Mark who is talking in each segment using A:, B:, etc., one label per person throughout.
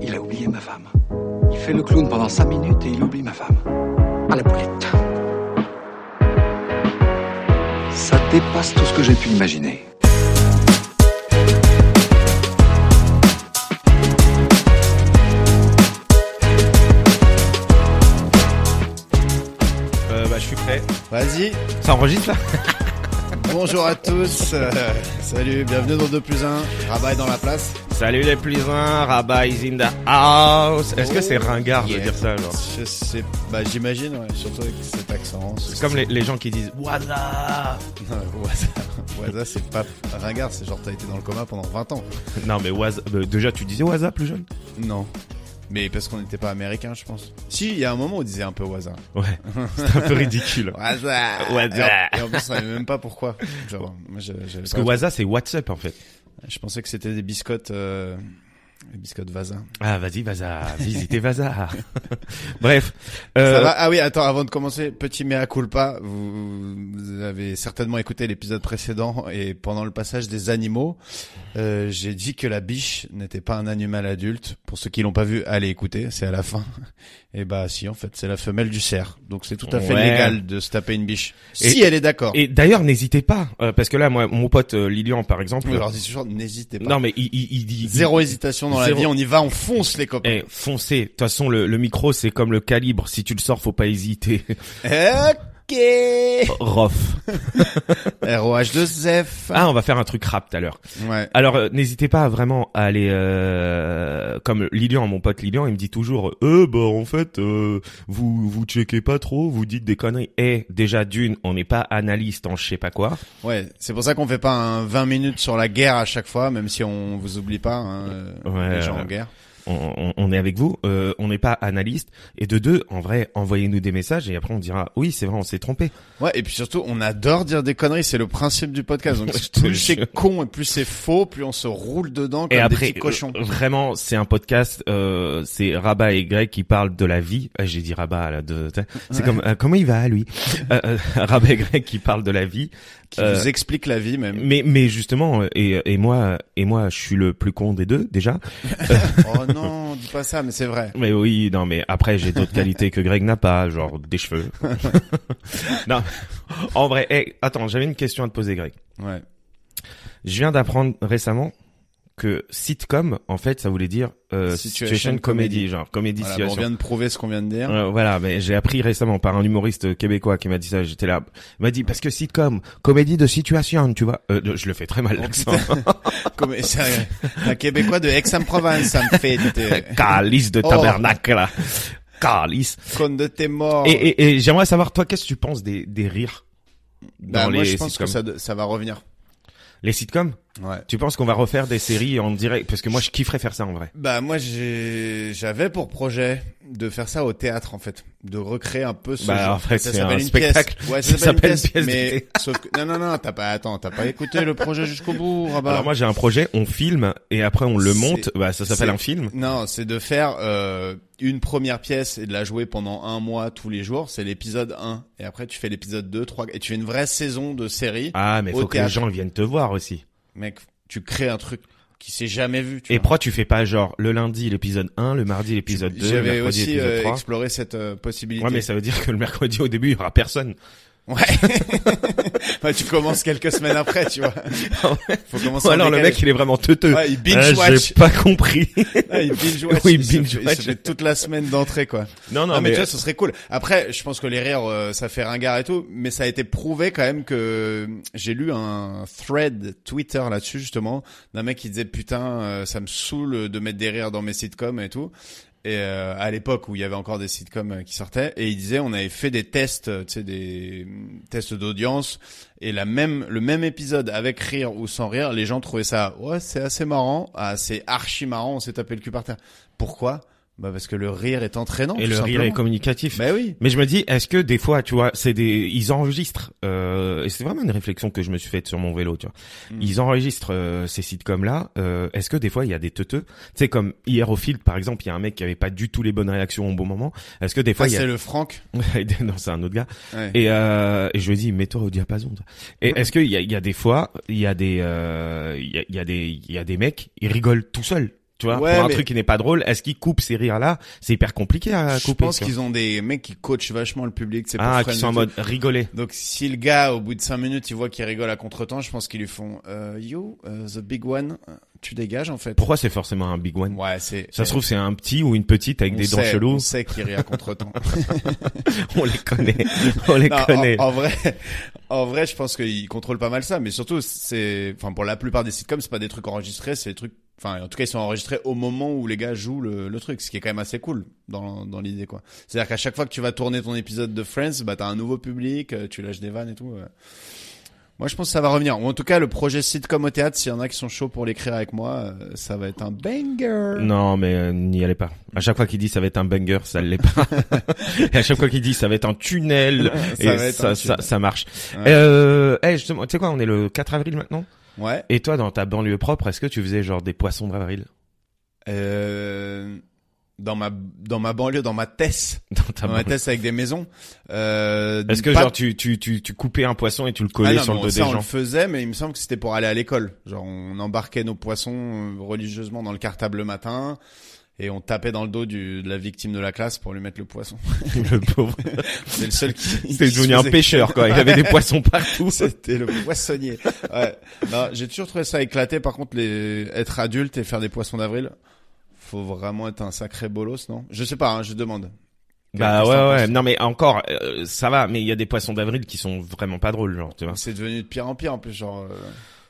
A: Il a oublié ma femme. Il fait le clown pendant 5 minutes et il oublie ma femme. À la boulette. Ça dépasse tout ce que j'ai pu imaginer.
B: Euh, bah, je suis prêt.
C: Vas-y,
B: Ça enregistre là
C: bonjour à tous. euh, salut, bienvenue dans 2 plus 1. Rabat est dans la place.
B: Salut les plus un, Rabat is in the house. Est-ce que c'est ringard de
C: Yeah.
B: dire ça genre
C: Je sais, bah j'imagine, ouais, surtout avec cet accent.
B: C'est comme les, les gens qui disent Waza
C: Non, mais Waza, Waza, c'est pas ringard, c'est genre t'as été dans le coma pendant 20 ans.
B: Non mais Waza, euh, déjà tu disais Waza plus jeune
C: Non. Mais parce qu'on n'était pas américain, je pense. Si, il y a un moment où on disait un peu Waza.
B: Ouais, c'est un peu ridicule.
C: Waza.
B: Waza.
C: Et en plus, on savait même pas pourquoi. Genre, moi, je, j'avais
B: Parce
C: pas-
B: que Waza c'est WhatsApp en fait.
C: je pensais que c'était des biscottes, euh, des biscottes Vaza.
B: Ah vas-y Vaza, visitez Vaza. Bref,
C: Ça
B: euh,
C: va Ah oui, attends, avant de commencer, petit mea culpa. Vous, vous avez certainement écouté l'épisode précédent et pendant le passage des animaux, euh, j'ai dit que la biche n'était pas un animal adulte. Pour ceux qui l'ont pas vu, allez écouter, c'est à la fin. Et bah si, en fait, c'est la femelle du cerf. Donc c'est tout à fait
B: Ouais.
C: légal de se taper une biche.
B: Et-
C: si elle est d'accord.
B: et d'ailleurs n'hésitez pas, euh, parce que là moi, mon pote euh, Lilian par exemple,
C: Je leur dis toujours, n'hésitez pas.
B: non mais il, il, il dit...
C: Zéro hésitation dans
B: Zéro.
C: la vie, on y va, on fonce les copains.
B: Eh, foncez. De toute façon, le, le micro, c'est comme le calibre. Si tu le sors, faut pas hésiter.
C: Ok
B: Oh. Rof.
C: ROH2F.
B: Ah, on va faire un truc rap tout à l'heure.
C: Ouais.
B: Alors, euh, n'hésitez pas à vraiment à aller, euh, comme Lilian, mon pote Lilian, il me dit toujours, euh, bah en fait, euh, vous vous checkez pas trop, vous dites des conneries. Eh, déjà d'une, on n'est pas analyste en je sais pas quoi.
C: Ouais, c'est pour ça qu'on fait pas un 20 minutes sur la guerre à chaque fois, même si on vous oublie pas, hein, euh,
B: Ouais,
C: les gens
B: ouais.
C: en guerre.
B: On, on- on est avec vous, euh, on n'est pas analyste. Et de deux, en vrai, envoyez-nous des messages et après on dira, oui, c'est vrai, on s'est trompé.
C: Ouais, et puis surtout, on adore dire des conneries, c'est le principe du podcast. Donc
B: Ouais, je te
C: plus c'est
B: jure.
C: con et plus c'est faux, plus on se roule dedans comme
B: et après,
C: des petits cochons.
B: euh, vraiment, c'est un podcast. euh, c'est Rabat et Greg qui parlent de la vie. Euh, J'ai dit Rabat. Là, de, de- c'est comme euh, comment il va lui. Euh, euh, Rabat et Greg qui parlent de la vie.
C: qui
B: euh,
C: nous expliquent la vie même.
B: Mais mais justement, euh, et, et moi et moi, je suis le plus con des deux déjà.
C: oh non, dis pas ça, mais c'est vrai.
B: Mais oui, non, mais après j'ai d'autres qualités que Greg n'a pas, genre des cheveux. non, en vrai. eh, attends, j'avais une question à te poser, Greg.
C: Ouais.
B: Je viens d'apprendre récemment que sitcom, en fait, ça voulait dire euh,
C: Situation
B: situation, comedy,
C: comedy.
B: genre comédie
C: Voilà, bon, on
B: situation.
C: vient de prouver ce qu'on vient de dire.
B: Euh, voilà, mais j'ai appris récemment par un humoriste québécois qui m'a dit ça. J'étais là, il m'a dit parce que sitcom, comédie de situation, tu vois. Euh, je le fais très mal l'accent.
C: Comme c'est un Québécois de Aix-en-Provence, ça me fait des-
B: Calice de
C: Oh.
B: tabernacle. là. Calice.
C: Conne de tes morts.
B: Et, et, et j'aimerais savoir toi, qu'est-ce que tu penses des, des rires
C: Bah,
B: dans
C: moi,
B: les
C: je pense
B: sitcoms
C: que ça, de- ça va revenir.
B: Les sitcoms
C: Ouais.
B: Tu penses qu'on va refaire des séries en direct Parce que moi, je kifferais faire ça en vrai.
C: Bah moi j'ai- j'avais pour projet de faire ça au théâtre en fait, de recréer un peu ce
B: Bah,
C: genre.
B: en fait,
C: Ça
B: c'est
C: s'appelle
B: un
C: une
B: spectacle.
C: Pièce. Ouais, ça
B: Ça
C: s'appelle une
B: s'appelle une
C: pièce,
B: pièce de
C: mais sauf que non non non, t'as pas attends, t'as pas écouté le projet jusqu'au bout, Rabat.
B: Alors moi, j'ai un projet, on filme et après on le
C: Bah. C'est-
B: monte. Bah, ça s'appelle
C: c'est-
B: un film.
C: Non, c'est de faire euh, une première pièce et de la jouer pendant un mois tous les jours, c'est l'épisode 1 et après tu fais l'épisode 2, 3 et tu fais une vraie saison de série.
B: Ah, mais
C: Au
B: faut que les
C: théâtre.
B: gens viennent te voir aussi.
C: Mec, tu crées un truc qui s'est jamais vu, tu
B: Et
C: vois.
B: pourquoi tu fais pas genre le lundi l'épisode 1, le mardi l'épisode 2, le
C: J'avais
B: mercredi
C: aussi
B: l'épisode
C: euh,
B: 3
C: exploré cette euh, possibilité.
B: Ouais mais ça veut dire que le mercredi au début il y aura personne.
C: Ouais. Bah, tu commences quelques semaines après, tu vois. Faut commencer
B: Ah Ou
C: en
B: alors le
C: décalé.
B: mec il est vraiment teuteux.
C: Ouais, il
B: Ah,
C: binge watch.
B: J'ai pas compris.
C: il binge watch.
B: Oui,
C: il se
B: binge
C: fait- Il
B: watch.
C: se fait toute la semaine d'entrée, quoi.
B: non non
C: Non, mais,
B: Ah, mais,
C: tu vois, ce serait cool. Après, je pense que les rires, euh, ça fait ringard et tout, mais ça a été prouvé quand même que euh, j'ai lu un thread Twitter là-dessus, justement, d'un mec qui disait, putain, euh, ça me saoule de mettre des rires dans mes sitcoms et tout. Et euh, à l'époque où il y avait encore des sitcoms euh, qui sortaient, et il disait, on avait fait des tests, euh, tu sais, des mm, tests d'audience, et la même, le même épisode avec rire ou sans rire, les gens trouvaient ça, ouais, c'est assez marrant, ah, c'est archi marrant, on s'est tapé le cul par terre. Pourquoi bah parce que le rire est entraînant.
B: et
C: Oh, tout
B: le rire
C: simplement.
B: est communicatif.
C: Bah oui.
B: Mais je me dis est-ce que des fois tu vois c'est des ils enregistrent euh, et c'est vraiment une réflexion que je me suis faite sur mon vélo tu vois.
C: Mm.
B: Ils enregistrent euh, ces sitcoms là euh, est-ce que des fois il y a des teuteux tu sais comme hier au fil par exemple il y a un mec qui avait pas du tout les bonnes réactions au bon moment est-ce que des fois
C: Ah,
B: il y
C: c'est
B: a
C: le Franck.
B: non c'est un autre gars
C: Ouais.
B: Et, euh, et je lui ai dit, mets-toi au diapason. toi. Et est-ce qu'il y a, il y a des fois, il y a des, euh, il y, a, il y a des, il y a des mecs, ils rigolent tout seuls. Tu tu vois,
C: Ouais,
B: pour un
C: mais-
B: truc qui n'est pas drôle, est-ce qu'ils coupent ces rires-là C'est hyper compliqué à
C: Je
B: couper.
C: pense
B: tu vois.
C: qu'ils ont des mecs qui coachent vachement le public. c'est pour
B: ah,
C: Friends
B: qui sont
C: et
B: en
C: tout.
B: mode rigoler.
C: Donc si le gars au bout de 5 minutes il voit qu'il rigole à contretemps, je pense qu'ils lui font euh, yo euh, the big one, euh, tu dégages en fait.
B: Pourquoi c'est forcément un big one
C: Ouais, c'est
B: Ça se trouve c'est un petit ou une petite avec
C: on
B: des dents
C: sait-
B: cheloues.
C: On sait qu'il rit à contretemps.
B: On les connaît. On les
C: Non, en-
B: connaît.
C: En, vrai, en vrai, je pense qu'ils contrôlent pas mal ça, mais surtout, c'est, enfin, pour la plupart des sitcoms, c'est pas des trucs enregistrés, c'est des trucs, enfin, en tout cas, ils sont enregistrés au moment où les gars jouent le, le truc, ce qui est quand même assez cool dans, dans l'idée, quoi. C'est-à-dire qu'à chaque fois que tu vas tourner ton épisode de Friends, bah, t'as un nouveau public, euh, tu lâches des vannes et tout. ouais. Moi, je pense que ça va revenir. Ou en tout cas, le projet sitcom au théâtre, s'il y en a qui sont chauds pour l'écrire avec moi, euh, ça va être un banger.
B: Non, mais euh, n'y allez pas. À chaque fois qu'il dit ça va être un banger, ça l'est pas. et à chaque fois qu'il dit ça va être un tunnel,
C: Ça
B: et
C: va être
B: ça,
C: un
B: ça,
C: tube.
B: ça marche.
C: Ouais.
B: Euh, eh, justement, tu sais quoi, on est le 4 avril maintenant.
C: Ouais.
B: Et toi, dans ta banlieue propre, est-ce que tu faisais genre des poissons d'avril
C: Euh, dans ma, dans ma banlieue, dans ma Tess.
B: dans ta
C: On un
B: banlieue
C: test avec des maisons. Euh,
B: Est-ce que
C: pas-
B: genre tu, tu, tu, tu coupais un poisson et tu le
C: Ah
B: collais
C: non,
B: sur
C: mais
B: le dos
C: ça,
B: des
C: on le
B: gens
C: faisait, mais il me semble que c'était pour aller à l'école. Genre, on embarquait nos poissons euh, religieusement dans le cartable le matin et on tapait dans le dos du, de la victime de la classe pour lui mettre le poisson.
B: Le pauvre.
C: C'est le seul qui.
B: C'était
C: qui se
B: devenu un
C: faisait-
B: pêcheur quoi. Il avait des poissons partout.
C: C'était le poissonnier. Ouais. Non, j'ai toujours trouvé ça éclaté. Par contre, les... être adulte et faire des poissons d'avril, faut vraiment être un sacré bolos, non Je sais pas, hein, je demande.
B: Bah
C: Qu'est-ce
B: ouais
C: que t'en
B: ouais.
C: penses
B: Non mais encore, euh, ça va. Mais il y a des poissons d'avril qui sont vraiment pas drôles genre. Tu vois.
C: C'est devenu de pire en pire en plus, genre. euh,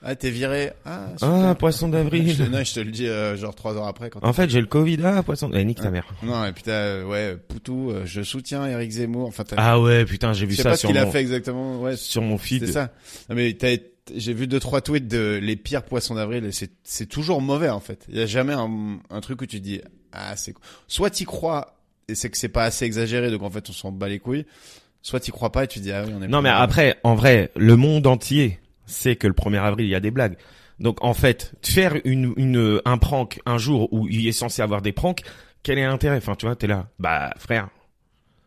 C: Ah, t'es viré. Ah, super.
B: Ah poisson
C: Je te,
B: d'avril.
C: non, je te le dis euh, genre trois heures après. Quand
B: En fait j'ai le Covid. Ah poisson. Eh, nique ta mère.
C: Non, et putain, euh, ouais, Poutou, euh, je soutiens Eric Zemmour. Enfin, t'as-
B: Ah ouais putain j'ai
C: je
B: vu
C: sais
B: ça
C: pas ce
B: sur
C: qu'il a
B: mon
C: fait exactement. Ouais,
B: sur mon feed.
C: c'est ça. Non, mais t'as- j'ai vu deux trois tweets de les pires poissons d'avril et c'est c'est toujours mauvais en fait. Il y a jamais un, un truc où tu te dis ah c'est soit t'y crois et c'est que c'est pas assez exagéré donc en fait on s'en bat les couilles. Soit t'y crois pas et tu dis ah oui on est
B: Non mais
C: pas-
B: après, en vrai, le monde entier sait que le 1er avril, il y a des blagues. Donc en fait, faire une, une un prank un jour où il est censé avoir des pranks, quel est l'intérêt Enfin, tu vois, t'es là. Bah frère,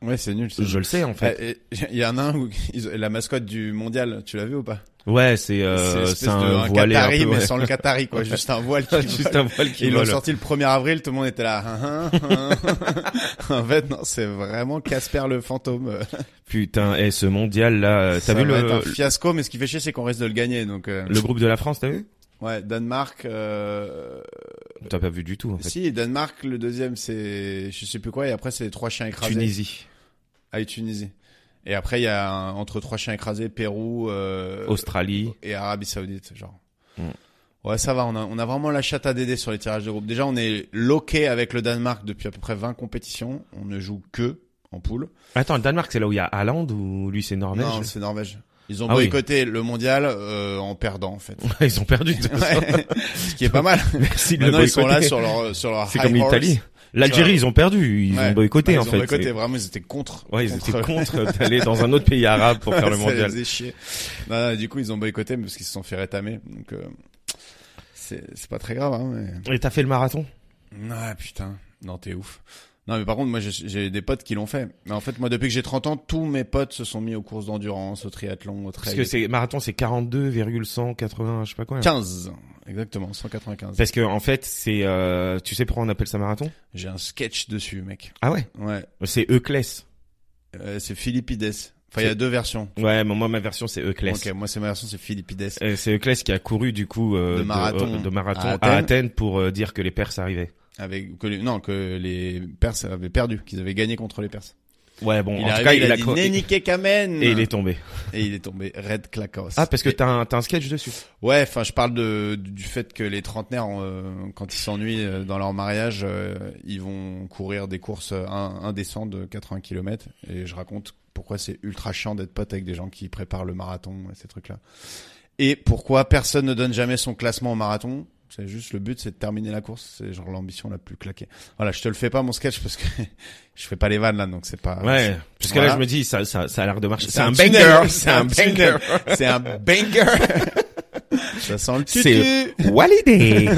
C: ouais c'est nul. c'est
B: je le sais en fait.
C: Euh, et- Il y en a un où ils- la mascotte du mondial, tu l'as vu ou pas
B: Ouais, c'est
C: C'est
B: euh,
C: espèce
B: c'est
C: de-
B: un,
C: un
B: voilé un
C: Qatari,
B: peu,
C: mais
B: ouais.
C: sans le Qatari, quoi. Juste un voile qui
B: Juste
C: vole.
B: un voile qui
C: Et ils l'ont
B: vole.
C: sorti le 1er avril, tout le monde était là. Hein, hein, hein. en fait, non, c'est vraiment Casper le fantôme.
B: Putain, et ce mondial là, euh,
C: Ça
B: t'as vu
C: va
B: le,
C: être un fiasco, mais ce qui fait chier, c'est qu'on risque de le gagner. Donc, euh,
B: le groupe de la France, t'as vu
C: ouais, Danemark. euh,
B: T'as pas vu du tout en fait.
C: Si, Danemark, le deuxième, c'est je sais plus quoi, et après c'est les trois chiens écrasés.
B: Tunisie,
C: Ah, et Tunisie. Et après, il y a un- entre trois chiens écrasés, Pérou, euh,
B: Australie.
C: et Arabie Saoudite, genre.
B: Mm.
C: Ouais, ça va, on a, on a vraiment la chatte à dédé sur les tirages de groupe. Déjà, on est loqué avec le Danemark depuis à peu près 20 compétitions. On ne joue que en poule.
B: Attends, le Danemark, c'est là où il y a Haaland ou lui c'est Norvège
C: non, c'est Norvège. Ils ont
B: Ah oui.
C: boycotté le mondial euh, en perdant, en fait.
B: Ils ont perdu. de toute façon.
C: Ouais. Ce qui est pas mal.
B: Merci de le
C: Maintenant, ils sont là
B: boycotter.
C: sur leur, sur leur
B: C'est
C: high
B: comme
C: horse.
B: l'Italie.
C: Tu
B: L'Algérie, ils ont perdu, ils
C: Ouais.
B: ont boycotté
C: Bah,
B: en
C: ils
B: fait.
C: Ont boycotté,
B: C'est-
C: vraiment, ils étaient contre.
B: Ouais, ils
C: contre-
B: étaient contre d'aller dans un autre pays arabe pour faire le
C: Ça
B: mondial.
C: les faisait chier. Non, non, du coup, ils ont boycotté mais parce qu'ils se sont fait rétamer. Donc, euh, c'est c'est pas très grave. Hein, mais...
B: Et t'as fait le marathon
C: Ah putain, non t'es ouf. Non mais par contre moi j'ai- j'ai des potes qui l'ont fait. Mais en fait moi depuis que j'ai 30 ans tous mes potes se sont mis aux courses d'endurance, au triathlon, au
B: Parce
C: trail.
B: que c'est marathon, c'est 42,180, je sais pas quoi. hein.
C: 15 exactement 195.
B: Parce que en fait, c'est, euh, tu sais pourquoi on appelle ça marathon
C: J'ai un sketch dessus mec.
B: Ah ouais,
C: Ouais,
B: c'est Euclès.
C: Euh, c'est Philippides. Enfin il y a
B: C'est-
C: deux versions.
B: Ouais, mais moi ma version c'est Euclès.
C: Ok moi c'est ma version c'est Philippides.
B: Euh, C'est Euclès qui a couru du coup euh,
C: De marathon
B: euh, de marathon
C: à
B: à
C: Athènes.
B: Athènes, pour euh, dire que les Perses arrivaient.
C: Avec que les- non que les Perses avaient perdu, qu'ils avaient gagné contre les Perses.
B: Ouais, bon,
C: il,
B: en
C: est
B: tout
C: arrivé,
B: cas,
C: il, a dit
B: co-
C: Nenike Kamen
B: et il est tombé.
C: Et il est tombé Red Clackos.
B: Ah, parce que t'as un, t'as un sketch dessus.
C: Ouais, enfin, je parle de, du fait que les trentenaires, euh, quand ils s'ennuient euh, dans leur mariage, euh, ils vont courir des courses euh, in- indécentes de 80 km. Et je raconte pourquoi c'est ultra chiant d'être pote avec des gens qui préparent le marathon, et ces trucs-là. Et pourquoi personne ne donne jamais son classement au marathon. C'est juste le but, c'est de terminer la course. C'est genre l'ambition la plus claquée. Voilà, je te le fais pas mon sketch parce que je fais pas les vannes là, donc c'est pas.
B: ouais, parce que
C: voilà.
B: là je me dis ça, ça, ça a l'air de marcher.
C: C'est
B: Ah, C'est
C: un
B: un
C: tunnel,
B: banger,
C: c'est
B: c'est
C: un
B: un banger.
C: tunnel. C'est un banger. Ça sent le tutu.
B: C'est Walidé.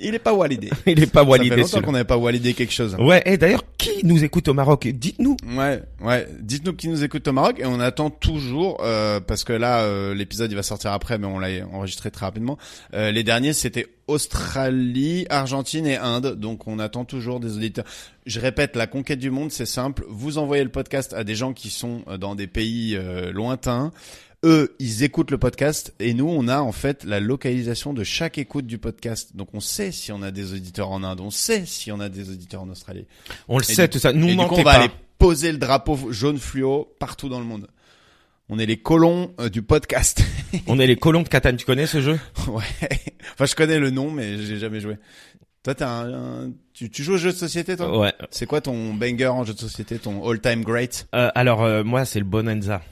C: Il est pas validé.
B: Il est pas
C: Ça
B: validé.
C: fait longtemps
B: celui-là.
C: qu'on n'avait pas validé quelque chose.
B: Ouais. Et d'ailleurs, qui nous écoute au Maroc Dites-nous.
C: Ouais, ouais. Dites-nous qui nous écoute au Maroc et on attend toujours euh, parce que là euh, l'épisode il va sortir après, mais on l'a enregistré très rapidement. Euh, les derniers c'était Australie, Argentine et Inde, donc on attend toujours des auditeurs. Je répète, la conquête du monde c'est simple. Vous envoyez le podcast à des gens qui sont euh, dans des pays euh, lointains. Eux, ils écoutent le podcast et nous, on a en fait la localisation de chaque écoute du podcast. Donc, on sait si on a des auditeurs en Inde, on sait si on a des auditeurs en Australie.
B: On le
C: Et
B: sait
C: du-
B: tout ça. Nous
C: Et du coup,
B: mentez
C: on va
B: pas.
C: aller poser le drapeau jaune fluo partout dans le monde. On est les colons euh, du podcast.
B: On est les colons de Catane. Tu connais ce jeu
C: ouais. Enfin, je connais le nom, mais j'ai jamais joué. Toi, t'as un, un- tu, tu joues aux jeux de société, toi
B: Ouais.
C: C'est quoi ton banger en jeu de société, ton all-time great
B: Euh, alors euh, moi, c'est le Bonanza.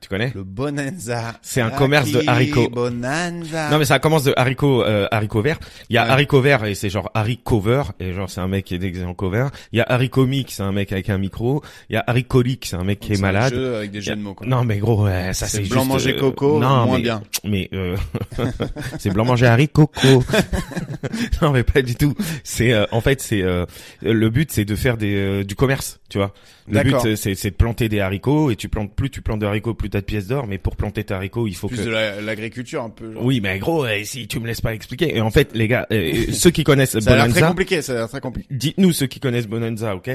B: Tu connais
C: Le Bonanza. Ah,
B: C'est un commerce de haricots.
C: Bonanza.
B: Non mais ça commence de haricot euh, haricot vert. Il y a
C: Ah. Ouais.
B: haricot vert et c'est genre Harry Cover et genre c'est un mec qui est d'excellent cover. Il y a haricot mic, c'est un mec avec un micro. Il y a haricolique, c'est un mec qui est
C: C'est un
B: malade.
C: jeu avec des jeux
B: Y a-
C: de mots, quoi.
B: Non mais gros, ouais, ça
C: C'est
B: c'est
C: blanc
B: juste,
C: manger
B: euh,
C: coco,
B: non,
C: moins
B: mais,
C: bien.
B: Mais euh, c'est blanc manger haricot coco. non mais pas du tout. C'est euh, en fait c'est euh, le but c'est de faire des euh, du commerce, tu vois. Le but
C: D'accord.
B: euh, c'est c'est de planter des haricots et tu plantes plus tu plantes de haricots plus t'as de pièces d'or. Mais pour planter tes haricots il faut
C: Plus
B: que
C: de la- l'agriculture, un peu. genre.
B: oui, mais gros, euh, si tu me laisses pas expliquer. Et en fait, les gars, euh, euh, ceux qui connaissent
C: Ça a l'air très
B: Bonanza,
C: compliqué, ça a l'air très compliqué.
B: dites-nous ceux qui connaissent Bonanza, ok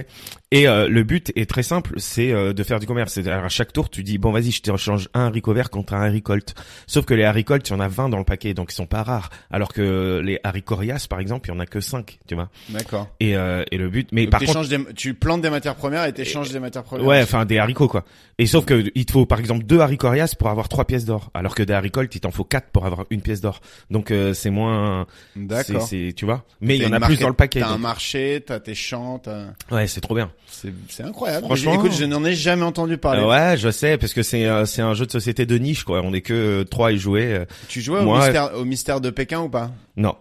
B: Et euh, le but est très simple, c'est euh, de faire du commerce. C'est-à-dire à chaque tour, tu dis bon, vas-y, je te change un haricot vert contre un haricolte. Sauf que les haricoltes, il y en a 20 dans le paquet, donc ils sont pas rares. Alors que les haricorias, par exemple, il y en a que 5, tu vois.
C: D'accord.
B: Et, euh, et le but, mais
C: Donc,
B: par contre,
C: t'échanges des- tu plantes des matières premières et t'échanges des matières premières.
B: ouais, enfin des haricots quoi. Et sauf que il te faut par exemple deux haricorias pour avoir trois pièces d'or, alors que des haricoltes, il t'en faut quatre pour avoir une pièce d'or. Donc euh, c'est moins C'est,
C: D'accord.
B: c'est- tu vois. Mais il y
C: T'as
B: en
C: une
B: a
C: marque-
B: plus dans le paquet.
C: T'as un
B: donc.
C: marché, t'as tes champs, t'as-
B: Ouais, c'est trop bien.
C: c'est c'est incroyable.
B: Franchement.
C: Franchement, écoute, je n'en ai jamais entendu parler.
B: Euh, ouais, je sais, parce que c'est euh, c'est un jeu de société de niche, quoi. On est que euh, trois et jouer. euh,
C: Tu jouais
B: Moi,
C: au, mystère, au mystère de Pékin ou pas
B: Non.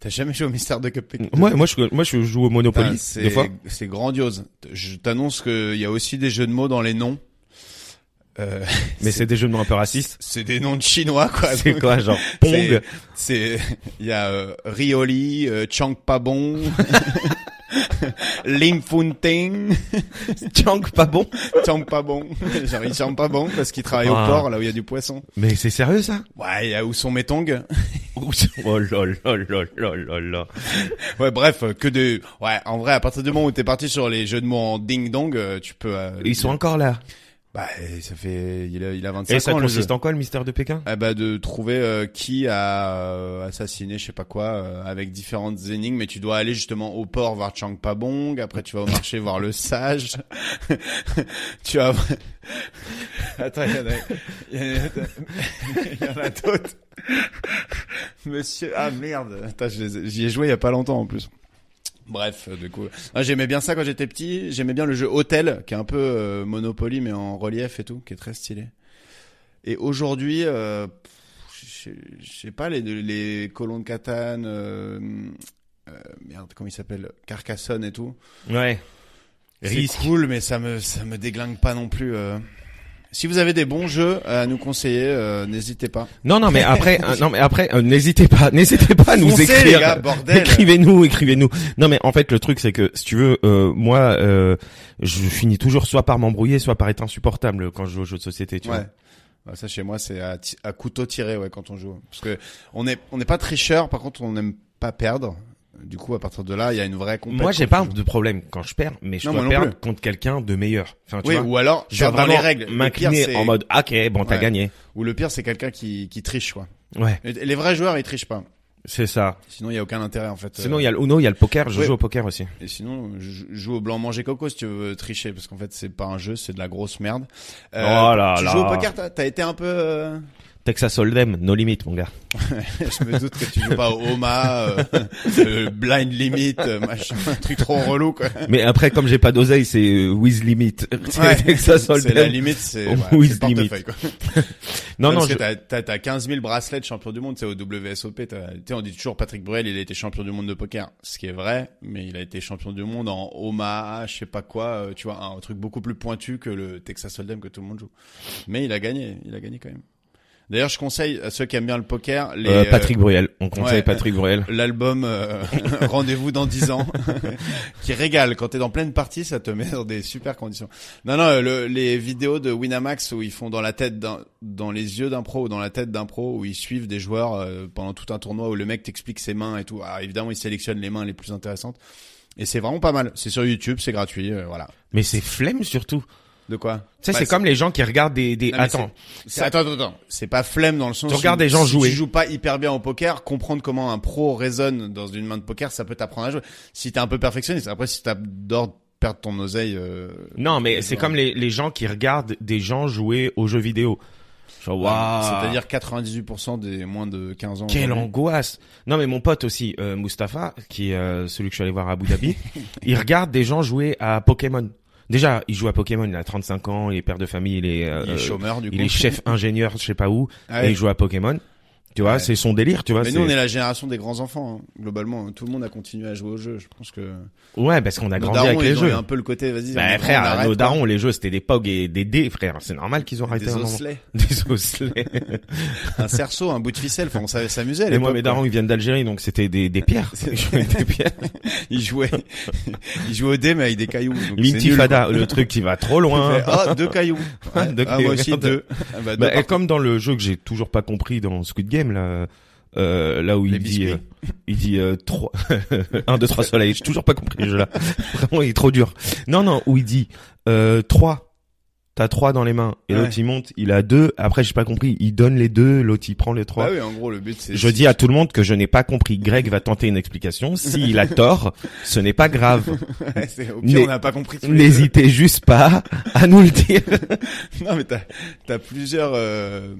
C: T'as jamais joué au mystère de Pékin
B: Moi, moi, je, moi, je joue au Monopoly
C: Putain, c'est-
B: des fois.
C: C'est grandiose. Je t'annonce qu'il y a aussi des jeux de mots dans les noms. Euh,
B: Mais c'est des jeux de mots un peu racistes.
C: c'est des noms de chinois quoi.
B: C'est
C: Donc,
B: quoi, genre
C: Ah, c'est-
B: Pong
C: C'est il y a euh, Rioli, euh, Chang Pabon, Lim Fun Ting.
B: Chang, pas bon.
C: Tiens pas bon. Genre, il tient pas bon parce qu'il travaille
B: Ah.
C: au port, là où il y a du poisson.
B: Mais c'est sérieux ça
C: Ouais, il y a où sont mes tongs.
B: Oh lol, lol, lol, lol, lol, lol.
C: Ouais, bref, euh, que de... Ouais, en vrai, à partir du moment où t'es parti sur les jeux de mots en ding-dong, euh, tu peux... euh,
B: Ils sont encore là.
C: Bah, euh, ça fait... Il a, il a 25
B: Et ça
C: ans, le jeu.
B: consiste en quoi le mystère de Pékin
C: Eh bah, de trouver euh, qui a euh, assassiné je sais pas quoi euh, avec différentes énigmes mais tu dois aller justement au port voir Chang Pabong après tu vas au marché voir le sage tu vas attends il y en a il y en a, il y en a d'autres monsieur ah merde Attends, je les ai- j'y ai joué il y a pas longtemps en plus Bref, euh, du coup, Ah, j'aimais bien ça quand j'étais petit. J'aimais bien le jeu Hôtel, qui est un peu euh, Monopoly mais en relief et tout, qui est très stylé. Et aujourd'hui, euh, je je sais pas, les, les colons de Catane, euh, euh, merde, comment il s'appelle Carcassonne et tout.
B: Ouais.
C: Ah. C'est
B: Risque.
C: cool, mais ça me, ça me déglingue pas non plus. euh. Si vous avez des bons jeux à nous conseiller, euh, n'hésitez pas.
B: Non, non, mais après, euh, non, mais après, euh, n'hésitez pas, n'hésitez pas à nous
C: Foncez,
B: écrire.
C: les gars, bordel
B: Écrivez-nous, écrivez-nous. Non mais en fait le truc c'est que si tu veux, euh, moi euh, je finis toujours soit par m'embrouiller, soit par être insupportable quand je joue aux jeux de société. Tu
C: Ouais. Bah, ça chez moi, c'est à, ti- à couteau tiré ouais, quand on joue. Parce que on est, on n'est pas tricheur, par contre, on n'aime pas perdre. Du coup, à partir de là, il y a une vraie
B: vois.
C: compétition.
B: Moi j'ai pas de problème quand je perds, mais je
C: Non,
B: dois
C: moi non
B: perdre contre quelqu'un de meilleur. Enfin tu
C: Oui,
B: vois.
C: ou alors,
B: Je dois
C: faire dans les
B: vraiment
C: règles. Le pire,
B: m'incliner
C: c'est-
B: en mode ok bon t'as
C: Ouais.
B: gagné.
C: Ou le pire, c'est quelqu'un qui, qui triche, quoi.
B: Ouais,
C: Et Les vrais joueurs, ils trichent pas.
B: c'est ça.
C: Sinon, il y a aucun intérêt, en fait.
B: Sinon il y a le Uno, il y a le poker. Je
C: oui.
B: joue au poker aussi.
C: Et sinon, je- je joue au blanc manger coco si tu veux tricher, parce qu'en fait, c'est pas un jeu, c'est de la grosse merde. Euh,
B: Oh là
C: tu
B: là.
C: joues au poker, t'as t'as été un peu... euh,
B: Texas Hold'em, no limit mon gars.
C: je me doute que tu joues pas au Oma, euh, euh, Blind Limit, euh, machin, un truc trop relou, quoi.
B: mais après comme j'ai pas d'oseille c'est euh, with limit. C'est
C: Ouais.
B: Texas
C: C'est la
B: Hold'em.
C: limite, c'est
B: Au
C: ouais,
B: Wiz
C: c'est le portefeuille, quoi.
B: Non non
C: parce
B: je-
C: que t'as- t'as t'as 15 000 bracelets de champion du monde, c'est au WSOP. t'as- Tu sais, on dit toujours Patrick Bruel, il a été champion du monde de poker, ce qui est vrai, mais il a été champion du monde en Omaha, je sais pas quoi, euh, tu vois, un, truc beaucoup plus pointu que le Texas Hold'em que tout le monde joue. Mais il a gagné, il a gagné quand même. D'ailleurs, je conseille à ceux qui aiment bien le poker, les,
B: Euh,
C: euh,
B: Patrick Bruel. On conseille
C: ouais.
B: Patrick Bruel.
C: l'album euh, Rendez-vous dans 10 ans qui régale quand t'es dans pleine partie ça te met dans des super conditions non non euh, le- les vidéos de Winamax où ils font dans la tête d'un dans les yeux d'un pro ou dans la tête d'un pro où ils suivent des joueurs euh, pendant tout un tournoi où le mec t'explique ses mains et tout Alors, évidemment ils sélectionnent les mains les plus intéressantes et c'est vraiment pas mal c'est sur YouTube c'est gratuit euh, voilà
B: Mais c'est flemme surtout.
C: de quoi
B: Tu sais,
C: Bah,
B: Ben, c'est comme les gens qui regardent des, des...
C: Non, mais
B: attends.
C: c'est- Attends, attends, attends. C'est pas flemme dans le sens.
B: Tu
C: où
B: regardes les gens
C: si
B: jouer.
C: Tu joues pas hyper bien au poker. Comprendre comment un pro raisonne dans une main de poker, ça peut t'apprendre à jouer. Si t'es un peu perfectionniste, après si t'adores perdre ton oseille. euh,
B: Non, mais c'est
C: Ouais.
B: comme les, les gens qui regardent des gens jouer aux jeux vidéo. Genre, waouh.
C: C'est-à-dire 98% des moins de 15 ans.
B: Quelle
C: aujourd'hui.
B: angoisse Non mais mon pote aussi, euh, Mustapha, qui est euh, celui que je suis allé voir à Abu Dhabi, il regarde des gens jouer à Pokémon. Déjà, il joue à Pokémon, il a 35 ans, il est père de famille, il est, euh,
C: Il est chômeur du coup.
B: il est chef ingénieur, je sais pas où,
C: Ah
B: et
C: ouais.
B: il joue à Pokémon. Tu vois,
C: Ouais.
B: c'est son délire, tu vois.
C: Mais nous, on
B: c'est-
C: est la génération des grands enfants. hein. Globalement, hein. tout le monde a continué à jouer au jeu. Je pense que.
B: Ouais, parce qu'on a
C: nos
B: grandi
C: darons,
B: avec les
C: ils ont eu
B: jeux.
C: un peu le côté. Vas-y. on
B: Bah
C: arrête, on
B: frère,
C: arrête,
B: nos
C: quoi.
B: darons, les jeux, c'était des POG et des dés, frère. C'est normal qu'ils ont arrêté
C: Des
B: un moment.
C: osselets.
B: Des osselets.
C: un cerceau, un bout de ficelle. Enfin, on savait s'amuser. à
B: et moi,
C: l'époque,
B: mes
C: quoi.
B: darons, ils viennent d'Algérie, donc c'était des, des pierres. Ils jouaient avec des pierres.
C: Il jouait, il jouait au dé mais avec des cailloux. donc c'est nul, quoi.
B: L'intifada, le truc qui va trop loin.
C: Il fait, Ah, deux cailloux. Ouais.
B: Deux
C: ah,
B: cailloux,
C: moi aussi
B: regarde.
C: deux. Ah, bah, deux
B: Bah, et
C: partout.
B: comme dans le jeu que j'ai toujours pas compris dans Squid Game là, euh, là où
C: Les
B: il dit,
C: biscuits.
B: euh, il dit euh, trois, un, deux, trois soleils. J'ai toujours pas compris le jeu là. Vraiment, il est trop dur. Non, non, où il dit euh, trois. T'as trois dans les mains et
C: Ah Ouais.
B: l'autre il monte, il a deux. Après, j'ai pas compris. Il donne les deux, l'autre il prend les trois.
C: Bah oui, en gros le but c'est.
B: Je dis à tout le monde que je n'ai pas compris. Greg va tenter une explication. S'il a tort, ce n'est pas grave.
C: Ouais, c'est- Au
B: N'hé-
C: pire, on n'a pas compris. tous les deux.
B: N'hésitez juste pas à nous le dire.
C: Non mais t'as t'as plusieurs. euh,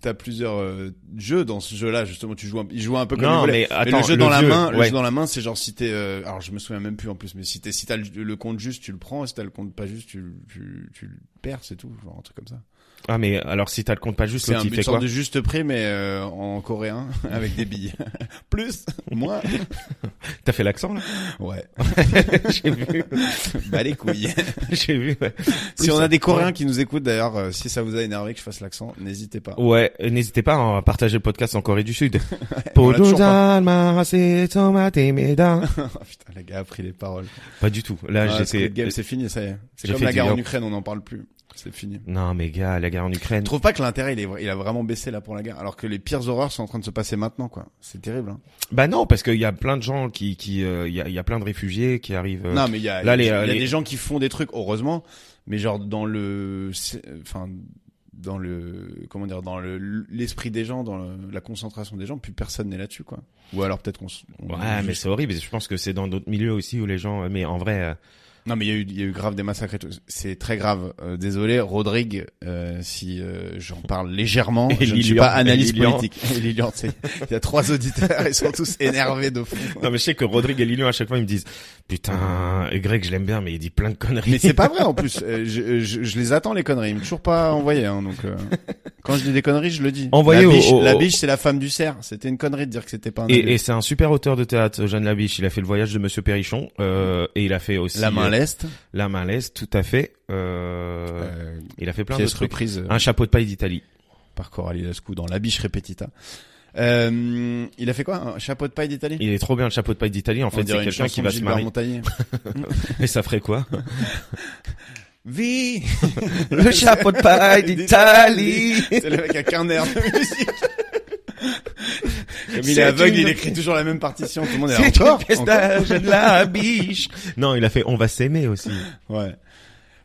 C: T'as plusieurs euh, jeux dans ce jeu-là justement. Tu joues, un, il joue un peu comme il
B: Non,
C: voulait.
B: mais attends,
C: le jeu dans la
B: vieux,
C: main, le
B: ouais.
C: jeu dans la main, c'est genre si t'es, euh, alors je me souviens même plus en plus, mais si t'es, si t'as le, le compte juste, tu le prends, si t'as le compte pas juste, tu, tu, tu le perds, c'est tout, genre un truc comme ça.
B: Ah mais alors si t'as le compte pas juste,
C: C'est
B: l'autre
C: un,
B: il
C: une
B: fait quoi
C: sorte de juste prix, mais euh, en coréen, avec des billes. Plus, moins.
B: T'as fait l'accent là
C: Ouais,
B: J'ai vu,
C: bah les couilles.
B: j'ai vu. Ouais,
C: si on a des coréens qui nous écoutent d'ailleurs, euh, si ça vous a énervé que je fasse l'accent, n'hésitez pas.
B: Ouais, et n'hésitez pas hein, à partager le podcast en Corée du Sud.
C: on l'a toujours
B: pas
C: Ah, putain, le gars a pris les paroles.
B: du tout. Là,
C: Ah,
B: j'étais.
C: Squid Game, c'est fini, ça y est. C'est
B: j'ai
C: comme
B: fait Mm.
C: la guerre en
B: Dior.
C: Ukraine, on n'en parle plus. C'est fini.
B: Non, mais gars, la guerre en Ukraine.
C: Je trouve pas que l'intérêt, il, est vra- il a vraiment baissé là pour la guerre, alors que les pires horreurs sont en train de se passer maintenant, quoi. C'est terrible. Hein.
B: Bah non, parce qu'il y a plein de gens qui, qui, euh, il y, a, il y a plein de réfugiés qui arrivent. euh,
C: non, mais il y a,
B: là,
C: il y
B: les,
C: a
B: euh, les-
C: des gens qui font des trucs, heureusement, mais genre dans le, c'est- enfin, dans le, comment dire, dans le l'esprit des gens, dans le- la concentration des gens, plus personne n'est là-dessus, quoi. Ou alors peut-être qu'on. s- on-
B: Ouais, mais c'est horrible. Je pense que c'est dans d'autres milieux aussi où les gens. Mais en vrai, euh,
C: Non, mais il y a eu, il y a eu grave des massacres et tout. C'est très grave. Euh, désolé, Rodrigue, euh, si euh, j'en parle légèrement,
B: Et
C: je ne suis
B: Lilian.
C: pas
B: Et
C: analyste
B: Lilian.
C: politique. Et Lilian, c'est- il y a trois auditeurs, ils sont tous énervés de fou.
B: non, mais je sais que Rodrigue et Lilian à chaque fois ils me disent, putain, Greg, je l'aime bien, mais il dit plein de conneries.
C: Ah. Mais c'est pas vrai en plus. Euh, je, je, je les attends les conneries. Ils m'ont toujours pas envoyé. Hein, donc euh, quand je dis des conneries, je le dis.
B: Envoyez
C: la
B: au-
C: biche,
B: au-
C: la
B: au-
C: biche, c'est la femme du cerf. C'était une connerie de dire que c'était pas un.
B: Et,
C: abus.
B: et c'est un super auteur de théâtre, Jeanne Labiche. Il a fait le voyage de Monsieur Perrichon euh, et il a fait aussi
C: la main à
B: euh,
C: l'est.
B: La main à l'est, tout à fait. Euh,
C: Euh,
B: il a fait plein de
C: pièce
B: trucs.
C: reprise euh,
B: Un chapeau de paille d'Italie.
C: par Coralie Lascou dans La biche répétita. Euh, il a fait quoi Un chapeau de paille d'Italie.
B: Il est trop bien le chapeau de paille d'Italie. En
C: On
B: fait,
C: dirait
B: c'est
C: une
B: quelqu'un
C: chanson
B: qui
C: de
B: va se
C: Gilbert
B: marier.
C: Montagnier.
B: Et ça ferait quoi
C: Vie
B: Le chapeau de paille d'Italie.
C: C'est le mec avec un air de musique. Comme il
B: C'est
C: est aveugle,
B: une-
C: il écrit toujours la même partition. Tout le monde est là,
B: C'est une
C: encore.
B: pièce
C: Encore
B: de Jeanne Labiche. Non, il a fait On va s'aimer aussi.
C: Ouais.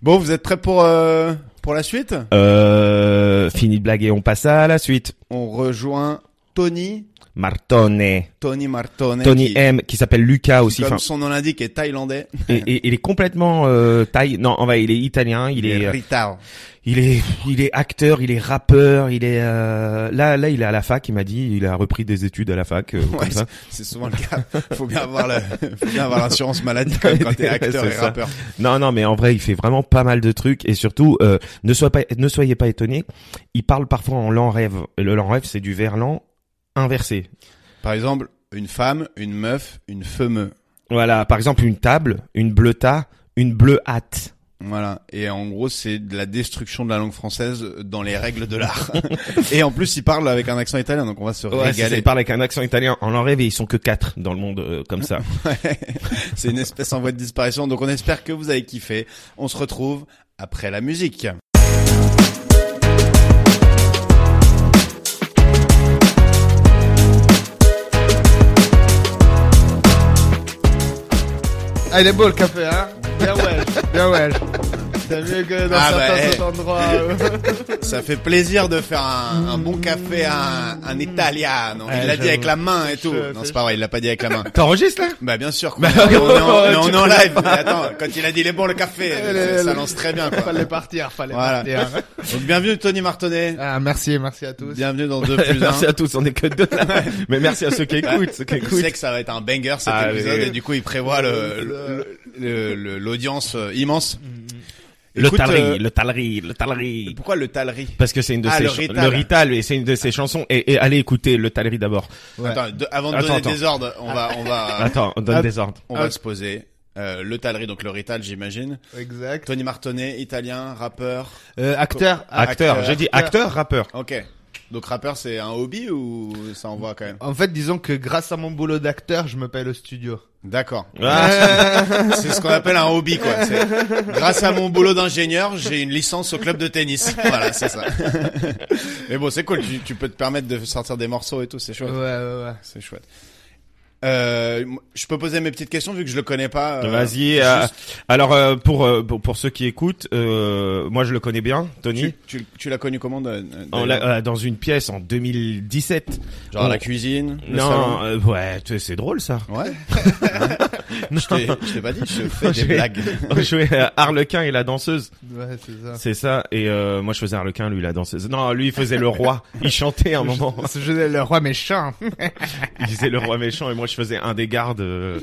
C: Bon, vous êtes prêts pour euh, pour la suite
B: Euh, fini de blaguer, on passe à la suite.
C: On rejoint Tony,
B: Martone.
C: Tony Martone.
B: Tony
C: qui,
B: M, qui s'appelle Lucas
C: qui,
B: aussi.
C: comme
B: Enfin,
C: son nom l'indique, est thaïlandais.
B: et, et- il est complètement euh, taille. Non, on va. Il est italien. Il est. euh,
C: Ritao.
B: Il est. Il est acteur. Il est rappeur. Il est. euh, Là, là, il est à la fac. Il m'a dit. Il a repris des études à la fac. euh, comme
C: Ouais,
B: ça.
C: C'est souvent le cas. Faut bien avoir la, faut bien avoir l'assurance maladie quand, même quand t'es acteur
B: C'est
C: et
B: ça.
C: rappeur.
B: Non, non, mais en vrai, il fait vraiment pas mal de trucs et surtout, euh, ne soyez pas, ne soyez pas étonnés. Il parle parfois en lent rêve. Et le lent rêve, c'est du verlan inversé.
C: Par exemple, une femme, une meuf, une femeux.
B: Voilà. Par exemple, une table, une bleuta, une bleuhâte.
C: Voilà. Et en gros, c'est de la destruction de la langue française dans les règles de l'art. et en plus, il parle avec un accent italien, donc on va se
B: Ouais, c'est ça,
C: régaler.
B: ils parlent avec un accent italien. En leur rêve, ils sont que quatre dans le monde euh, comme ça.
C: c'est une espèce en voie de disparition. Donc on espère que vous avez kiffé. On se retrouve après la musique.
D: Ah, il est beau le café, hein Bien ouais, bien ouais. C'est mieux que dans
C: Ah, bah,
D: certains
C: eh.
D: autres endroits. euh.
C: Ça fait plaisir de faire un, un bon café à un, un italiano. Il
D: Ouais,
C: l'a dit
D: j'avoue.
C: avec la main et tout.
D: chaud,
C: Non,
D: c'est
C: c'est pas vrai, il l'a pas dit avec la main.
B: T'enregistres là
C: Bah bien sûr. Quoi. on est en, mais on
D: tu
C: est en live. Mais Attends, quand il a dit il est bon le café,
D: Allez,
C: ça
D: allez.
C: lance très bien. Quoi.
D: fallait partir, fallait
C: Voilà.
D: partir.
C: Donc, bienvenue Tony Martonnet.
D: Ah, merci, merci à tous.
C: Bienvenue dans 2 plus 1.
B: Merci à tous, on est que deux là. Mais merci à ceux qui écoutent, ceux qui
C: Je sais
B: écoutent.
C: que ça va être un banger cet
B: Ah,
C: épisode
B: oui. Euh,
C: et du coup il prévoit le- le- le- le- l'audience euh, immense.
B: Le
C: Écoute,
B: talerie,
C: euh,
B: le talerie, le talerie.
C: Pourquoi le talerie
B: Parce que c'est une de
C: Ah,
B: ses
C: le
B: cha-
C: Rital.
B: le Rital, et c'est une de ses chansons. Et, et allez écouter le talerie d'abord.
D: Ouais.
C: Attends, de- avant de
B: Attends,
C: donner
B: attends.
C: des ordres, on va on va
B: Attends, on donne
D: Ah.
B: des ordres.
C: on va se poser. Euh, le talerie donc le rital j'imagine.
D: Exact.
C: Tony Martonnet, italien, rappeur.
D: Euh, acteur,
B: Acteur,
C: Acteur.
B: j'ai dit acteur, rappeur.
C: OK. Donc rappeur c'est un hobby ou ça envoie quand même
D: En fait, disons que grâce à mon boulot d'acteur, je me paye le studio.
C: D'accord.
B: Ah,
C: C'est ce qu'on appelle un hobby, quoi. C'est- Grâce à mon boulot d'ingénieur, j'ai une licence au club de tennis. Voilà, c'est ça. Mais bon, c'est cool. Tu, tu peux te permettre de sortir des morceaux et tout. C'est
D: Ouais,
C: chouette.
D: ouais, ouais.
C: C'est chouette. Euh, je peux poser mes petites questions vu que je le connais pas. euh,
B: Vas-y.
C: juste-
B: euh, alors euh, pour, euh, pour pour ceux qui écoutent, euh, moi je le connais bien, Tony.
C: tu, tu, tu l'as connu comment de- de-
B: On l'a- euh, dans une pièce en 2017.
C: Genre
B: on-
C: la cuisine, le
B: non,
C: salon.
B: euh, ouais, tu sais, c'est drôle ça.
C: Ouais. je t'ai- je t'ai pas dit, je fais
B: Je
C: des
B: vais-
C: blagues.
B: On jouait à Harlequin et la danseuse,
D: Ouais, c'est ça.
B: c'est ça. Et euh, moi je faisais Harlequin, lui la danseuse. Non, lui il faisait le roi. Il chantait à un moment.
D: Je, je le roi méchant.
B: Il faisait le roi méchant et moi je faisais un des gardes. euh,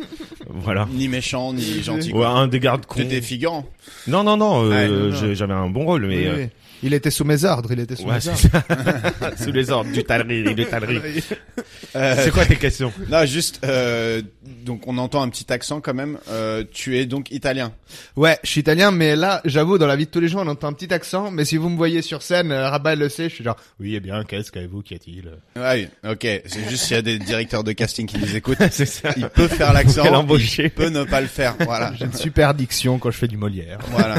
B: voilà.
C: Ni méchant, ni gentil.
B: Ouais,
C: quoi.
B: un des gardes cons.
C: T'étais figurant.
B: Non, non, non, euh,
C: Ouais, Ah, non,
D: non.
B: j'ai- j'avais un bon rôle, mais
D: Oui,
B: euh,
D: oui. Il était sous mes ordres, il était sous
B: ouais,
D: mes
B: c'est
D: ordres.
B: ça. sous les ordres du talerie, du talerie.
C: Euh,
B: C'est quoi tes questions
C: Là, juste, euh, donc on entend un petit accent quand même. Euh, tu es donc italien.
D: Ouais, je suis italien, mais là, j'avoue, dans la vie de tous les jours, on entend un petit accent, mais si vous me voyez sur scène, euh, Rabat le sait, je suis genre, oui, eh bien, qu'est-ce qu'avez-vous, qu'y a-t-il?
C: Ah oui, ok. C'est juste s'il y a des directeurs de casting qui nous écoutent,
B: C'est ça.
C: il peut faire
B: Quel
C: l'accent, il Ah
B: embauché.
C: peut ne pas le faire. Voilà.
D: J'ai une super diction quand je fais du Molière.
C: Voilà.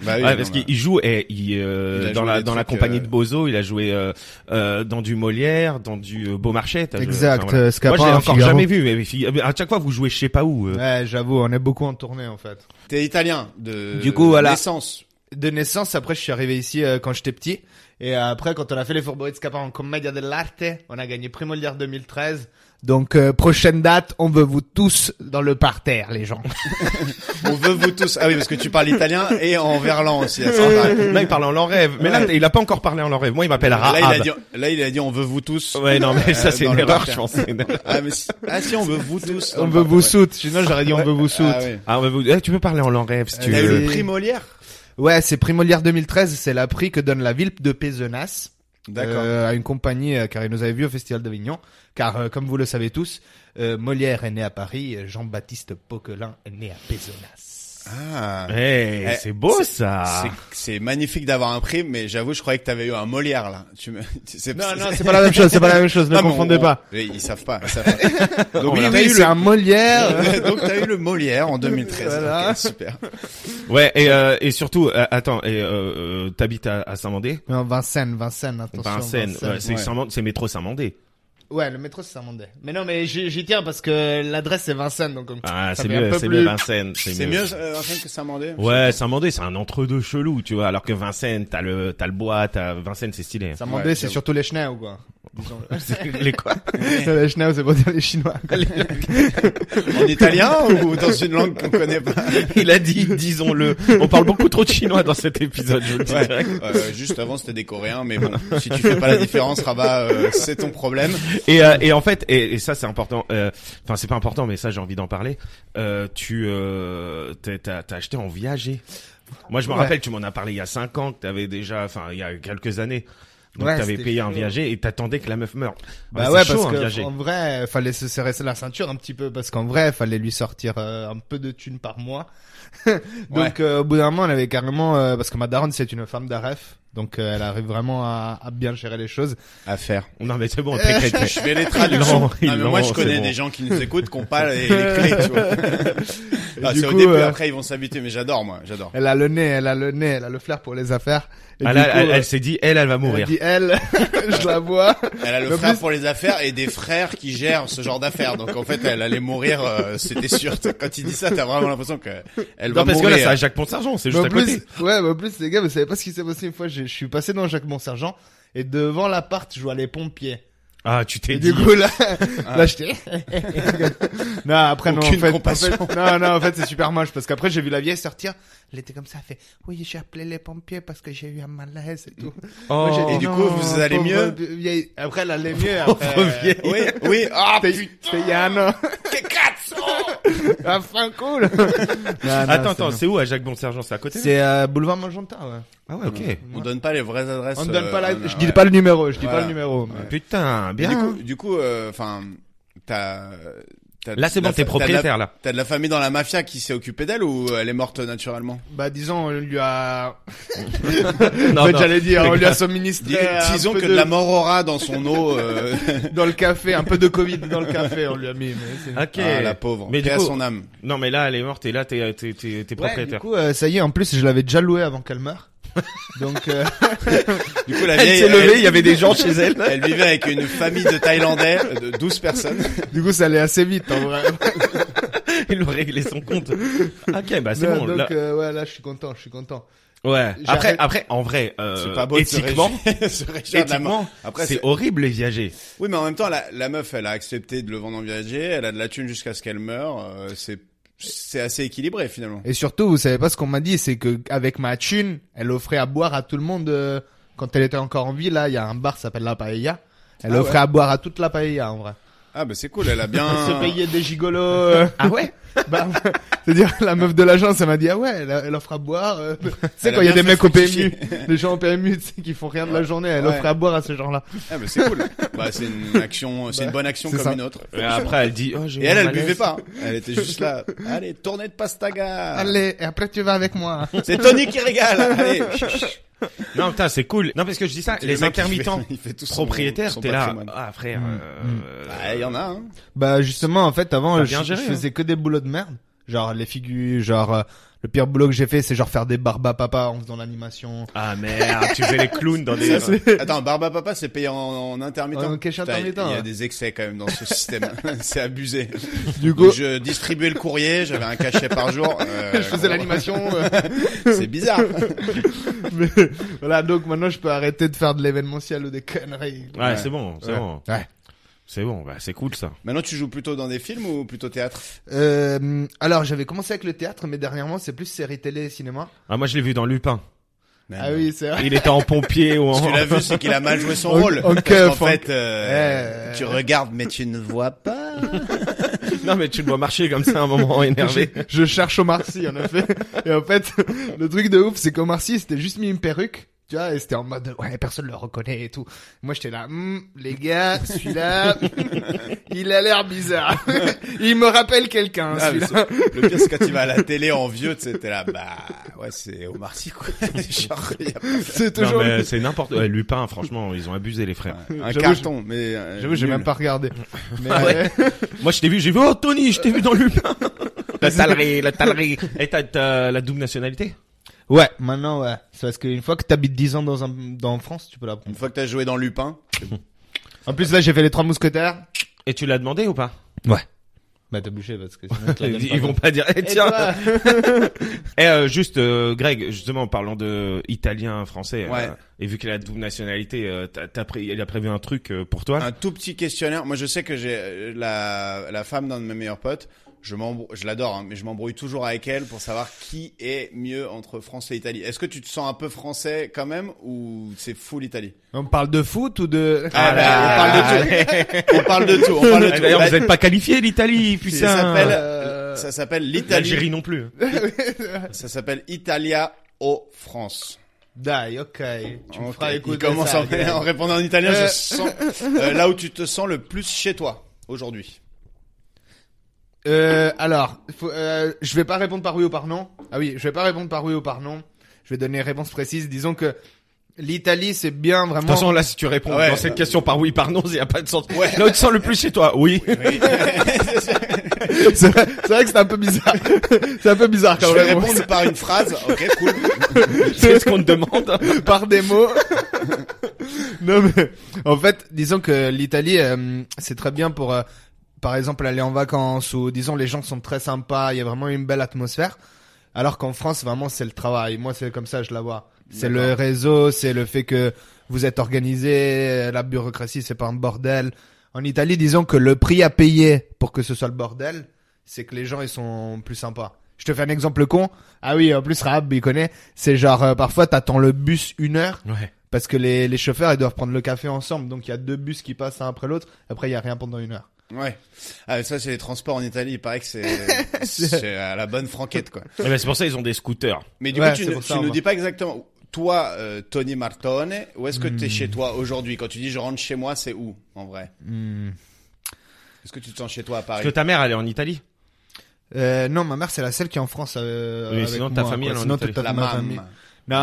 C: Bah oui,
B: Ouais, parce
C: non,
B: qu'il joue et il, euh,
C: Il a
B: dans
C: joué
B: la
C: des
B: dans la
C: trucs,
B: compagnie
C: euh,
B: de Bozo, il a joué euh, euh, dans du Molière, dans du euh, Beaumarchais. t'as joué-
D: Exact,
B: enfin, voilà.
D: euh, Scapin,
B: Moi, je l'ai encore
D: Figaro.
B: jamais vu. Mais, fi- mais à chaque fois, vous jouez je sais pas où. euh.
D: Ouais, j'avoue, on est beaucoup en tournée, en fait.
C: bah, T'es italien de
D: Du coup, voilà.
C: naissance.
D: De naissance, après, je suis arrivé ici euh, quand j'étais petit. Et euh, après, quand on a fait les Fourbeaux de Scapin en Commedia dell'arte, on a gagné Primo Liard 2013. Donc, euh, prochaine date, on veut vous tous dans le parterre, les gens.
C: On veut vous tous. Ah oui, parce que tu parles italien et en verlan aussi. à Saint-Barth.
B: Là, il parle en l'enrêve. Mais là, il a pas encore parlé en l'enrêve. Moi, il m'appelle
C: Là,
B: Rahab.
C: il a dit, là, il a dit, on veut vous tous.
B: Ouais, non, mais ça,
C: Euh,
B: c'est
C: dans
B: une
C: le
B: erreur,
C: Barter.
B: je pense. c'est une erreur.
C: Ah, mais si, ah si, on veut vous tous. Ah,
D: on veut vous
C: Ouais.
D: soutes. Sinon, j'aurais dit on veut vous soutes.
C: Ah oui.
B: Ah, mais vous... eh, tu peux parler en l'enrêve si tu
C: T'as eu
B: veux.
C: le prix Molière.
D: Ouais, c'est Primo Liard 2013, c'est la prix que donne la ville de Pézenas.
C: D'accord.
D: euh, à une compagnie euh, car il nous avait vu au Festival d'Avignon. Car euh, comme vous le savez tous, euh, Molière est né à Paris, euh, Jean-Baptiste Poquelin est né à Pézenas.
C: Ah.
B: Eh,
C: Eh,
B: c'est beau
C: c'est-
B: ça.
C: C'est- C'est magnifique d'avoir un prix, mais j'avoue, je croyais que t'avais eu un Molière là. Tu me... c'est-
D: Ah, C'est pas la même chose, c'est pas la même chose, ne
C: Ah, mais on-
D: confondez
C: on-
D: pas.
C: Oui, ils savent pas. Ils savent pas. Donc,
D: Oui,
C: t'as
D: oui,
C: eu
D: c'est un Molière.
C: le... Donc t'as eu le Molière en 2013.
D: Voilà.
C: Ok, super.
B: Ouais, et, euh, et surtout, euh, attends, et euh, euh, t'habites à, à Saint-Mandé
D: Non, Vincennes, Vincennes, attention.
B: Vincennes, ouais, c'est
C: ouais.
B: Saint-Mandé- c'est métro Saint-Mandé.
D: Ouais, le métro c'est Saint-Mandé. Mais non, mais j'y j'y tiens parce que l'adresse c'est Vincennes, donc comme
B: Ah,
D: ça
B: c'est
D: fait un
B: mieux,
D: peu
B: c'est
D: plus-
B: mieux Vincennes.
C: C'est mieux euh, Vincent que Saint-Mandé.
B: Ouais, Saint-Mandé, c'est un entre-deux chelou, tu vois, alors que Vincennes, t'as le, t'as le bois, t'as, Vincennes, c'est stylé.
D: Saint-Mandé,
C: Ouais,
D: c'est
C: j'avoue.
D: surtout les Schneaux, quoi. Disons.
B: Les quoi
D: les Schneaux, c'est pour dire les Chinois.
C: En italien ou dans une langue qu'on connaît pas.
B: Il a dit, disons-le. On parle beaucoup trop de chinois dans cet épisode, je vous le dis
C: Ouais.
B: direct.
C: Euh, juste avant c'était des Coréens, mais bon, si tu fais pas la différence, Rabat, euh, c'est ton problème.
B: Et, euh, et en fait, et, et ça c'est important. euh, Enfin, c'est pas important, mais ça j'ai envie d'en parler. Euh, tu euh, t'as- t'as t'as acheté en viager. Moi, je me
D: Ouais.
B: rappelle, tu m'en as parlé il y a cinq ans, que t'avais déjà, enfin, il y a quelques années. Donc
D: Ouais,
B: t'avais
D: c'était
B: payé un
D: chaud.
B: viager et t'attendais que la meuf meure.
D: Bah
B: c'est
D: ouais,
B: chaud,
D: parce
B: un
D: que,
B: viager.
D: en vrai, fallait se serrer la ceinture un petit peu parce qu'en vrai, fallait lui sortir euh, un peu de thunes par mois. donc euh, au bout d'un moment, elle avait carrément euh, parce que ma daronne c'est une femme d'aref, donc euh, elle arrive vraiment à, à bien gérer les choses.
C: à faire.
B: Non mais c'est bon, très chrétien.
C: Je fais les traductions.
B: Non,
C: Non, mais moi,
B: non,
C: je connais
B: c'est bon.
C: des gens qui nous écoutent, qui n'ont pas les, les clés, tu vois. Ah,
D: Du
C: c'est au
D: coup,
C: début,
D: euh,
C: après, ils vont s'habituer, mais j'adore, moi, j'adore.
D: Elle a le nez, elle a le nez, elle a le flair pour les affaires. Et
B: Ah
D: du
B: là,
D: coup,
B: elle,
D: euh,
B: elle s'est dit, elle, elle va
D: elle
B: mourir.
D: dit elle, je la vois.
C: Elle a le
D: Mais
C: frère
D: plus-
C: pour les affaires et des frères qui gèrent ce genre d'affaires. Donc, en fait, elle allait mourir, euh, c'était sûr. Quand il dit ça, t'as vraiment l'impression que elle
B: non
C: va
B: parce que là,
C: mourir.
B: c'est à Jacques Ponsargent, c'est juste
D: Mais
B: à
D: en plus,
B: côté.
D: Ouais, mais en plus, les gars, vous savez pas ce qui s'est passé une fois. Je je suis passé dans Jacques Montsergent et devant l'appart, je vois les pompiers.
B: Ah, tu t'es
D: Et
B: dit.
D: du coup là, là j'étais. non après non en
C: Aucune
D: fait, en
C: compassion.
D: fait- non non en fait c'est super moche parce qu'après j'ai vu la vieille sortir, elle était comme ça, elle fait oui j'ai appelé les pompiers parce que j'ai eu un malaise et tout.
B: oh,
D: Moi, j'ai dit,
C: Et du
D: Non,
C: coup, vous allez
D: pauvre
C: mieux
D: vieille. Après elle allait mieux. Après,
B: Pauvre vieille.
C: Oui, oui. Ah,
D: C'était-
C: putain,
D: c'était il y a un an.
C: que cazzo
D: La fin Ah, cool. Non, non,
B: attends,
D: c'est
B: attends,
D: non.
B: c'est où à Jacques Bonsergent C'est à côté
D: c'est euh, boulevard Magenta. Ouais.
B: Ah ouais, ok.
C: On donne pas les vraies adresses.
D: On ne donne
C: euh,
D: pas la.
C: on a-
D: je dis
C: ouais.
D: pas le numéro. Je dis
C: Voilà.
D: pas le numéro. mais-
B: Putain,
C: Mais
B: bien.
C: Du coup, du coup, euh, enfin, t'as. t'as-
B: là, c'est
C: la
B: bon, t'es
C: fa-
B: propriétaire,
C: T'as de,
B: là.
C: la, t'as de la famille dans la mafia qui s'est occupée d'elle ou elle est morte naturellement
D: Bah disons on lui a.
B: Non,
D: en
B: non.
D: fait j'allais dire on lui a
C: Dis-
D: administré. un
C: Disons
D: peu
C: que de... la mort aura dans son eau. euh,
D: dans le café, un peu de Covid dans le café, on lui a mis. Mais c'est-
B: Ok.
C: ah, la pauvre.
B: Mais
C: Mais
B: du
C: à
B: coup-
C: son âme.
B: Non, mais là, elle est morte et là, t'es, t'es, t'es, t'es
D: Ouais, du
B: propriétaire.
D: coup, euh, ça y est, en plus, je l'avais déjà loué avant qu'elle meure. Donc, euh,
C: Du coup, la vieille.
B: il y avait des gens chez elle.
C: elle vivait avec une famille de Thaïlandais euh, de 12 personnes.
D: du coup, ça allait assez vite, en vrai.
B: Il aurait réglé son compte. Ok, bah c'est
D: Ouais,
B: bon.
D: donc,
B: là.
D: euh, ouais, là, je suis content, je suis content.
B: Ouais. Après,
D: j'arrête-
B: après, en vrai, euh,
C: euh, C'est pas beau de se
B: éthiquement,
C: réjouir- se réjouir de la mort.
B: éthiquement,
C: Après,
B: c'est
C: c'est-
B: horrible les viagers.
C: Oui, mais en même temps, la, la meuf, elle a accepté de le vendre en viager. Elle a de la thune jusqu'à ce qu'elle meure. euh, c'est c'est assez équilibré finalement.
D: Et surtout, vous savez pas ce qu'on m'a dit, c'est que avec ma thune, elle offrait à boire à tout le monde euh, quand elle était encore en vie. Là, il y a un bar qui s'appelle La Paella. Elle
C: Ah
D: offrait
C: ouais.
D: à boire à toute la paella en vrai.
C: Ah bah c'est cool, elle a bien.
D: Elle se payait des gigolos. euh,
B: Ah ouais
D: bah, C'est-à-dire la meuf de l'agence, elle m'a dit ah ouais, elle, elle offre à boire. euh, tu
C: Elle
D: sais
C: a
D: quand il y a
C: bien
D: des
C: fait
D: mecs au
C: fructifier.
D: PMU, les gens au PMU tu sais, qui font rien de la journée, elle
C: Ouais.
D: offre à boire à ces gens-là.
C: Ah bah c'est cool. Bah c'est une action, c'est une bonne action
D: c'est
C: comme
D: ça.
C: une autre.
B: Bah, Et après, elle dit, oh, j'ai
C: Et
B: eu
C: elle,
B: un
C: elle
B: malaise.
C: buvait pas. hein. Elle était juste là. Allez, tournée de pastaga.
D: Allez, et après tu vas avec moi.
C: C'est Tony qui régale. Allez.
B: Non, putain, c'est cool. Non, parce que je dis ça,
C: C'est le
B: les
C: mec qui
B: intermittents
C: fait- il fait tout son-
B: propriétaires,
C: son
B: t'es là.
C: patrimoine.
B: Ah, frère. euh,
C: Bah, il y en a. Hein.
D: Bah justement, en fait, avant,
B: T'as
D: je,
B: bien géré, hein.
D: je faisais que des boulots de merde. Genre les figures, genre euh, le pire boulot que j'ai fait, c'est genre faire des barbes à papa en faisant l'animation.
B: Ah merde, tu fais les clowns dans des.
C: Ça, Attends, Barba Papa, c'est payé en, en intermittent.
D: En cash
C: Putain,
D: intermittent,
C: Il y a
D: ouais.
C: des excès quand même dans ce système. c'est abusé.
D: Du coup,
C: Donc, je distribuais le courrier, j'avais un cachet par jour. euh,
D: je faisais l'animation. euh,
C: C'est bizarre.
D: mais, voilà, donc maintenant je peux arrêter de faire de l'événementiel ou des conneries.
B: Ouais, c'est bon, c'est
D: Ouais.
B: bon.
D: Ouais.
B: C'est bon, bah c'est cool ça.
C: Maintenant, tu joues plutôt dans des films ou plutôt théâtre
D: Euh, alors j'avais commencé avec le théâtre, mais dernièrement c'est plus série télé et cinéma.
B: Ah moi je l'ai vu dans Lupin.
D: Ah oui, c'est vrai.
B: Il était en pompier ou en.
C: euh, Ce que tu l'as vu, c'est qu'il a mal joué son
D: En-
C: rôle.
D: en
C: Parce
D: keuf,
C: qu'en
D: en-
C: fait, euh,
D: Eh.
C: tu regardes, mais tu ne vois pas.
B: Non mais tu le vois marcher comme ça à un moment énervé.
D: Je, je cherche Omar Sy, en effet. Et en fait, le truc de ouf, c'est qu'Omar Sy, c'était juste mis une perruque. Tu vois, et c'était en mode, ouais, personne le reconnaît et tout. Moi, j'étais là, Hmm, les gars, celui-là, il a l'air bizarre. il me rappelle quelqu'un,
C: Ah, mais
D: celui-là.
C: c'est- le pire, c'est quand il va à la télé en vieux, tu sais, t'es là, bah, ouais, c'est Omar Sy, quoi. Genre, il y a pas-
D: C'est
B: Non
D: toujours...
B: mais c'est n'importe. Ouais, Lupin, franchement, ils ont abusé les frères.
C: un
D: J'avoue,
C: carton, mais. euh,
D: J'avoue, j'ai
C: nul.
D: même pas regardé. Mais,
B: Ah ouais.
D: euh,
B: Moi je t'ai vu, j'ai vu oh Tony, je t'ai vu dans Lupin. la talerie, la talerie. Et t'as, t'as la double nationalité
D: ouais, maintenant, ouais. C'est parce qu'une fois que t'habites 10 ans dans un, dans France, tu peux la
C: Une
D: prendre.
C: fois que t'as joué dans Lupin,
D: En plus, là, j'ai fait les trois mousquetaires.
B: Et tu l'as demandé ou pas
D: Bah, t'as bouché parce que sinon, tu la donnes
B: Ils
D: pas.
B: ils vont pas dire. Eh,
D: Et
B: tiens.
D: toi
B: Eh euh, juste euh, Greg, justement en parlant de italien français
C: Ouais.
B: euh, et vu qu'il a la double nationalité, euh, t'as, t'as pré- il a prévu un truc euh, pour toi.
C: un tout petit questionnaire. Moi, je sais que j'ai euh, la, la femme d'un de mes meilleurs potes. Je m'embrou- je l'adore, hein, mais je m'embrouille toujours avec elle pour savoir qui est mieux entre France et Italie. Est-ce que tu te sens un peu français quand même ou c'est full Italie
D: On parle de foot ou de...
C: Ah, là, on parle de tout. On parle de tout. On parle de tout.
B: D'ailleurs,
C: Là,
B: vous n'êtes pas qualifié l'Italie, putain.
C: Ça s'appelle,
D: Euh,
C: ça s'appelle l'Italie.
B: l'Algérie non plus.
C: Ça s'appelle Italia au France.
D: Dai, ok. Tu me
C: Ok,
D: feras écouter
C: Il commence
D: ça,
C: en,
D: Dai.
C: en répondant en italien.
D: Euh.
C: Je sens euh, là où tu te sens le plus chez toi aujourd'hui.
D: Euh, alors, faut, euh, je vais pas répondre par oui ou par non. Ah oui, je vais pas répondre par oui ou par non. Je vais donner réponse précise. Disons que l'Italie, c'est bien
B: De
D: vraiment.
B: toute façon, là, si tu réponds
C: Ouais.
B: dans cette question par oui, par non, il n'y a pas de sens.
C: Ouais.
B: Là où tu sens le plus chez toi, oui.
D: c'est vrai, c'est vrai que c'est un peu bizarre. c'est un peu bizarre
C: Je
D: quand
C: vais
D: même.
C: répondre par une phrase. Ok, cool.
B: C'est ce qu'on te demande.
D: par des mots. non mais en fait, disons que l'Italie euh, c'est très bien pour euh, par exemple aller en vacances ou disons les gens sont très sympas, il y a vraiment une belle atmosphère. Alors qu'en France vraiment c'est le travail. Moi c'est comme ça je la vois. C'est le réseau, c'est le fait que vous êtes organisé, euh, la bureaucratie c'est pas un bordel. En Italie, disons que le prix à payer pour que ce soit le bordel, c'est que les gens ils sont plus sympas. Je te fais un exemple con. Ah oui, en plus Rahab, il connaît. C'est genre euh, parfois t'attends le bus une heure
B: Ouais.
D: parce que les, les chauffeurs ils doivent prendre le café ensemble, donc il y a deux bus qui passent un après l'autre. Après il y a rien pendant une heure.
C: Ouais. Ah, mais ça, c'est les transports en Italie. Il paraît que c'est c'est à la bonne franquette, quoi.
B: Eh ben, c'est pour ça ils ont des scooters.
C: Mais du
D: Ouais,
C: coup, tu,
D: c'est
C: ne-
D: pour
C: tu
D: ça,
C: nous
D: moi.
C: dis pas exactement. Toi, euh, Tony Martone, où est-ce que t'es
D: Hmm.
C: chez toi aujourd'hui Quand tu dis je rentre chez moi, c'est où en vrai Hmm. Est-ce que tu te sens chez toi à
B: Parce
C: Paris
B: que ta mère, elle est en Italie.
D: Euh, non, ma mère c'est la seule qui est en France. Euh,
B: Oui,
D: avec
B: sinon, ta
D: moi,
B: famille,
D: quoi.
B: elle est en
D: Sinon,
B: Italie.
D: toute
C: La
D: ma famille.
C: mam.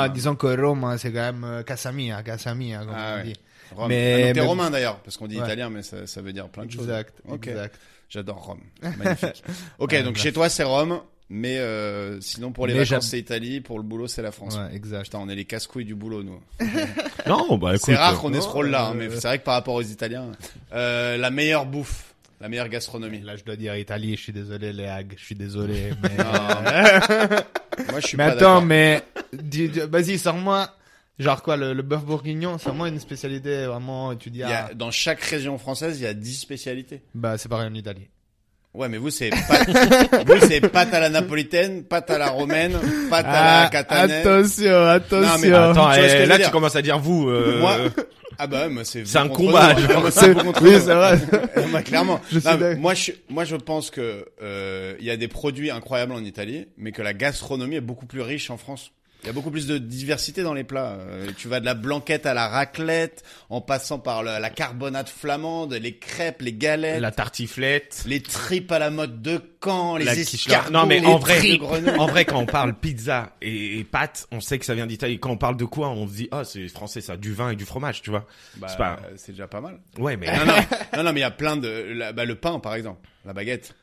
D: Non, disons que Rome hein, c'est quand même euh, Casamia, Casamia comme
C: Ah
D: on
C: ouais.
D: dit.
C: Rome.
D: Mais-
C: Ah non, t'es
D: mais-
C: romain d'ailleurs, parce qu'on dit
D: Ouais.
C: italien, mais ça, ça veut dire plein de choses.
D: Exact,
C: Ok.
D: exact. bah.
C: J'adore Rome. Magnifique. ok, donc chez toi c'est Rome, mais euh, sinon pour les
D: Mais j'aime-
C: vacances c'est Italie, pour le boulot c'est la France.
D: Ouais, exact.
C: Putain, on est les casse-couilles du boulot, nous.
B: Non, bah écoute.
C: C'est rare qu'on
B: euh,
C: ait ce rôle-là, hein,
D: euh,
C: mais c'est vrai que par rapport aux Italiens, euh, la meilleure bouffe, la meilleure gastronomie.
D: Là, je dois dire Italie, je suis désolé, les Hagues, je suis désolé. Mais,
C: Moi, je suis
D: mais
C: pas
D: attends,
C: d'accord.
D: mais dis- dis- vas-y, sors-moi, genre quoi, le, le bœuf bourguignon, sors-moi une spécialité vraiment, tu dis,
C: Il y
D: ah,
C: a- dans chaque région française, il y a 10 spécialités.
D: bah c'est pareil en Italie.
C: Ouais, mais vous, c'est pâte, vous, c'est pâte à la napolitaine, pâte à la romaine, pâte
D: Ah,
C: à la catanaise.
D: attention,
C: mais
D: attention.
B: Attends,
C: euh, Tu vois ce que je
B: eh,
C: veux
B: là
C: dire
B: tu commences à dire vous. euh,
C: Moi, ah bah ouais, moi, c'est.
B: C'est
C: vous
B: un
C: contre
B: combat,
C: nous, hein.
B: genre.
C: Moi, c'est
D: C'est-
C: vous contre
D: oui,
C: nous.
D: c'est vrai.
C: Moi, clairement.
D: Je suis
C: Non,
D: d'accord.
C: moi, je, moi, je pense que euh, il y a des produits incroyables en Italie, mais que la gastronomie est beaucoup plus riche en France. Il y a beaucoup plus de diversité dans les plats. Euh, tu vas de la blanquette à la raclette, en passant par la, la carbonate flamande, les crêpes, les galettes,
B: La tartiflette.
C: les tripes à la mode de Caen, les
B: la quiche
C: escargots,
B: Non mais
C: les
B: en vrai, Bah,
C: tripes de Grenoble.
B: en vrai quand on parle pizza et, et pâtes, on sait que ça vient d'Italie. Quand on parle de quoi, on se dit ah c'est français ça, du vin et du fromage, tu vois.
C: Bah,
B: c'est pas-
C: euh, c'est déjà pas mal.
B: Ouais mais
C: Non, non, non, non, mais il y a plein de, la- bah, le pain, par exemple, la baguette.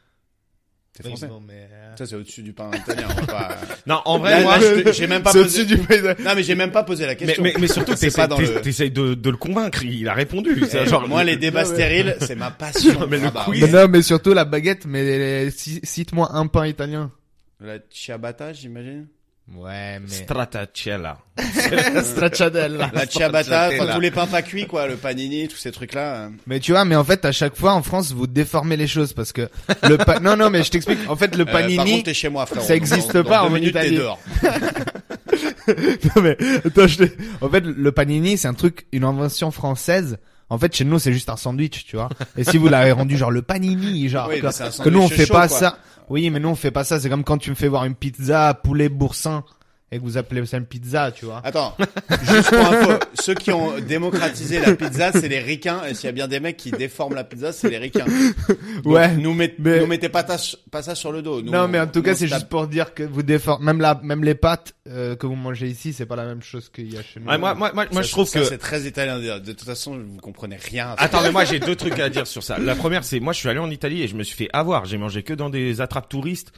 C: C'est
D: Oui,
C: français.
D: bon, mais, euh,
C: Ça, c'est au-dessus du pain italien. on va pas-
B: non en
C: Là,
B: vrai
C: là,
B: moi,
C: je te- j'ai même pas
D: C'est
C: posé-
D: au-dessus du pays de-
C: Non, mais j'ai même pas posé la
B: mais,
C: question.
B: mais mais surtout
C: C'est
B: t'essayes
C: pas dans
B: t'es-
C: le-
B: t'essayes de, de le convaincre, il a répondu. C'est
C: Eh,
B: genre
C: moi, les débats stériles, c'est ma passion.
B: mais le
C: Ah bah,
B: quiz-
C: oui.
D: Mais non, mais surtout la baguette, mais euh, ci- cite-moi un pain italien.
C: La ciabatta, j'imagine.
D: Ouais,
B: Stratacella.
D: stracciatella.
C: La ciabatta, enfin, tous les pains pas cuits, quoi, le panini, tous ces trucs-là. hein.
D: Mais tu vois, mais en fait, à chaque fois en France, vous déformez les choses parce que le pa- non, non, mais je t'explique. En fait, le
C: Euh,
D: panini.
C: par contre, t'es chez moi, frère.
D: ça existe pas en
C: minutes, t'es
D: Italie.
C: dehors.
D: Non mais attends, je te- en fait le panini c'est un truc une invention française. En fait chez nous c'est juste un sandwich, tu vois. Et si vous l'avez rendu genre le panini genre
C: Oui, mais
D: quoi,
C: c'est un
D: que nous on
C: sandwich
D: fait
C: chaud,
D: pas
C: quoi.
D: ça. Oui, mais nous on fait pas ça, c'est comme quand tu me fais voir une pizza poulet boursin et que vous appelez ça une pizza, tu vois.
C: Attends, juste pour info, ceux qui ont démocratisé la pizza, c'est les ricains. Et s'il y a bien des mecs qui déforment la pizza, c'est les ricains. Donc,
D: Ouais,
C: Nous, met-
D: mais-
C: nous mettez pas, ta- pas ça sur le dos. Nous,
D: non mais en
C: on-
D: tout cas,
C: nous,
D: c'est
C: on se
D: juste pour dire que vous déformez même la même les pâtes euh, que vous mangez ici, c'est pas la même chose qu'il y a chez nous.
B: Ouais, moi moi moi, moi
C: Ça,
B: je trouve
C: ça,
B: que
C: c'est très italien. De de toute façon, vous comprenez rien. à ça.
B: Attends, mais moi j'ai deux trucs à dire sur ça. La première, c'est moi je suis allé en Italie et je me suis fait avoir. J'ai mangé que dans des attrapes touristes.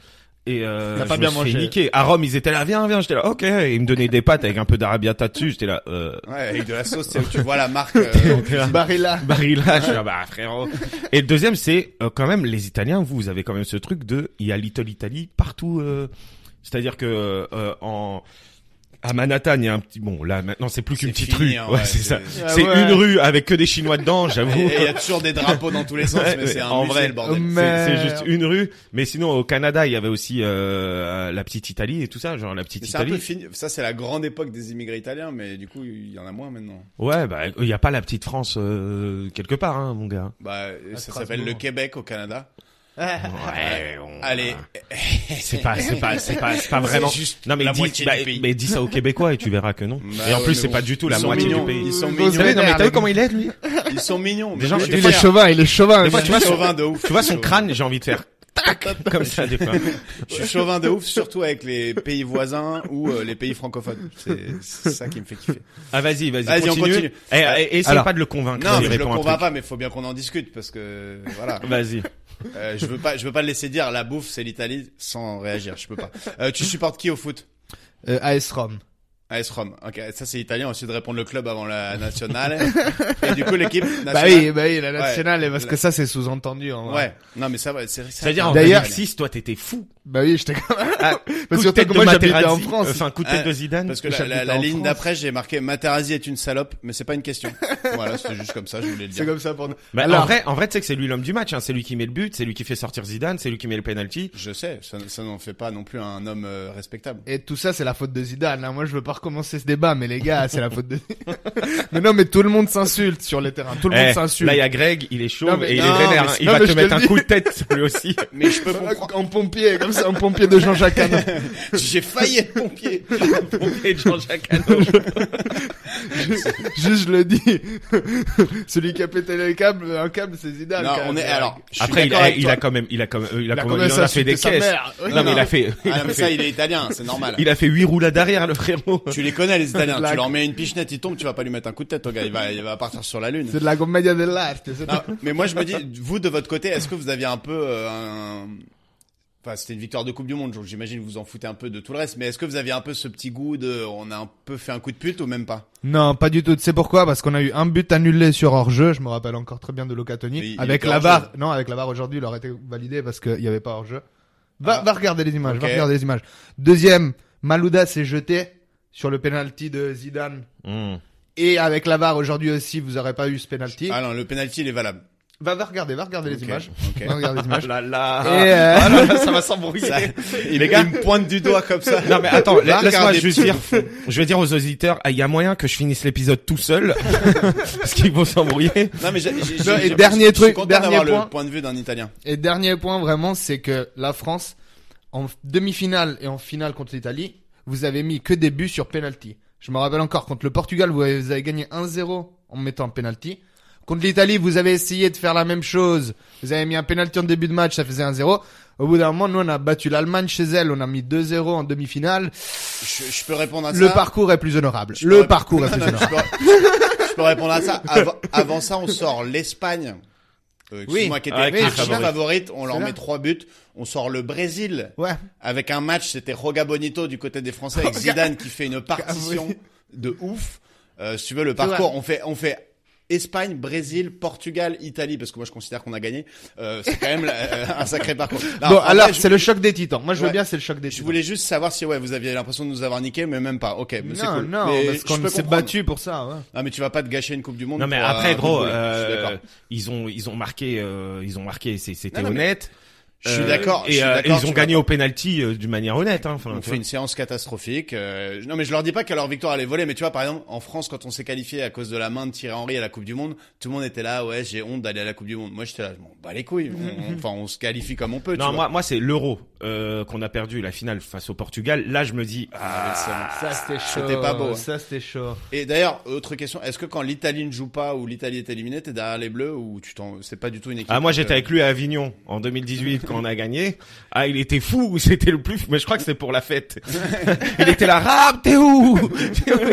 B: Et euh,
D: T'as pas
B: je
D: bien
B: me
D: mangé.
B: Suis fait niquer. À Rome, ils étaient là, viens, viens. J'étais là, ok. Et ils me donnaient des pâtes avec un peu d'arabiata dessus. J'étais là, euh,
C: Ouais, avec de la sauce, c'est où tu vois la marque. euh,
D: Bah, Barilla.
B: Barilla. Je suis là, bah frérot. Et le deuxième, c'est euh, quand même les Italiens. Vous, vous avez quand même ce truc de, il y a Little Italy partout. euh, C'est-à-dire que euh, en à Manhattan, il y a un petit. Bon, là maintenant, c'est plus
C: C'est
B: qu'une petite
C: fini,
B: rue.
C: hein,
B: ouais,
C: ouais,
B: c'est ça.
C: c'est-
D: Ah
B: C'est
D: ouais.
B: une rue avec que des Chinois dedans. J'avoue.
C: Et il y a toujours des drapeaux dans tous les sens,
B: Ouais,
C: mais
B: ouais,
C: c'est un
B: en
C: musée,
B: vrai.
C: le bordel.
D: Hum.
B: C'est- C'est
D: Mais-
B: juste une rue. Mais sinon, au Canada, il y avait aussi euh, la petite Italie et tout ça, genre la petite
C: Mais C'est un peu
B: Italie.
C: fini. Ça, c'est la grande époque des immigrés italiens, mais du coup, il y en a moins maintenant.
B: Ouais, bah il y a pas la petite France euh, quelque part, hein, mon gars.
C: Bah, ça
D: Strasbourg.
C: s'appelle le Québec au Canada.
B: Ouais, on-
C: Allez,
B: C'est pas, c'est pas, c'est pas, c'est pas vraiment.
C: C'est juste
B: non mais
C: la
B: dis,
C: moitié
B: bah,
C: du pays.
B: mais dis ça aux Québécois et tu verras que non.
C: Bah
B: et en
C: ouais,
B: plus,
C: mais
B: c'est
C: bon,
B: pas du tout la
C: ils sont
B: moitié
C: mignons,
B: du pays.
C: Ils sont
D: Vous
C: mignons.
D: savez,
B: non mais t'as vu
D: merde.
B: comment il est lui
C: Ils sont mignons.
B: Déjà,
C: mais
B: je
C: je vais
D: Il
B: les
D: est
C: faire-
D: chauvin, il est chauvin.
C: Mais moi,
D: monsieur.
C: je suis chauvin de ouf.
B: Tu vois son
C: Je-
B: crâne, j'ai envie de faire tac comme ça des fois.
C: Je suis chauvin de ouf, surtout avec les pays voisins ou euh, les pays francophones. C'est c'est ça qui me fait kiffer.
B: Ah vas-y, vas-y,
C: Vas-y, on
B: continue.
C: continue.
B: Eh, eh, essaye
D: Alors.
B: pas de le convaincre.
C: Non,
B: il
C: mais je le
B: répond un
C: convainc
B: truc.
C: pas, mais faut bien qu'on en discute parce que voilà.
B: Vas-y.
C: Euh, je veux pas, je veux pas le laisser dire la bouffe c'est l'Italie sans réagir. Je peux pas. Euh, tu supportes qui au foot
D: Euh, AS Rome.
C: AS Rome. Ok, ça c'est italien. Ensuite répondre le club avant la nationale. Et du coup l'équipe nationale.
D: Bah oui, bah oui, la nationale,
C: Ouais.
D: parce que ça c'est sous-entendu. en vrai.
C: Ouais. Non mais ça va. C'est
B: C'est-à-dire en
D: D'ailleurs-
B: 2006, toi t'étais fou.
D: Bah oui, j'étais quand même.
B: Ah,
D: Parce
B: coup de
D: que
B: tête
D: surtout que
B: de
D: moi j'habitais en
B: Materazzi,
D: France.
B: Enfin, coup de tête
C: Euh,
B: de Zidane.
C: Parce que la, la-
D: j'habitais
C: la
D: en
C: ligne
D: France.
C: d'après j'ai marqué Materazzi est une salope, mais c'est pas une question. voilà, c'était juste comme ça. Je voulais le
D: C'est
C: dire.
D: comme ça pour nous.
B: Bah, en
D: Alors-
B: vrai, en vrai, tu sais que c'est lui l'homme du match. Hein. C'est lui qui met le but, c'est lui qui fait sortir Zidane, c'est lui qui met le penalty.
C: Je sais. Ça, ça n'en fait pas non plus un homme euh, respectable.
D: Et tout ça, c'est la faute de Zidane. hein. Moi, je veux pas recommencer ce débat, mais les gars, c'est la faute de. mais non, mais tout le monde s'insulte sur les terrains. Tout le monde s'insulte.
B: Eh, là, il y a Greg, il est chaud
D: Non, mais-
B: et il
C: non,
B: est vénère.
D: mais
B: hein.
D: c'est-
B: Il
D: non,
B: va
D: mais
B: te
D: je te
B: mettre
D: le
B: un
D: dis.
B: coup de tête lui aussi.
C: Mais je peux comprendre.
D: En pompier, comme ça, en pompier de Jean-Jacques Hano.
C: J'ai failli être pompier.
B: Et Jean-Jacques Hano.
D: Juste, je le dis. Celui qui a pété le câble, un câble, c'est Zidane.
C: Non,
D: quand
C: on
D: même.
C: est alors. je suis
B: Après, il
C: d'accord
B: a,
C: avec
B: il
C: toi.
B: a quand même, il a quand même, il a,
D: Il a
B: quand même, il
D: commencé
B: en
D: à
B: a fait des
D: insulter sa
B: caisses.
D: mère.
B: Non,
D: Oui,
B: mais
C: non.
B: il a fait, il
C: Ah,
B: a
C: non, mais ça,
B: fait,
C: il est italien, c'est normal.
B: il a fait huit roulades derrière le frérot.
C: Tu les connais, les Italiens.
D: Blague.
C: Tu leur mets une pichenette, il tombe, tu vas pas lui mettre un coup de tête, au gars. Il va, il va partir sur la lune.
D: C'est de la commedia dell'arte. c'est-
C: Non, mais moi, je me dis, vous, de votre côté, est-ce que vous aviez un peu euh, un... Enfin, c'était une victoire de Coupe du Monde, donc j'imagine que vous en foutez un peu de tout le reste, mais est-ce que vous aviez un peu ce petit goût de... On a un peu fait un coup de pute ou même pas
D: Non, pas du tout. Tu sais pourquoi Parce qu'on a eu un but annulé sur hors-jeu. Je me rappelle encore très bien de
C: Mais
D: Locatoni.
C: il
D: Avec
C: était
D: la
C: hors-jeu.
D: barre. Non, avec la barre aujourd'hui, il aurait été validé parce qu'il n'y avait pas hors-jeu. Va,
C: Ah.
D: va regarder les images.
C: Ok.
D: Va regarder les images. Deuxième, Malouda s'est jeté sur le penalty de Zidane.
B: Hmm.
D: Et avec la barre aujourd'hui aussi, vous n'aurez pas eu ce penalty.
C: Ah non, le penalty, il est valable.
D: Va, va regarder, va regarder
C: Ok,
D: les images.
C: ok.
D: Va regarder
B: Ah
D: les images.
B: là
D: Et,
B: là.
D: euh,
B: Ah là là, ça va s'embrouiller.
C: Ça, il, Eh, les gars, il me pointe du doigt comme ça.
B: Non mais attends,
C: Va
B: la- laisse-moi
C: regarder.
B: juste dire, je vais dire aux auditeurs, ah, il y a moyen que je finisse l'épisode tout seul, parce qu'ils vont s'embrouiller.
C: Non, mais j'ai- j'ai-
D: Non,
C: j'ai-
D: et
C: j'ai-
D: dernier
C: je suis
D: truc,
C: content
D: dernier
C: d'avoir
D: point.
C: le point de vue d'un Italien.
D: Et dernier point vraiment, c'est que la France, en demi-finale et en finale contre l'Italie, vous avez mis que des buts sur penalty. Je me rappelle encore, contre le Portugal, vous avez, vous avez gagné 1-0 en mettant un penalty. Contre l'Italie, vous avez essayé de faire la même chose. Vous avez mis un penalty en début de match, ça faisait 1-0. Au bout d'un moment, nous, on a battu l'Allemagne chez elle, on a mis 2-0 en demi-finale.
C: Je, je peux répondre à Ah, ça.
D: Le parcours est plus honorable.
C: Je
D: Le
C: pourrais-
D: parcours est
C: Non,
D: plus
C: non, je,
D: honorable.
C: peux... je peux répondre à ça. Avant, avant ça, on sort l'Espagne. Euh,
D: Oui.
C: moi qui était
B: Ah, qui est
C: archi
B: favorite.
C: favorite, on leur
D: C'est là.
C: met trois buts. On sort le Brésil
D: Ouais.
C: avec un match, c'était Roga Bonito du côté des Français avec Zidane qui fait une partition
D: Bonito.
C: de ouf. Euh, si tu veux le
D: C'est
C: parcours, on fait, on fait Espagne, Brésil, Portugal, Italie parce que moi je considère qu'on a gagné. Euh, c'est quand même euh, un sacré parcours. Non,
D: Bon,
C: en vrai,
D: alors,
C: je-
D: c'est le choc des titans. Moi, je veux
C: Ouais.
D: bien, c'est le choc des
C: je
D: titans.
C: voulais juste savoir si ouais vous aviez l'impression de nous avoir niqué mais même pas. Ok, mais c'est
D: non,
C: cool.
D: non,
C: Mais
D: parce
C: je
D: qu'on
C: peux
D: s'est
C: comprendre.
D: battu pour ça, ouais.
C: Ah mais tu vas pas te gâcher une Coupe du Monde.
B: Non mais
C: pour, euh, un
B: après
C: coup de
B: gros,
C: boule.
B: euh,
C: je suis d'accord.
B: ils ont ils ont marqué, euh, ils ont marqué, c'est- c'était
C: Non, non, mais-
B: honnête.
C: Je suis
B: Euh,
C: d'accord. je
B: Et
C: suis
B: euh, et
C: d'accord,
B: ils ont
C: tu
B: gagné
C: vois.
B: au penalty euh, d'une manière honnête. Hein. Enfin,
C: On
B: tu
C: fait
B: vois.
C: une séance catastrophique. euh, non mais je leur dis pas que leur victoire allait voler, mais tu vois par exemple en France quand on s'est qualifié à cause de la main de Thierry Henry à la Coupe du Monde, tout le monde était là ouais j'ai honte d'aller à la Coupe du Monde. Moi j'étais là bon bah les couilles. on- on- Enfin on, se qualifie comme on peut.
B: Non
C: tu
B: moi moi c'est l'euro euh, qu'on a perdu la finale face au Portugal. Là je me dis ah,
D: Ça, c'était chaud.
C: c'était pas beau.
D: Ça, c'était chaud.
C: vois. Et d'ailleurs autre question, est-ce que quand l'Italie ne joue pas ou l'Italie est éliminée t'es derrière les Bleus ou tu t'en c'est pas du tout une équipe.
B: ah moi j'étais
C: euh,
B: avec lui à Avignon en 2018 quand on a gagné. Ah il était fou, c'était le plus. fou, Mais je crois que c'est pour la fête. il était là, rap, t'es où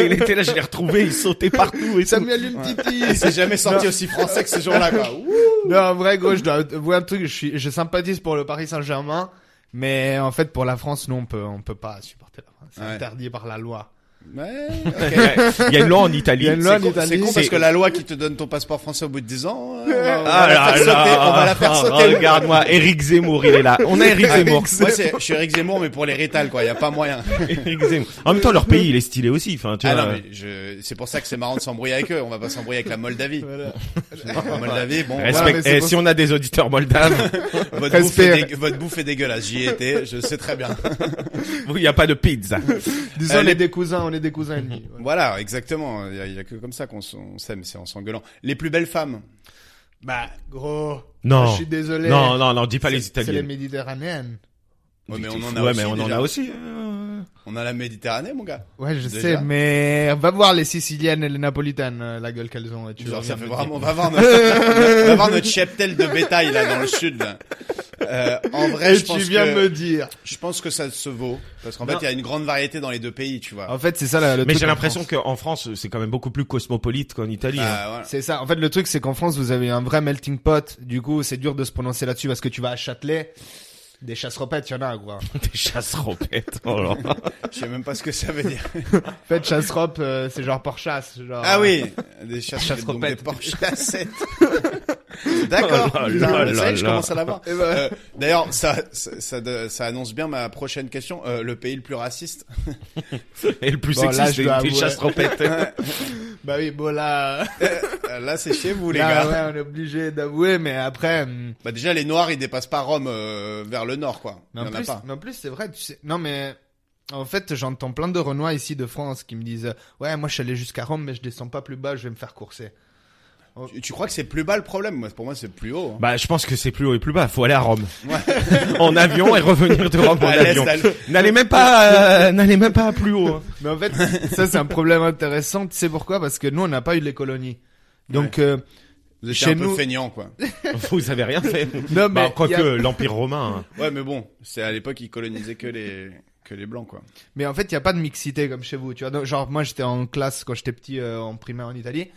B: Il était là, je l'ai retrouvé, il sautait partout et ça.
D: Samuel Umtiti.
C: C'est jamais sorti aussi français que ce jour-là quoi. Ouh.
D: non, en vrai, gros, je dois avouer un truc. Je, suis, je sympathise pour le Paris Saint-Germain, mais en fait, pour la France, non, on peut, on peut pas supporter la France. C'est
C: Ouais.
D: interdit par la loi.
C: Ouais.
B: Il y
C: ok.
B: a- il y a une loi en Italie.
D: Il y a une loi en
B: C'est con-
D: Italie.
B: c'est con
C: Parce que la loi qui te donne ton passeport français au bout de 10 ans, euh, on va, on va
B: Ah là
C: la
B: là,
C: faire sauter, on va la faire
B: ah,
C: sauter. Ah,
B: Regarde-moi, Eric Zemmour, il est là. On a Eric Zemmour.
C: Moi, c'est- je suis Eric Zemmour, mais pour les rétals, quoi. Il n'y a pas moyen.
B: Eric Zemmour. En même temps, leur pays, il est stylé aussi. Enfin, tu
C: Ah
B: vois.
C: non, mais je, c'est pour ça que c'est marrant de s'embrouiller avec eux. On va pas s'embrouiller avec la Moldavie.
D: Voilà.
C: La Moldavie, bon,
B: Respect-
D: Voilà, mais c'est
B: eh,
D: pour-
B: si on a des auditeurs moldaves,
C: voilà, votre, bouffe
D: respect.
C: est dégue- votre bouffe est dégueulasse. J'y étais, je sais très bien.
B: il n'y a pas de pizza.
D: Disons,
C: Euh,
D: on
C: les-
D: est des cousins, on est des cousins ennemis. Voilà.
C: Voilà, exactement. Il y a, il y a que comme ça qu'on s- on s'aime, c'est en s'engueulant. Les plus belles femmes.
D: Bah, gros.
B: Non.
D: Je suis désolé.
B: Non, non, non, dis pas
D: C'est-
B: les
D: C'est les
B: Italiens.
D: méditerranéennes.
C: Ouais, mais on en a
B: ouais,
C: aussi.
B: mais on en
C: déjà.
B: a aussi. euh,
C: On a la Méditerranée, mon gars.
D: Ouais, je
C: Déjà.
D: sais, mais va voir les Siciliennes et les Napolitaines, euh, la gueule qu'elles ont. Tu
C: Genre,
D: reviens
C: ça fait
D: me dire.
C: vraiment, on va voir notre, on va voir notre cheptel de bétail, là, dans le sud, là. Euh, en vrai,
D: Et
C: je pense,
D: tu viens
C: que,
D: me dire.
C: je pense que ça se vaut. Parce qu'en fait,
B: Non.
C: il y a une grande variété dans les deux pays, tu vois.
D: En fait, c'est ça la- le
B: Mais
D: truc
B: j'ai
D: en
B: l'impression
D: France.
B: qu'en France, c'est quand même beaucoup plus cosmopolite qu'en Italie. hein.
C: Ah, voilà.
D: C'est ça. En fait, le truc, c'est qu'en France, vous avez un vrai melting pot. Du coup, c'est dur de se prononcer là-dessus parce que tu vas à Châtelet. Des chasses repettes, il y en a, quoi.
B: Des chasses ropettes. Oh là.
C: Je sais même pas ce que ça veut dire.
D: En fait, chasse rop, euh, c'est genre pour chasse. Genre, euh,
C: Ah oui, des chasses donc des
D: Chasse-repettes.
C: Porsche chassettes. D'accord.
B: Oh là
C: Putain,
B: là
C: mais ça y est, je
B: là
C: commence à
B: là.
C: l'avoir. Euh, D'ailleurs, ça, ça, ça- ça annonce bien ma prochaine question. Euh, le pays le plus raciste.
B: Et le plus
D: Bon, là,
B: sexiste,
D: je dois
B: c'est des
D: avouer.
B: chasses ropettes.
D: Bah oui, bon, là.
C: Euh, Là, c'est chez vous, les
D: là,
C: gars.
D: ouais, on est obligé d'avouer, mais après. hum,
C: Bah déjà, les Noirs, ils dépassent pas Rome euh, vers le nord, quoi. Il
D: Mais
C: y
D: en,
C: en a
D: plus,
C: pas.
D: mais en plus, c'est vrai, tu sais. Non, mais en fait, j'entends plein de Renois ici de France qui me disent Ouais, moi je suis allé jusqu'à Rome, mais je descends pas plus bas, je vais me faire courser.
C: Tu, tu crois que c'est plus bas le problème Moi, Pour moi, c'est plus haut. hein.
B: Bah, je pense que c'est plus haut et plus bas. Faut aller à Rome.
C: Ouais.
B: en avion et revenir de Rome en
C: À l'est,
B: avion.
C: à l'est.
B: N'allez même pas, euh, n'allez même pas plus haut. hein.
D: Mais en fait, ça c'est un problème intéressant, tu sais pourquoi Parce que nous on n'a pas eu les colonies. Donc, euh,
C: Vous étiez
D: Chez
C: un peu
D: nous-
C: feignant, quoi.
B: Vous avez rien fait.
D: non, mais.
B: Bah, quoique
D: il y a-
B: l'Empire romain. hein.
C: Ouais, mais bon, c'est à l'époque, ils colonisaient que les que les blancs, quoi.
D: Mais en fait, il n'y a pas de mixité comme chez vous. Tu vois, Donc, genre, moi, j'étais en classe quand j'étais petit euh, en primaire en Italie.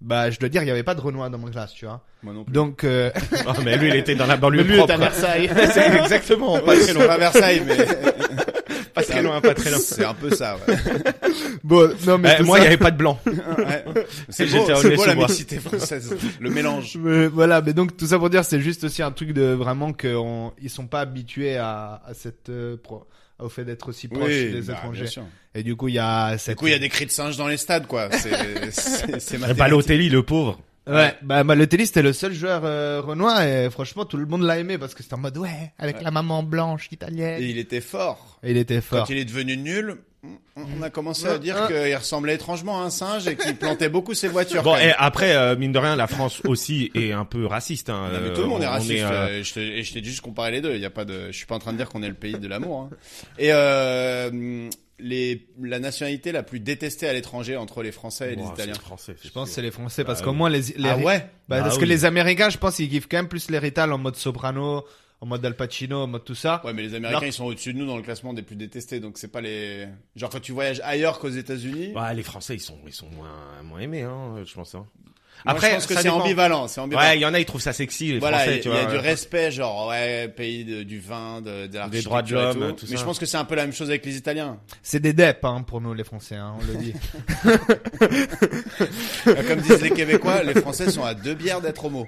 D: Bah, je dois dire, il n'y avait pas de Renois dans ma classe, tu vois.
C: Moi non plus.
D: Donc, euh...
B: Oh, mais lui, il était dans la banlieue
D: lui
B: propre.
D: est à Versailles.
B: C'est exactement. Pas
C: Pas
B: très
C: très
B: loin.
C: loin à Versailles, mais
B: Pas très loin. Pas très loin.
C: c'est un peu ça. Ouais.
D: bon, non, mais.
B: Eh,
D: tout
B: moi, il
D: ça-
B: n'y avait pas de blanc.
C: Ouais. C'est
B: J'étais
C: beau,
B: en
C: c'est beau la
B: laisse-moi.
C: mixité française, le mélange.
D: Mais voilà, mais donc tout ça pour dire, c'est juste aussi un truc de vraiment qu'ils sont pas habitués à, à cette euh, pro- au fait d'être aussi proche des
C: bah,
D: étrangers.
C: bien sûr.
D: Et du coup, il y a cette.
C: Du coup, il y a des cris de singe dans les stades, quoi. C'est c'est c'est
B: Et
C: mathématique.
B: Balotelli, le pauvre.
D: Ouais, bah Balotelli c'était le seul joueur euh, renois et franchement tout le monde l'a aimé parce que c'était en mode ouais avec la maman blanche italienne.
C: Et il était fort.
D: Et il était
C: Quand
D: fort.
C: il est devenu nul, on- on a commencé
D: Ah,
C: à dire
D: ah.
C: qu'il ressemblait étrangement à un singe et qu'il plantait beaucoup ses voitures.
B: Bon,
C: quand même.
B: et après, euh, mine de rien, la France aussi est un peu raciste. Hein.
C: Non, mais
B: Euh,
C: tout le monde est
B: on
C: raciste.
B: euh,
C: euh, je te- Et je t'ai juste comparé les deux. Il y a pas de. Je suis pas en train de dire qu'on est le pays de l'amour. hein. Et euh, les la nationalité la plus détestée à l'étranger entre les Français et les
B: Ouah,
C: Italiens.
B: c'est français, c'est
D: Je pense que
B: sûr.
D: c'est les Français parce
B: Bah
D: qu'au
B: oui.
D: moins les, les
C: Ah ouais.
D: Bah,
B: Bah
D: parce que
B: oui.
D: les Américains je pense ils kiffent quand même plus l'héritage en mode soprano, en mode Al Pacino, en mode tout ça.
C: Ouais, mais les Américains
D: Non.
C: ils sont au-dessus de nous dans le classement des plus détestés. Donc c'est pas les. Genre quand tu voyages ailleurs qu'aux États-Unis.
B: Ouais, les Français, ils sont, ils sont moins, moins aimés, hein, je pense. Hein.
C: moi, je pense que
B: ça
C: c'est
B: dépend.
C: ambivalent. C'est ambivalent.
B: Ouais, il y en a, ils trouvent ça sexy, les
C: Voilà,
B: Français,
C: il y,
B: tu
C: a- il y
B: vois.
C: a du respect, genre ouais, pays de- du vin, de, de l'architecture
B: droits de
C: et
B: l'homme, tout
C: Mais
B: ça.
C: je pense que c'est un peu la même chose avec les Italiens.
D: C'est des dep hein, pour nous les Français, hein, on le dit.
C: Euh, Comme disent les Québécois, les Français sont à deux bières d'être homo.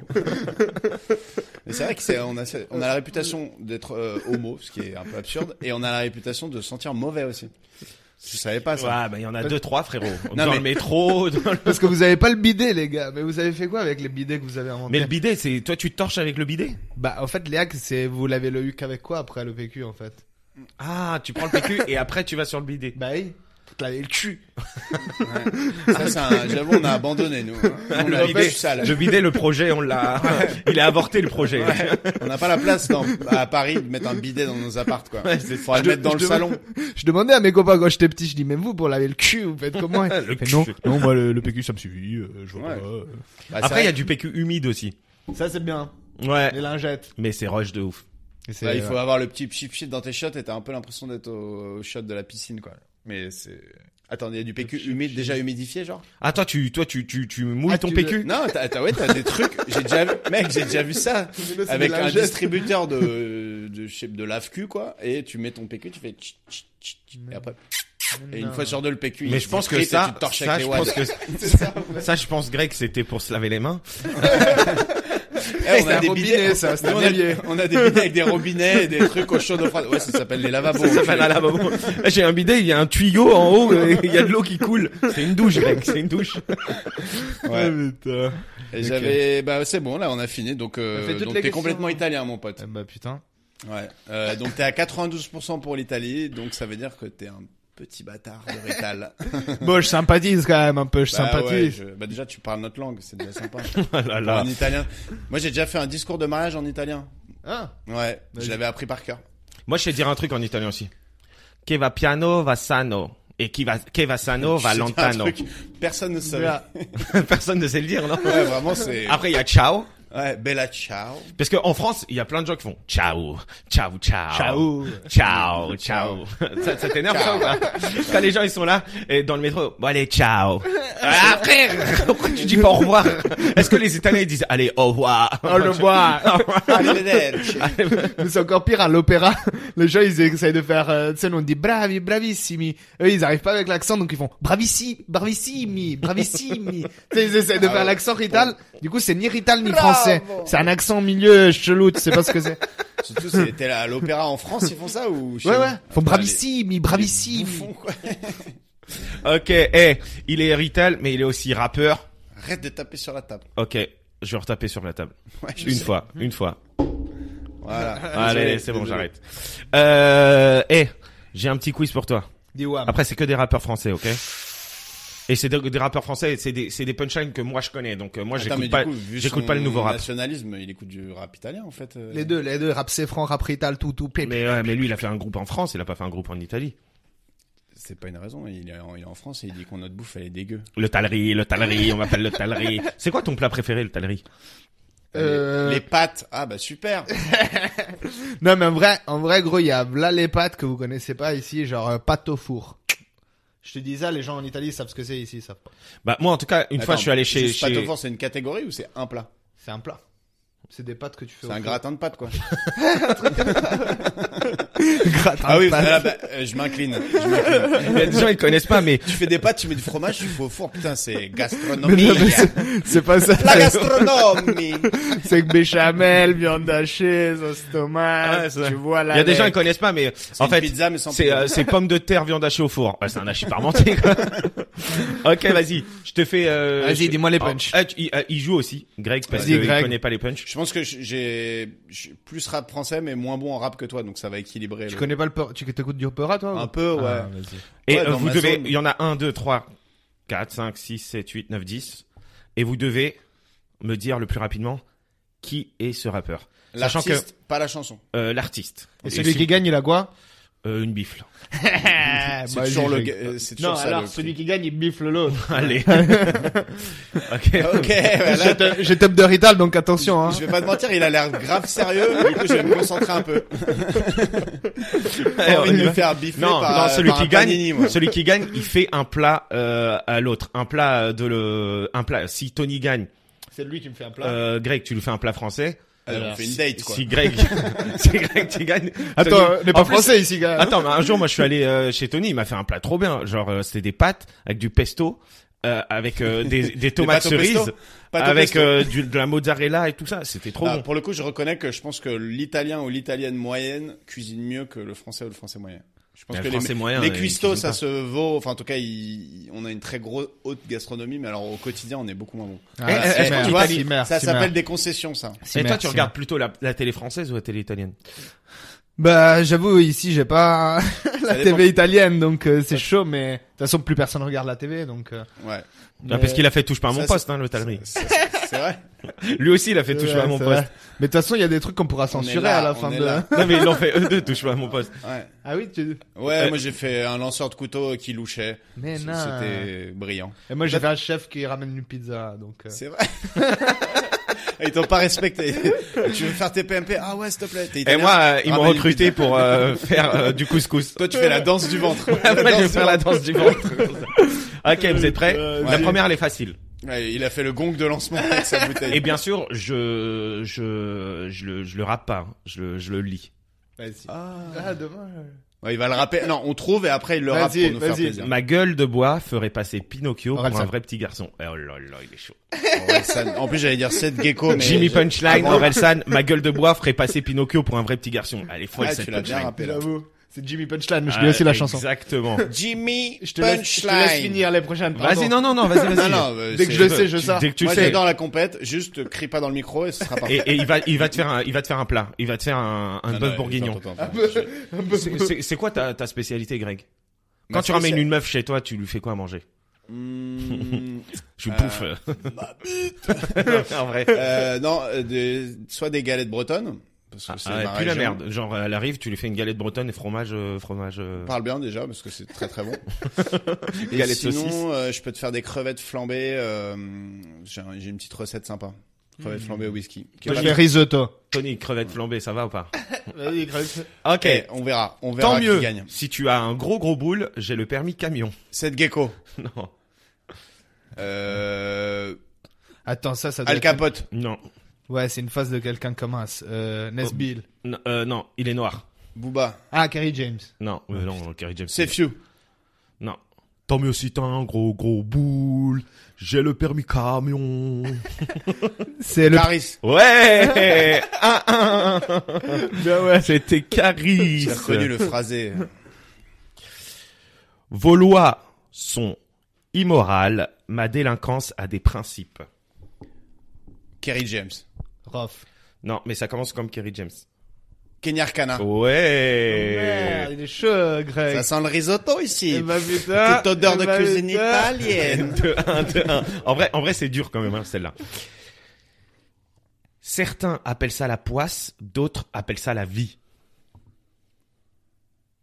C: Mais c'est vrai que c'est on a on a la réputation d'être euh, homo, ce qui est un peu absurde, et on a la réputation de se sentir mauvais aussi. Je savais pas ça.
B: Ouais, bah, il y en a deux, trois, frérot.
C: Non,
B: dans
C: mais-
B: le métro. dans le-
D: Parce que vous avez pas le bidet, les gars. Mais vous avez fait quoi avec les bidets que vous avez inventés
B: Mais le bidet, c'est, toi, tu te torches avec le bidet?
D: Bah, en fait, Léa, c'est vous l'avez le huc avec quoi après le PQ, en fait
B: Ah, tu prends le PQ et après, tu vas sur le bidet.
D: Bah oui. Vous l'avez le cul.
C: Ça, c'est un- j'avoue, on a abandonné nous. hein. On
B: le
C: a
B: bidet,
C: l'idée sale.
B: le bidet, le projet, on l'a, il a avorté le projet.
C: On n'a pas la place dans, à Paris de mettre un bidet dans nos appartes quoi.
B: Ouais, c'est-
C: Faudrait le mettre dans le
D: je demande-
C: salon.
D: Je demandais à mes copains quand j'étais petit, je dis, même vous, pour laver le cul, vous faites comment
B: Le
D: Ils font,
B: cul.
D: Non, non, moi, le, le PQ, ça me suffit, euh, je vois
C: Ouais.
D: pas. euh.
C: Bah, c'est
B: Après, il y a
C: vrai
B: du PQ humide aussi.
D: Ça, c'est bien.
B: Ouais.
D: Les lingettes.
B: Mais c'est rush de ouf.
D: Et
C: que,
D: c'est-
C: bah,
B: euh,
C: il faut avoir le petit chip chip dans tes shots et t'as un peu l'impression d'être au, au shot de la piscine quoi. Mais c'est Attends, il y a du PQ humide déjà humidifié genre
B: Ah, toi, tu, toi, tu, tu, tu mouilles
D: Ah,
B: ton
D: tu
B: PQ?
C: Non, t'as, t'as, ouais, t'as des trucs. J'ai déjà, vu- mec, j'ai déjà vu ça
D: Mais là, c'est
C: avec
D: des
C: un
D: lingettes.
C: distributeur de de je sais- de lave cul quoi. Et tu mets ton PQ, tu fais tch, tch, tch, tch, et après et une
D: Non.
C: fois sur deux le PQ.
B: Mais
C: il
B: je pense que
C: frite et
B: ça,
C: tu te torches
B: ça,
C: avec
B: je
C: les
B: pense
C: wads.
B: que
D: C'est ça, en fait.
B: ça, je pense, Greg, c'était pour se laver les mains.
C: Eh, on
D: c'est
C: a
D: un
C: des
D: robinet,
C: bidets,
D: ça, c'est
C: Nous,
D: un
C: on a,
D: évier.
C: on a des bidets avec des robinets et des trucs au chaud de France. Ouais, ça s'appelle les lavabos.
B: Ça s'appelle un lavabo. Là, Eh, J'ai un bidet, il y a un tuyau en haut, et il y a de l'eau qui coule. C'est une douche, Greg, c'est une douche.
C: Ouais.
B: putain.
C: Et j'avais, bah c'est bon, là on a fini, donc euh,
D: On a fait toutes
C: donc
D: les
C: t'es
D: questions.
C: complètement italien, mon pote.
D: Eh Bah, putain.
C: Ouais. Euh, donc t'es à 92% pour l'Italie, donc ça veut dire que t'es un Petit bâtard de Rital.
D: Bon, je sympathise quand même un peu, je
C: Bah ouais,
D: sympathise.
C: je- bah déjà, tu parles notre langue, c'est déjà sympa.
B: Ah là là.
C: en italien. Moi, j'ai déjà fait un discours de mariage en italien.
D: Ah,
C: Ouais,
B: Bah
D: Vas-y.
C: je l'avais appris par cœur.
B: Moi, je sais dire un truc en italien aussi. Che va piano, va sano. Et qui va, che va sano, va
C: Je sais pas, un
B: lontano.
C: truc, Personne ne savait.
D: Voilà.
B: Personne ne sait le dire, non?
C: Ouais, vraiment, c'est.
B: Après, il y a ciao.
C: Ouais, bella ciao.
B: Parce qu'en France, il y a plein de gens qui font ciao, ciao, ciao.
D: ciao.
B: Ciao, ciao. ça ça t'énerve ça ou pas Quand les gens ils sont là et dans le métro, bon allez, ciao. Ah frère, pourquoi tu dis pas au revoir Est-ce que les Italiens ils disent allez au revoir
D: On le voit.
B: Ah,
C: Arrivederci.
D: Mais c'est encore pire à l'opéra. Les gens, ils essayent de faire, euh, tu sais, nous on dit bravi, bravissimi. Eux, ils arrivent pas avec l'accent, donc ils font bravissi, bravissimi, bravissimi. tu sais, ils essayent de
C: Ah
D: faire
C: ouais.
D: l'accent rital. Du coup, c'est ni rital ni
C: Bravo.
D: français. C'est un accent au milieu chelou, tu sais pas ce que c'est.
C: Surtout, si t'es là à l'opéra en France, ils font ça ou chez
D: Ouais,
C: vous
D: ouais. Ils font
C: Putain,
D: bravissimi,
C: Bah, les- les
D: bravissimi.
C: bouffons, quoi.
B: Ok, eh, il est rital mais il est aussi rappeur.
C: Arrête de taper sur la table.
B: Ok, je vais retaper sur la table.
C: Ouais, je
B: Une
C: sais.
B: fois, une fois.
C: Voilà.
B: Allez,
C: Désolé,
B: c'est bon,
C: désolé.
B: j'arrête. Euh, eh, j'ai un petit quiz pour toi.
D: Dis ouais.
B: Après, c'est que des rappeurs français, ok Et c'est de- des rappeurs français, c'est des, c'est des punchlines que moi je connais, donc euh, moi
C: Attends,
B: j'écoute
C: mais du
B: pas,
C: coup, vu
B: j'écoute
C: son
B: pas le nouveau rap.
C: nationalisme, il écoute du rap italien, en fait. euh.
D: Les deux, les deux, rap c'est franc, rap rital, tout, tout, pépé.
B: Mais, ouais, mais lui, il a fait un groupe en France, il a pas fait un groupe en Italie.
C: C'est pas une raison. Il est, en, il est en France et il dit qu'on notre bouffe, elle est dégueu.
B: Le talerie, le talerie, on m'appelle le talerie. C'est quoi ton plat préféré, le talerie
D: Euh,
C: Les, les pâtes. Ah, bah, super.
D: Non, mais en vrai, en vrai, gros, il y a là les pâtes que vous connaissez pas ici, genre euh, pâte au four. Je te dis ça, les gens en Italie savent ce que c'est ici, ils savent pas.
B: Bah moi, en tout cas, une fois,
C: Attends,
B: je suis allé chez.
C: juste Pâte
B: chez...
C: au four, c'est une catégorie ou c'est un plat
D: C'est un plat. C'est des pâtes que tu fais
C: C'est
D: au
C: un
D: four.
C: gratin de pâtes, quoi.
D: gratin.
C: Ah oui,
D: de pâtes.
C: voilà, bah, euh, je m'incline. Je m'incline.
B: Il y a des gens ils connaissent pas, mais
C: tu fais des pâtes, tu mets du fromage, tu fais au four. Putain, c'est
D: Mais
C: gastronomie.
D: non, mais c'est- c'est pas ça.
C: La gastronomie.
D: C'est que béchamel, viande hachée, sauce
B: Ouais,
D: tomate,
B: c'est
D: tu vois là.
B: il y a des
D: les-
B: gens ils connaissent pas, mais
C: C'est
B: en
C: une
B: fait,
C: pizza, mais sans
B: c'est
C: pizza.
B: euh, c'est pommes de terre, viande hachée au four. Ouais, c'est un hachis parmentier. Quoi. ok, vas-y, je te fais. euh,
D: Vas-y,
B: je-
D: dis-moi les
B: Oh,
D: punchs.
B: eh, tu- il, euh, il joue aussi, Greg, parce
D: Vas-y,
B: qu'il
D: Greg.
B: connaît pas les punchs.
C: Je pense que j- j'ai je suis plus rap français, mais moins bon en rap que toi, donc ça va équilibrer.
D: Tu
C: le-
D: connais pas le peur, tu t'écoutes du opéra, toi? ou-
C: Un peu, ouais.
D: Ah, vas-y.
B: Et
C: Ouais,
B: euh,
C: dans
B: vous
C: ma
B: devez,
C: zone.
B: il y en a 1, 2, 3, 4, 5, 6, 7, 8, 9, 10. Et vous devez me dire le plus rapidement qui est ce rappeur. Sachant que
C: L'artiste, pas la chanson.
B: euh, l'artiste.
D: Et
B: Et
D: celui
B: si-
D: qui gagne, il a quoi?
B: euh, Une bifle.
C: C'est
D: Bah,
C: toujours
D: j'ai-
C: le. ga- euh, C'est toujours
D: Non,
C: ça,
D: alors,
C: le-
D: celui qui gagne, il bifle l'autre.
B: Allez. ok.
C: Ok, voilà.
D: J'ai top- J'ai top de Rital, donc attention, hein.
C: Je vais pas te mentir, il a l'air grave sérieux. Du coup, je vais me concentrer un peu. J'ai envie
B: on y
C: de me
B: va.
C: faire biffer
B: Oh, Non,
C: par, euh,
B: non, celui
C: par un
B: qui gagne,
C: panini, moi.
B: celui qui gagne, il fait un plat euh, à l'autre, un plat euh, de le, un plat. Si Tony gagne,
D: C'est lui qui me fait un
B: euh, Greg, tu lui fais un plat français.
C: Alors, on fait une date, quoi.
B: euh, Si Greg, si Greg, tu gagnes.
D: Attends,
B: Tony-
D: on n'est pas
B: En plus,
D: français ici, gars.
B: Attends, mais un jour, moi, je suis allé euh, chez Tony, il m'a fait un plat trop bien. Genre, euh, c'était des pâtes avec du pesto, euh, avec euh, des, des tomates
C: pâtes au pesto
B: cerises,
C: Pâte au
B: avec
C: pesto.
B: euh, du, de la mozzarella et tout ça. C'était trop
C: Ah,
B: bon.
C: Pour le coup, je reconnais que je pense que l'italien ou l'italienne moyenne cuisine mieux que le français ou le français moyen. Je pense
B: Mais
C: que
B: le Français
C: les,
B: moyen, euh,
C: les
B: il
C: cuistots,
B: cuisine
C: ça
B: pas.
C: se vaut. Enfin, en tout cas, il- on a une très grosse haute gastronomie, mais alors au quotidien, on est beaucoup moins bon.
D: Ah,
B: Eh, eh,
C: Et
B: eh,
C: tu
B: eh,
C: vois,
D: Italie, merde,
C: ça
D: c'est
C: s'appelle
D: merde.
C: des concessions, ça.
B: Et toi,
D: merde,
B: tu
D: c'est
B: regardes plutôt la, la télé française ou la télé italienne
D: Bah, j'avoue, ici, j'ai pas la
C: Ça dépend.
D: TV italienne, donc euh, c'est chaud, mais de toute façon, plus personne regarde la TV, donc. euh,
C: Ouais.
B: Ah, Parce qu'il a fait touche pas à mon
C: ça,
B: poste, hein, le talerie.
C: C'est c'est vrai.
B: Lui aussi, il a fait touche
D: Ouais,
B: pas à mon
D: c'est
B: poste.
D: vrai. Mais de toute façon, il y a des trucs qu'on pourra
C: On est
D: censurer
C: là,
D: à la
C: on
D: fin
C: est
D: de.
C: là.
B: Non mais ils l'ont fait eux deux, touche pas à mon poste.
C: Ouais.
D: Ah oui, tu.
B: Euh,
C: Ouais, moi j'ai fait un lanceur de couteau qui louchait.
B: Eh,
D: Mais
C: C-
D: non.
C: C'était brillant.
D: Et moi, j'avais un chef qui ramène une pizza, donc. euh,
C: C'est vrai. Ils t'ont pas respecté. tu veux faire tes PMP Ah ouais, s'il te plaît. T'es
B: Et
C: italien
B: moi, euh, ils m'ont
C: Ramène une
B: recruté
C: pizza.
B: pour euh, faire euh, du couscous.
C: Toi, tu fais la danse du ventre. La
B: Moi, je vais
C: danse du
B: faire la
C: ventre.
B: danse du ventre. ok, vous êtes prêts
D: Euh,
B: La
C: ouais.
B: première, elle est facile.
C: Ouais, il a fait le gong de lancement avec sa bouteille.
B: Et bien sûr, je je je le je le rappe pas, hein. je le je le lis.
D: Vas-y.
C: Ah.
D: Ah, dommage.
C: Ouais, il va le rapper. Non, on trouve et après il le rappe
D: Vas-y,
C: pour nous faire
D: vas-y.
C: plaisir.
B: Ma gueule de bois ferait passer Pinocchio pour
D: Orelsan.
B: un vrai petit garçon. Eh, Oh là là, il est chaud.
C: Orelsan. Oh, En plus, j'allais dire Seth Gecko, mais
B: Jimmy
C: j'ai-
B: Punchline,
C: Ah bon
B: Orelsan, ma gueule de bois ferait passer Pinocchio pour un vrai petit garçon. Elle est folle
C: Ah,
B: cette
C: tu l'as bien
B: punchline. Ah,
C: rappelé. là.
D: J'avoue. C'est Jimmy Punchline, mais je dis aussi la chanson.
B: Exactement.
C: Jimmy
D: Je te, laisse, je te
C: Punchline.
D: laisse finir les prochaines.
B: Vas-y,
D: pardon.
B: non non non, vas-y
C: Non,
B: vas-y.
C: non, euh,
D: Dès que
C: c'est-
D: je le sais, je
B: Tu-
D: sors.
B: Dès que tu
C: Moi,
B: le sais.
C: j'adore la compète. Juste, crie pas dans le micro et ce sera parfait.
B: et, et il va, il va te faire un, il va te faire un plat. Il va te faire un, un
C: Non,
B: bœuf
C: non,
B: bourguignon.
C: attends, attends, attends.
D: Un peu-
B: C'est- C'est c'est quoi ta, ta spécialité, Greg Quand
C: Parce
B: tu
C: que
B: ramènes
C: c'est-
B: une meuf chez toi, tu lui fais quoi à manger
C: Hmm,
B: Je
C: Euh,
B: pouffe. en vrai.
C: euh, non, euh, des- soit des galettes bretonnes. Parce que
B: Ah,
C: c'est
B: ah,
C: ma
B: puis la
C: région.
B: merde. Genre, elle arrive, tu lui fais une galette bretonne et fromage, euh, fromage. euh,
C: Parle bien déjà parce que c'est très très bon. Et
B: Galette saucisse.
C: sinon, euh, je peux te faire des crevettes flambées. euh, j'ai un- j'ai une petite recette sympa. Crevettes flambées au whisky. Qui est
D: Je
C: pas-
D: fais risotto.
B: Tony, crevette flambée, ça va ou pas Eh,
C: Ok, Eh, on verra. On verra
B: Tant
C: qui
B: mieux.
C: gagne.
B: Si tu as un gros gros boule, j'ai le permis camion.
C: Cette gecko.
B: Non.
C: Euh,
D: Attends, ça, ça doit
C: Al
D: être-
C: Capote.
B: Non.
D: Ouais, c'est une phase de quelqu'un comme As. Euh, Nesbill.
B: Non, euh, non, il est noir.
C: Booba.
D: Ah, Kerry James.
B: Non, euh, non, Kerry James.
C: C'est Few.
B: Non. Tant mieux si t'as un gros gros boule, j'ai le permis camion.
D: C'est le...
C: Caris.
B: Ouais Un, un, un. C'était Caris.
C: J'ai reconnu le phrasé. euh,
B: Vos lois sont immorales, ma délinquance a des principes.
C: Kerry James.
D: Rof.
B: Non, mais ça commence comme Kerry James.
C: Kenyarkana. Oh,
B: Ouais.
D: Oh, Merde, il est chaud, Greg.
C: Ça sent le risotto ici.
D: Eh ben, putain.
C: Toute odeur
D: Eh
C: de
D: ben,
C: cuisine
D: putain.
C: italienne.
B: De un, de un. En vrai, en vrai, c'est dur quand même hein, celle-là. Certains appellent ça la poisse, d'autres appellent ça la vie.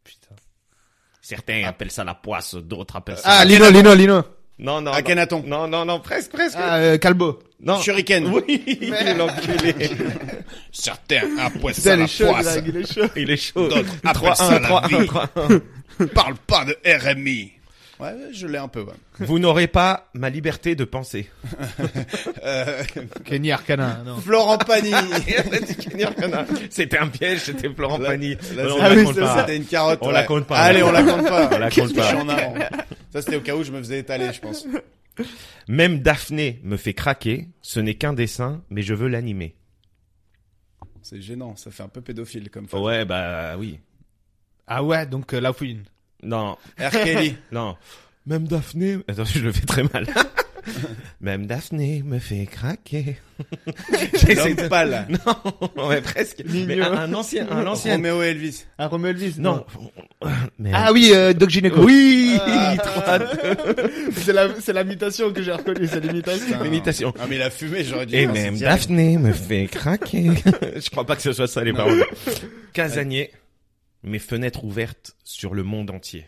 D: Putain.
B: Certains appellent ça la poisse, d'autres appellent ça.
D: Ah, Lino, Lino, Lino.
B: non, non, non,
C: Akhenaton.
B: non, non, non, presque, presque.
D: Ah, euh, Calbo.
B: non.
C: Shuriken.
B: Hein. Oui, l'enculé.
C: Certains appoient
D: Putain,
C: ça
D: il
C: la
D: est chaud,
C: poisse.
D: Greg, il est chaud.
B: Il est chaud.
C: D'autres appellent
B: 3
C: ça
B: 1
C: la
B: 3 1
C: vie.
B: 3 1.
C: Parle pas de RMI. Ouais, je l'ai un peu. ouais.
B: Vous n'aurez pas ma liberté de penser.
C: Euh,
D: Kenny Arcana, non.
C: Florent Pagny.
B: C'était un piège, c'était Florent Pagny.
C: Là,
B: Non,
C: c'est-
B: on
D: Ah
B: la
D: oui,
B: compte
D: c'est
B: pas.
D: ça.
C: C'était une carotte.
B: On
C: ouais.
B: la compte pas.
C: Allez, on la compte pas.
B: On la
C: Qu'est-ce
B: compte
C: que
B: pas.
C: je suis en avant Ça, c'était au cas où je me faisais étaler, je pense.
B: Même Daphné me fait craquer. Ce n'est qu'un dessin, mais je veux l'animer.
C: C'est gênant. Ça fait un peu pédophile comme phrase.
B: Ouais, bah oui.
D: Ah ouais, donc euh, La Fouine.
B: Non,
C: R. Kelly.
B: non. Même Daphné. Attends, je le fais très mal. Même Daphné me fait craquer. J'essaie
C: L'homme
B: de-
C: pâle.
B: Non, ouais, presque. Mais un, un ancien, un ancien.
C: Roméo et Elvis.
D: Ah, Romeo Elvis,
B: Non. Mais-
D: Ah oui, euh, Doc Gineco.
B: Oui,
D: Ah.
B: trois, deux.
D: C'est la, c'est la mutation que j'ai reconnue, c'est l'imitation.
B: Imitation.
C: Ah, mais il a fumé, j'aurais dû
B: Et
C: dire,
B: même
C: c'est direct.
B: Daphné me fait craquer. Je crois pas que ce soit ça les
C: Non.
B: paroles. Casanier, mes fenêtres ouvertes sur le monde entier.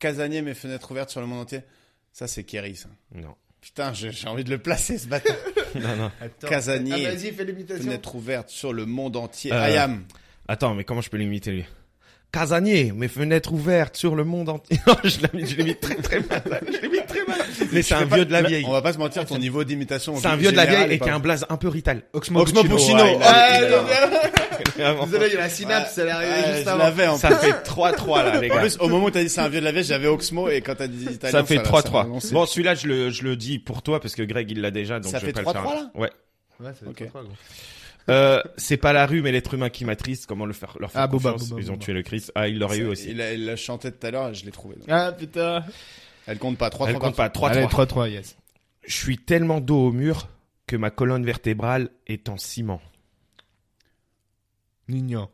C: Casanier, mes fenêtres ouvertes sur le monde entier. Ça, c'est Kerry, ça.
B: Non.
C: Putain, j'ai j'ai envie de le placer, ce bâtard.
B: Non, non.
D: Attends.
C: Casanier.
D: Ah, vas-y, fais l'imitation.
C: Fenêtres ouvertes sur le monde entier.
B: Euh,
C: I am.
B: Attends, mais comment je peux l'imiter lui Casanier, mes fenêtres ouvertes sur le monde entier. Non, je l'imite, je l'imite très très mal. Je l'imite très mal. Mais c'est un vieux de la vieille.
C: On va pas se mentir, ton niveau d'imitation.
B: C'est un vieux de la
C: général
B: vieille
C: est
B: et qui
C: pas-
B: a un blaze un peu rital.
D: Oxmo
C: Oxmo Puccino.
B: Ouais, il a-
C: il
D: Ah,
C: a-
D: le gars.
B: Vraiment.
D: Désolé, il y a la synapse, elle est arrivée
C: Ouais,
D: juste
C: je
D: avant.
C: l'avais en
B: Ça fait 3-3 là, les
C: En
B: gars.
C: plus, au moment où t'as dit c'est un vieux de la vieille, j'avais Oxmo et quand t'as dit italien,
B: Ça fait
C: l'a- l'a
B: 3-3.
C: lancé.
B: Bon, celui-là, je le, je le dis pour toi parce que Greg, il l'a déjà, donc
C: Ça
B: je
C: fait
B: vais pas le
C: 3-3,
B: faire.
C: là
B: ouais.
D: Ouais, c'est
C: Ok.
D: trois, trois, gros.
B: Euh, c'est pas la rue, mais l'être humain qui m'attriste. Comment le faire leur faire
D: Ah, Boba,
B: confiance
D: Boba,
B: Ils ont
D: Boba.
B: tué le Christ. Ah, il l'aurait eu aussi.
C: Il a- il l'a chanté tout à l'heure, je l'ai trouvé. donc.
D: Ah, putain.
C: Elle compte pas, 3
B: Elle compte pas. 3
D: Allez, 3-3, yes.
B: Je suis tellement dos au mur que ma colonne vertébrale est en ciment.
D: Nignon.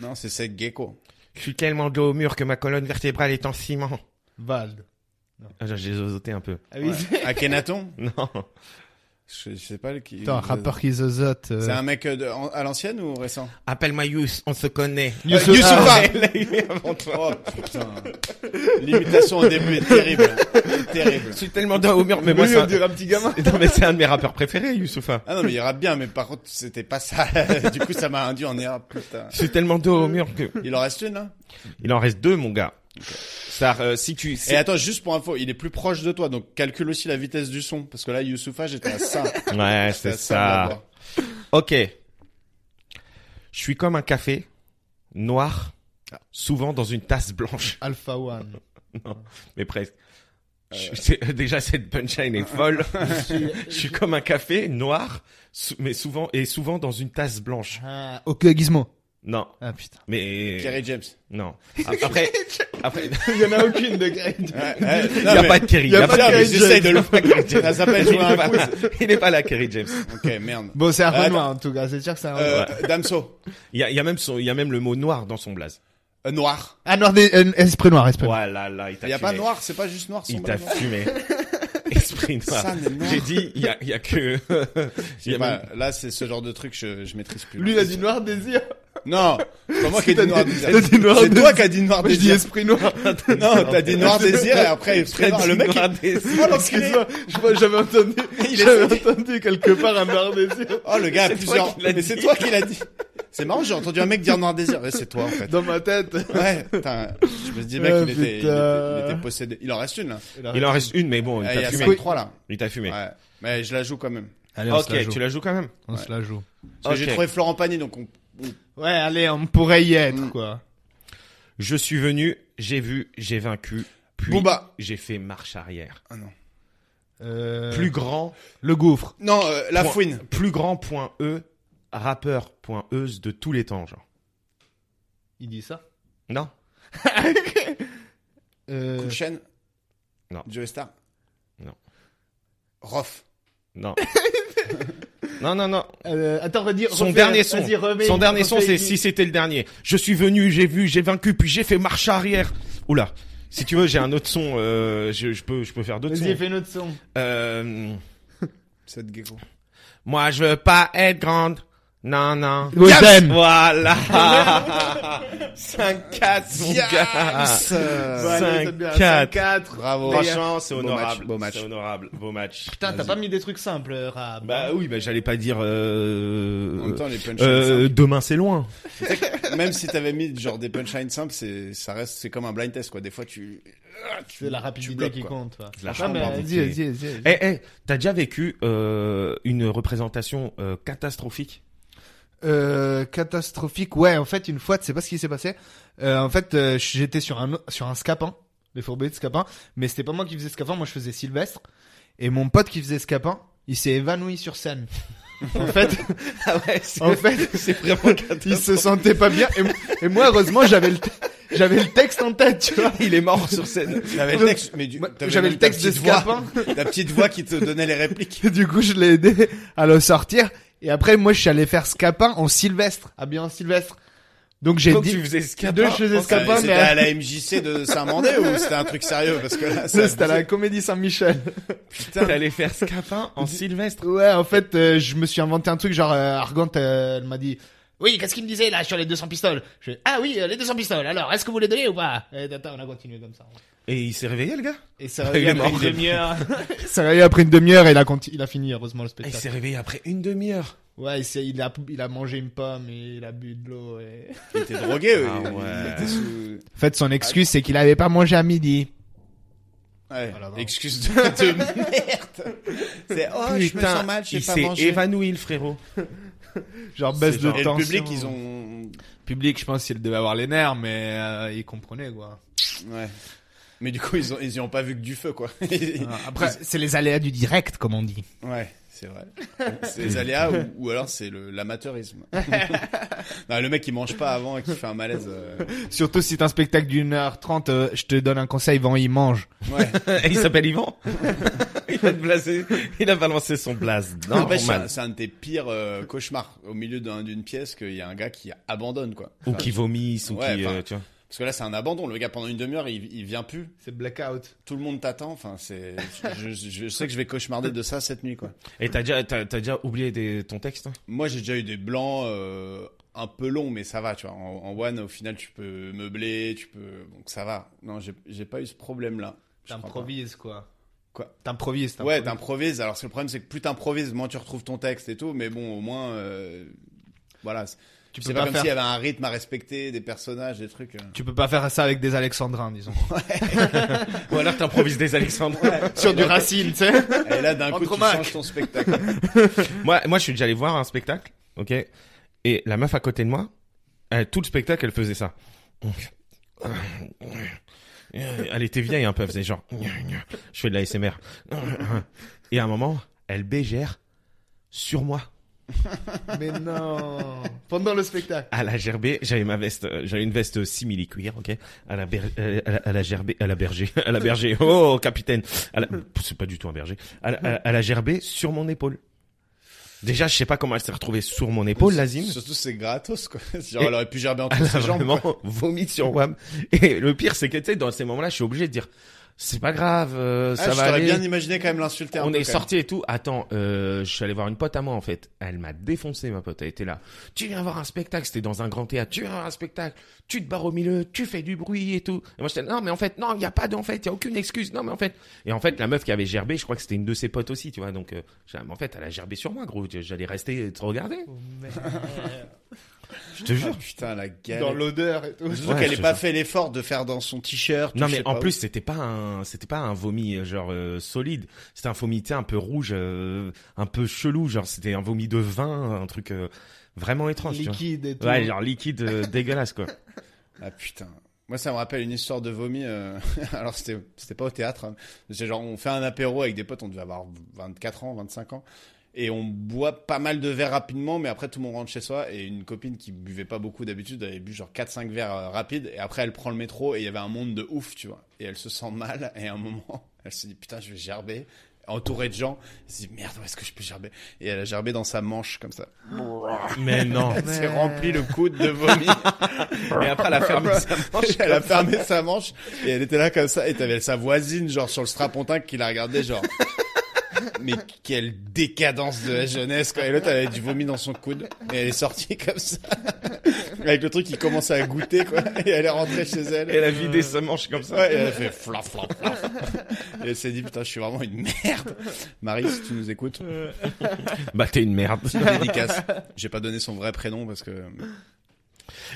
C: Non, c'est cette gecko.
B: Je suis tellement dos au mur que ma colonne vertébrale est en ciment.
D: Vald.
B: Ah, J'ai zozoté un peu.
D: Ah
C: Ouais. Akhenaton
B: Non.
C: je, je sais pas le qui.
D: Putain, un rappeur qui zozote. euh,
C: C'est un mec euh, de- en- à l'ancienne ou récent
B: Appelle-moi Yous, on se connaît.
D: Youssef-
C: Euh, Youssef-
D: Ah,
C: Ah.
B: Il a- il est avant toi.
C: Oh putain. L'imitation au début est terrible. terrible.
B: Je suis tellement dos au mur, mais moi,
D: oui,
B: c'est
D: on
B: un...
D: dirait un petit gamin.
B: Non, mais c'est un de mes rappeurs préférés, Youssoufa.
C: Ah non, mais il rappe bien, mais par contre, c'était pas ça. du coup, ça m'a induit en erreur, putain.
B: Je suis tellement dos au mur que...
C: Il en reste une, hein. là
B: Il en reste deux, mon gars. Ça, euh, si tu... si-
C: Et attends, juste pour info, il est plus proche de toi, donc calcule aussi la vitesse du son. Parce que là, Youssoufa, j'étais à ça.
B: Ouais,
C: J'étais à
B: c'est
C: ça.
B: ça. Ok. Je suis comme un café, noir, souvent dans une tasse blanche.
D: Alpha One.
B: Mais presque.
C: Euh.
B: Je- c'est- Déjà cette punchline est folle. je suis comme un café noir, sou- mais souvent et souvent dans une tasse blanche.
D: Ah, ok, Gizmo.
B: Non,
D: Ah, putain.
B: mais
C: Kerry James.
B: non. Après, après,
D: Il y en a aucune de Greg.
B: il y a pas de Kerry.
D: y a
B: y a
D: pas
B: pas de-
D: de Kerry
C: J'essaye de le faire. Ça
B: Il
C: s'appelle
B: est
C: jouer à un
B: pas
C: quiz.
B: là. Il est pas là, Kerry James.
C: Ok, merde.
D: Bon, c'est un
C: Attends.
D: Euh. Renoir en tout cas, c'est sûr que c'est un Renoir.
C: Euh, Damso.
B: Il y a, il y a même son, il y a même le mot noir dans son blaze.
C: Euh, noir.
D: Ah, noir des, euh, esprit noir, esprit noir.
B: Voilà, là, il t'a
C: Il y a pas
B: fumé.
C: noir, c'est pas juste noir.
B: Il
C: sombre,
B: t'a
C: noir.
B: fumé. Esprit noir.
C: Ça, mais non.
B: J'ai dit, il y a, il y a que.
C: Je
B: il y
C: sais
B: a
C: pas,
B: même-
C: Là, c'est ce genre de truc, je, je maîtrise plus.
D: Lui, il a dit noir désir.
C: Non, c'est pas moi qui ai dit noir désir.
D: T'as dit noir
C: C'est toi
D: désir.
C: qui as dit noir
D: Moi, je dis
C: désir.
D: esprit noir.
C: Non, t'as dit noir désir et après esprit noir. Le mec, il-
B: Moi,
D: Excuse-moi, je crois que j'avais entendu, j'avais entendu quelque part un noir désir.
C: oh le gars a
B: C'est toi
C: plusieurs.
B: qui l'as
C: Mais c'est
B: dit.
C: toi qui l'as dit. C'est marrant, j'ai entendu un mec dire noir désir. Ouais, c'est toi en fait.
D: Dans ma tête.
C: Ouais, putain, je me dis mec,
D: Ah,
C: il, était, il, était,
D: putain.
C: il était possédé. Il en reste une là.
B: Il en reste une, mais bon, il
C: Eh, Il y
B: t'a
C: a
B: fumé.
C: 53 là.
B: Il t'a fumé.
C: Ouais, mais je la joue quand même.
D: Allez,
B: ok, tu la joues quand même.
D: On se la joue.
C: Parce que
B: Ok.
C: j'ai trouvé Florent Pagny, donc on.
D: Ouais, allez, on pourrait y être,
C: Mm.
D: quoi.
B: Je suis venu, j'ai vu, j'ai vaincu. Puis
C: Bon bah.
B: j'ai fait marche arrière.
C: Ah, non.
D: Euh,
B: Plus grand,
D: le gouffre.
C: Non, euh, la
B: Point.
C: fouine.
B: plus grand point E, rappeur point Euse de tous les temps, genre.
D: Il dit ça.
B: Non
D: Euh,
C: Coup de chaîne.
B: Euh, Non.
C: Joe Star.
B: Non.
C: Rof.
B: Non. non, non, non.
D: euh, attends, redis.
B: Son
D: refais,
B: dernier son.
D: vas-y, remets,
B: Son dernier
D: refais,
B: son, c'est
D: il-
B: si c'était le dernier. Je suis venu, j'ai vu, j'ai vaincu, puis j'ai fait marche arrière. Oula. Si tu veux, j'ai un autre son. euh, je, je peux, je peux faire d'autres sons.
D: Vas-y, fais notre son.
B: Euh,
C: Cette gecko.
B: moi, je veux pas être grande. Non, non.
D: Gozem.
B: Voilà. 5 4 mon gars.
C: Yes. Euh,
D: Ouais, allez,
B: Cinq,
D: c'est bien,
B: quatre.
D: cinq, quatre.
C: Bravo.
B: Franchement, c'est
C: Beau
B: honorable.
C: match, beau match.
B: C'est honorable. Beau match.
D: Putain, t'as pas mis des trucs simples, Rab.
B: Bah oui, bah j'allais pas dire
C: En même
B: euh,
C: temps, les punchlines
B: euh, demain c'est loin.
C: simples, même si t'avais mis genre des punchlines simples, c'est ça reste c'est comme un blind test quoi. Des fois tu ah, tu-
D: c'est la
C: tu
D: rapidité
C: bloques,
D: qui
C: quoi.
D: compte, toi.
B: La
D: Ah,
B: chambre
D: mais vas-y,
B: indiquée.
D: vas-y, vas-y, vas-y.
B: Eh, eh, t'as déjà vécu euh, une représentation euh, catastrophique
D: Euh, catastrophique. Ouais, en fait, une fois, tu sais pas ce qui s'est passé. Euh, en fait, euh, j'étais sur un sur un scapin, les fourbets de scapin, mais c'était pas moi qui faisais scapin, moi je faisais Sylvestre et mon pote qui faisait scapin, il s'est évanoui sur scène. en fait,
B: Ah ouais, c'est
D: en fait,
B: vraiment
D: il se sentait pas bien et, mo- et moi heureusement, j'avais le te- j'avais le texte en tête, tu vois.
B: Il est mort sur scène.
C: T'avais le
D: Donc,
C: texte, mais du-
D: moi,
C: t'avais
D: J'avais
C: même
D: le texte
C: ta
D: de
C: petite voix,
D: scapin.
C: ta petite voix qui te donnait les répliques.
D: Et du coup, je l'ai aidé à le sortir. Et après, moi, je suis allé faire scapin en Sylvestre, habillé en Sylvestre. Donc, j'ai
B: Donc
D: dit,
B: tu faisais scapin.
D: Deux choses
B: en
D: escapades.
B: scapin.
D: pas,
C: Euh, C'était
D: mais-
C: à la MJC de Saint-Mandé ou c'était un truc sérieux parce que là,
D: ça,
C: ça-
D: c'était à la Comédie Saint-Michel.
B: Putain, t'allais faire scapin en Sylvestre.
D: Ouais, en fait, euh, je me suis inventé un truc, genre, euh, Argante, euh, elle m'a dit, oui, qu'est-ce qu'il me disait, là, sur les 200 pistoles? Je fais, ah oui, euh, les 200 pistoles, alors, est-ce que vous les donnez ou pas? Et attends, on a continué comme ça.
B: Et il s'est réveillé le gars
D: Et ça
B: Ah, Il est
D: réveillé après
B: mort.
D: une demi-heure. ça réveillé après une demi-heure et il a, conti- il a fini, heureusement, le
B: Ah, Il
D: spectacle.
B: s'est réveillé après une demi-heure.
D: ouais, il, s'est- il a, il a mangé une pomme et il a bu de l'eau et...
C: Il était drogué. eux,
B: Ah
C: il- il
B: ouais.
C: était sous-
D: En fait, son excuse, c'est qu'il avait pas mangé à midi.
C: Ouais,
D: Voilà, non.
C: excuse de, de merde. C'est oh, je me
B: Putain,
C: sens mal, j'ai
B: il
C: pas
B: s'est
C: mangé.
B: évanoui le frérot.
D: Genre
B: baisse
D: baisse
B: de
D: de
B: genre-
C: Et
D: tension.
C: le public, ils ont
D: Public, je pense qu'il devait avoir les nerfs, mais euh, il comprenait quoi.
C: ouais. Mais du coup, ils ont ils y ont pas vu que du feu quoi. Ils-
D: Hein, Après, c'est les aléas du direct, comme on dit.
C: Ouais, c'est vrai. C'est les aléas ou, ou alors c'est le- l'amateurisme. non, le mec qui mange pas avant et qui fait un malaise. euh,
D: Surtout si t'as un spectacle d'une heure trente, euh, je te donne un conseil, vend, il mange.
C: Ouais.
B: Et il s'appelle Yvan. il a blasé, il a balancé son blaze. Non,
C: N'empêche, c'est un- c'est un de tes pires euh, cauchemars au milieu d'un- d'une pièce qu'il y a un gars qui abandonne quoi.
B: Ou qui vomisse ou
C: Ouais,
B: qui,
C: enfin,
B: euh, tu vois.
C: Parce que là, c'est un abandon. Le gars pendant une demi-heure, il, il vient plus.
D: C'est blackout.
C: Tout le monde t'attend. Enfin, c'est. Je, je- je sais que je vais cauchemarder de ça cette nuit quoi.
B: Et t'as déjà, t'as, t'as déjà oublié des- ton texte hein
C: Moi, j'ai déjà eu des blancs euh, un peu longs, mais ça va, tu vois. En, en one, au final, tu peux meubler, tu peux. Donc ça va. Non, j'ai j'ai pas eu ce problème-là. Je crois pas.
D: T'improvises quoi.
C: Quoi
D: T'improvises,
C: Ouais, t'improvises. Alors, parce que le problème, c'est que plus t'improvises, moins tu retrouves ton texte et tout. Mais bon, au moins, euh, voilà. C'est-
D: Tu
C: C'est pas, comme s'il y avait un rythme à respecter, des personnages, des trucs. euh.
D: Tu peux pas faire ça avec des alexandrins, disons.
B: Ou alors t'improvises des Alexandres.
D: Sur du racine, tu sais.
C: Et là, d'un coup, tu
D: Andromaque.
C: changes ton spectacle.
B: moi, moi, je suis déjà allé voir un spectacle, ok Et la meuf à côté de moi, elle, tout le spectacle, elle faisait ça. Elle était vieille un peu, elle faisait genre... Je fais de la SMR. Et à un moment, elle bégère sur moi.
D: Mais non. Pendant le spectacle.
B: à la gerbée, j'avais ma veste, euh, j'avais une veste simili cuir, ok, à la, ber- euh, à la, à la gerbée, à la berger, à la berger, oh capitaine, à la- c'est pas du tout un berger, à la, à la- à la gerbée sur mon épaule. Déjà, je sais pas comment elle s'est retrouvée sur mon épaule, Lazim.
C: Surtout, c'est gratos, quoi. Genre, elle aurait pu gerber entre
B: Elle a
C: ses jambes.
B: vraiment
C: quoi.
B: vomi sur WAM. Et le pire, c'est que, tu sais, dans ces moments-là, je suis obligé de dire, c'est pas grave, euh,
C: Ah,
B: ça
C: je
B: va
C: t'aurais
B: aller.
C: bien imaginé quand même l'insulter un
B: On
C: peu,
B: est
C: quand même.
B: sorti et tout. Attends, euh, je suis allé voir une pote à moi en fait. Elle m'a défoncé ma pote. Elle était là. Tu viens voir un spectacle. C'était dans un grand théâtre. Tu viens voir un spectacle. Tu te barres au milieu. Tu fais du bruit et tout. Et moi j'étais là, non mais en fait non, il y a pas de en fait, il y a aucune excuse. Non mais en fait. Et en fait la meuf qui avait gerbé, je crois que c'était une de ses potes aussi, tu vois. Donc euh, j'ai dit, mais en fait elle a gerbé sur moi gros. J'allais rester te regarder.
D: Oh,
B: je te jure.
C: Ah, putain, la
D: Dans
C: galère.
D: l'odeur et tout.
C: Surtout
B: Ouais,
C: qu'elle
B: je
C: ait
B: te
C: pas
B: jure.
C: fait l'effort de faire dans son t-shirt. ou
B: Non
C: je
B: mais
C: sais
B: en
C: pas
B: plus c'était pas un c'était pas un vomi euh, genre euh, solide, c'était un vomi tu sais, un peu rouge, euh, un peu chelou, genre c'était un vomi de vin, un truc euh, vraiment étrange. tu vois.
D: Liquide et tout.
B: Ouais, genre liquide euh, dégueulasse quoi.
C: où. Ah putain. Moi, ça me rappelle une histoire de vomi. euh, Alors, c'était, c'était pas au théâtre. hein. C'est genre, on fait un apéro avec des potes. On devait avoir 24 ans, 25 ans. Et on boit pas mal de verres rapidement, mais après tout le monde rentre chez soi. Et une copine qui buvait pas beaucoup d'habitude, elle avait bu genre 4-5 verres euh, rapides. Et après, elle prend le métro et il y avait un monde de ouf, tu vois. Et elle se sent mal. Et à un moment, elle se dit putain, je vais gerber. Entourée de gens, elle se dit merde, où est-ce que je peux gerber Et elle a gerbé dans sa manche comme ça.
B: Mais non.
C: Elle s'est
D: Mais-
C: remplie le coude de vomi.
B: Et après elle a
D: Ah,
B: fermé sa manche.
C: elle a fermé sa manche et elle était là comme ça. Et t'avais sa voisine, genre sur le strapontin, qui la regardait, genre. Mais quelle décadence de la jeunesse, quoi. Et l'autre, elle avait du vomi dans son coude. Et elle est sortie comme ça. Avec le truc qui commençait à goûter, quoi. Et elle est rentrée chez elle.
B: Elle a vidé sa manche comme ça.
C: Ouais, et elle a fait flaf, flaf, flaf. Et elle s'est dit, putain, je suis vraiment une merde. Marie, si tu nous écoutes,
B: Bah t'es une merde.
C: dédicace. J'ai pas donné son vrai prénom parce que.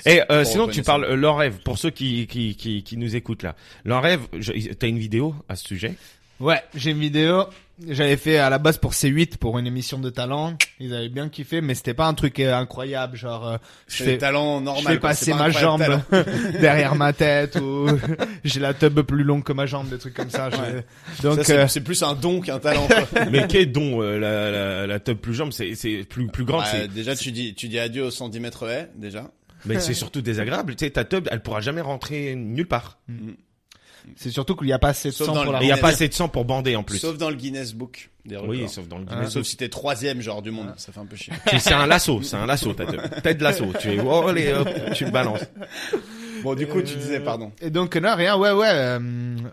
B: Et euh,
C: Pour
B: sinon tu
C: reconnaissance.
B: parles euh, l'enrêve pour ceux qui qui qui, qui nous écoutent là. L'enrêve, je- t'as une vidéo à ce sujet
D: Ouais, j'ai une vidéo. J'avais fait à la base pour C8 pour une émission de talent. Ils avaient bien kiffé, mais c'était pas un truc euh, incroyable. Genre, euh, je
C: C'est le
D: fais,
C: talent normal.
D: je fais
C: quoi.
D: passer
C: C'est pas
D: ma
C: incroyable
D: jambe
C: talent.
D: derrière ma tête ou j'ai la tube plus longue que ma jambe, des trucs comme ça. Je-
C: Ouais. Ça,
D: Donc,
C: c'est-
D: euh,
C: c'est plus un don qu'un talent. quoi.
B: Mais qu'est dont euh, la la la top plus jambe, c'est c'est plus plus grande,
C: Bah,
B: c'est
C: déjà, tu dis, tu dis adieu au 110 mètres haies, déjà.
B: Mais c'est surtout désagréable. Tu sais, ta tub, elle pourra jamais rentrer nulle part.
D: c'est surtout qu'il n'y a pas assez de
C: Sauf
D: sang
C: dans
D: pour
C: le
D: la.
B: Et il y a
C: mais-
B: pas assez de sang pour bander en plus.
C: Sauf dans le Guinness Book des records. Hein,
B: oui, sauf dans le Ah. Guinness.
C: Sauf si t'es troisième, genre, du monde. Ça fait un peu chier.
B: Tu- C'est un lasso, c'est un lasso ta tub. Tête de lasso. Tu es, oh, allez, hop, tu le balances.
C: Bon, du coup, tu disais, pardon.
D: Et donc euh, non rien ouais ouais euh,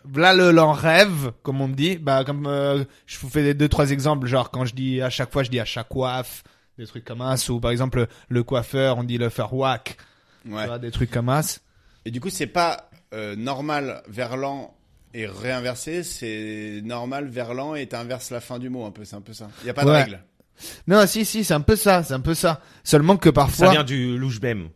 D: voilà le l'en rêve comme on me dit bah comme euh, je vous fais des deux trois exemples genre quand je dis à chaque fois je dis à chaque coiffe des trucs comme as ou par exemple le coiffeur on dit le faire whack
C: Ouais.
D: tu vois, des trucs comme as
C: Et du coup, c'est pas euh, normal verlan et réinversé, c'est normal verlan et t'inverses la fin du mot un peu, c'est un peu ça. Il y a pas de
D: Ouais.
C: règle.
D: non si si c'est un peu ça c'est un peu ça seulement que
B: Ça
D: parfois
B: vient du louchebem.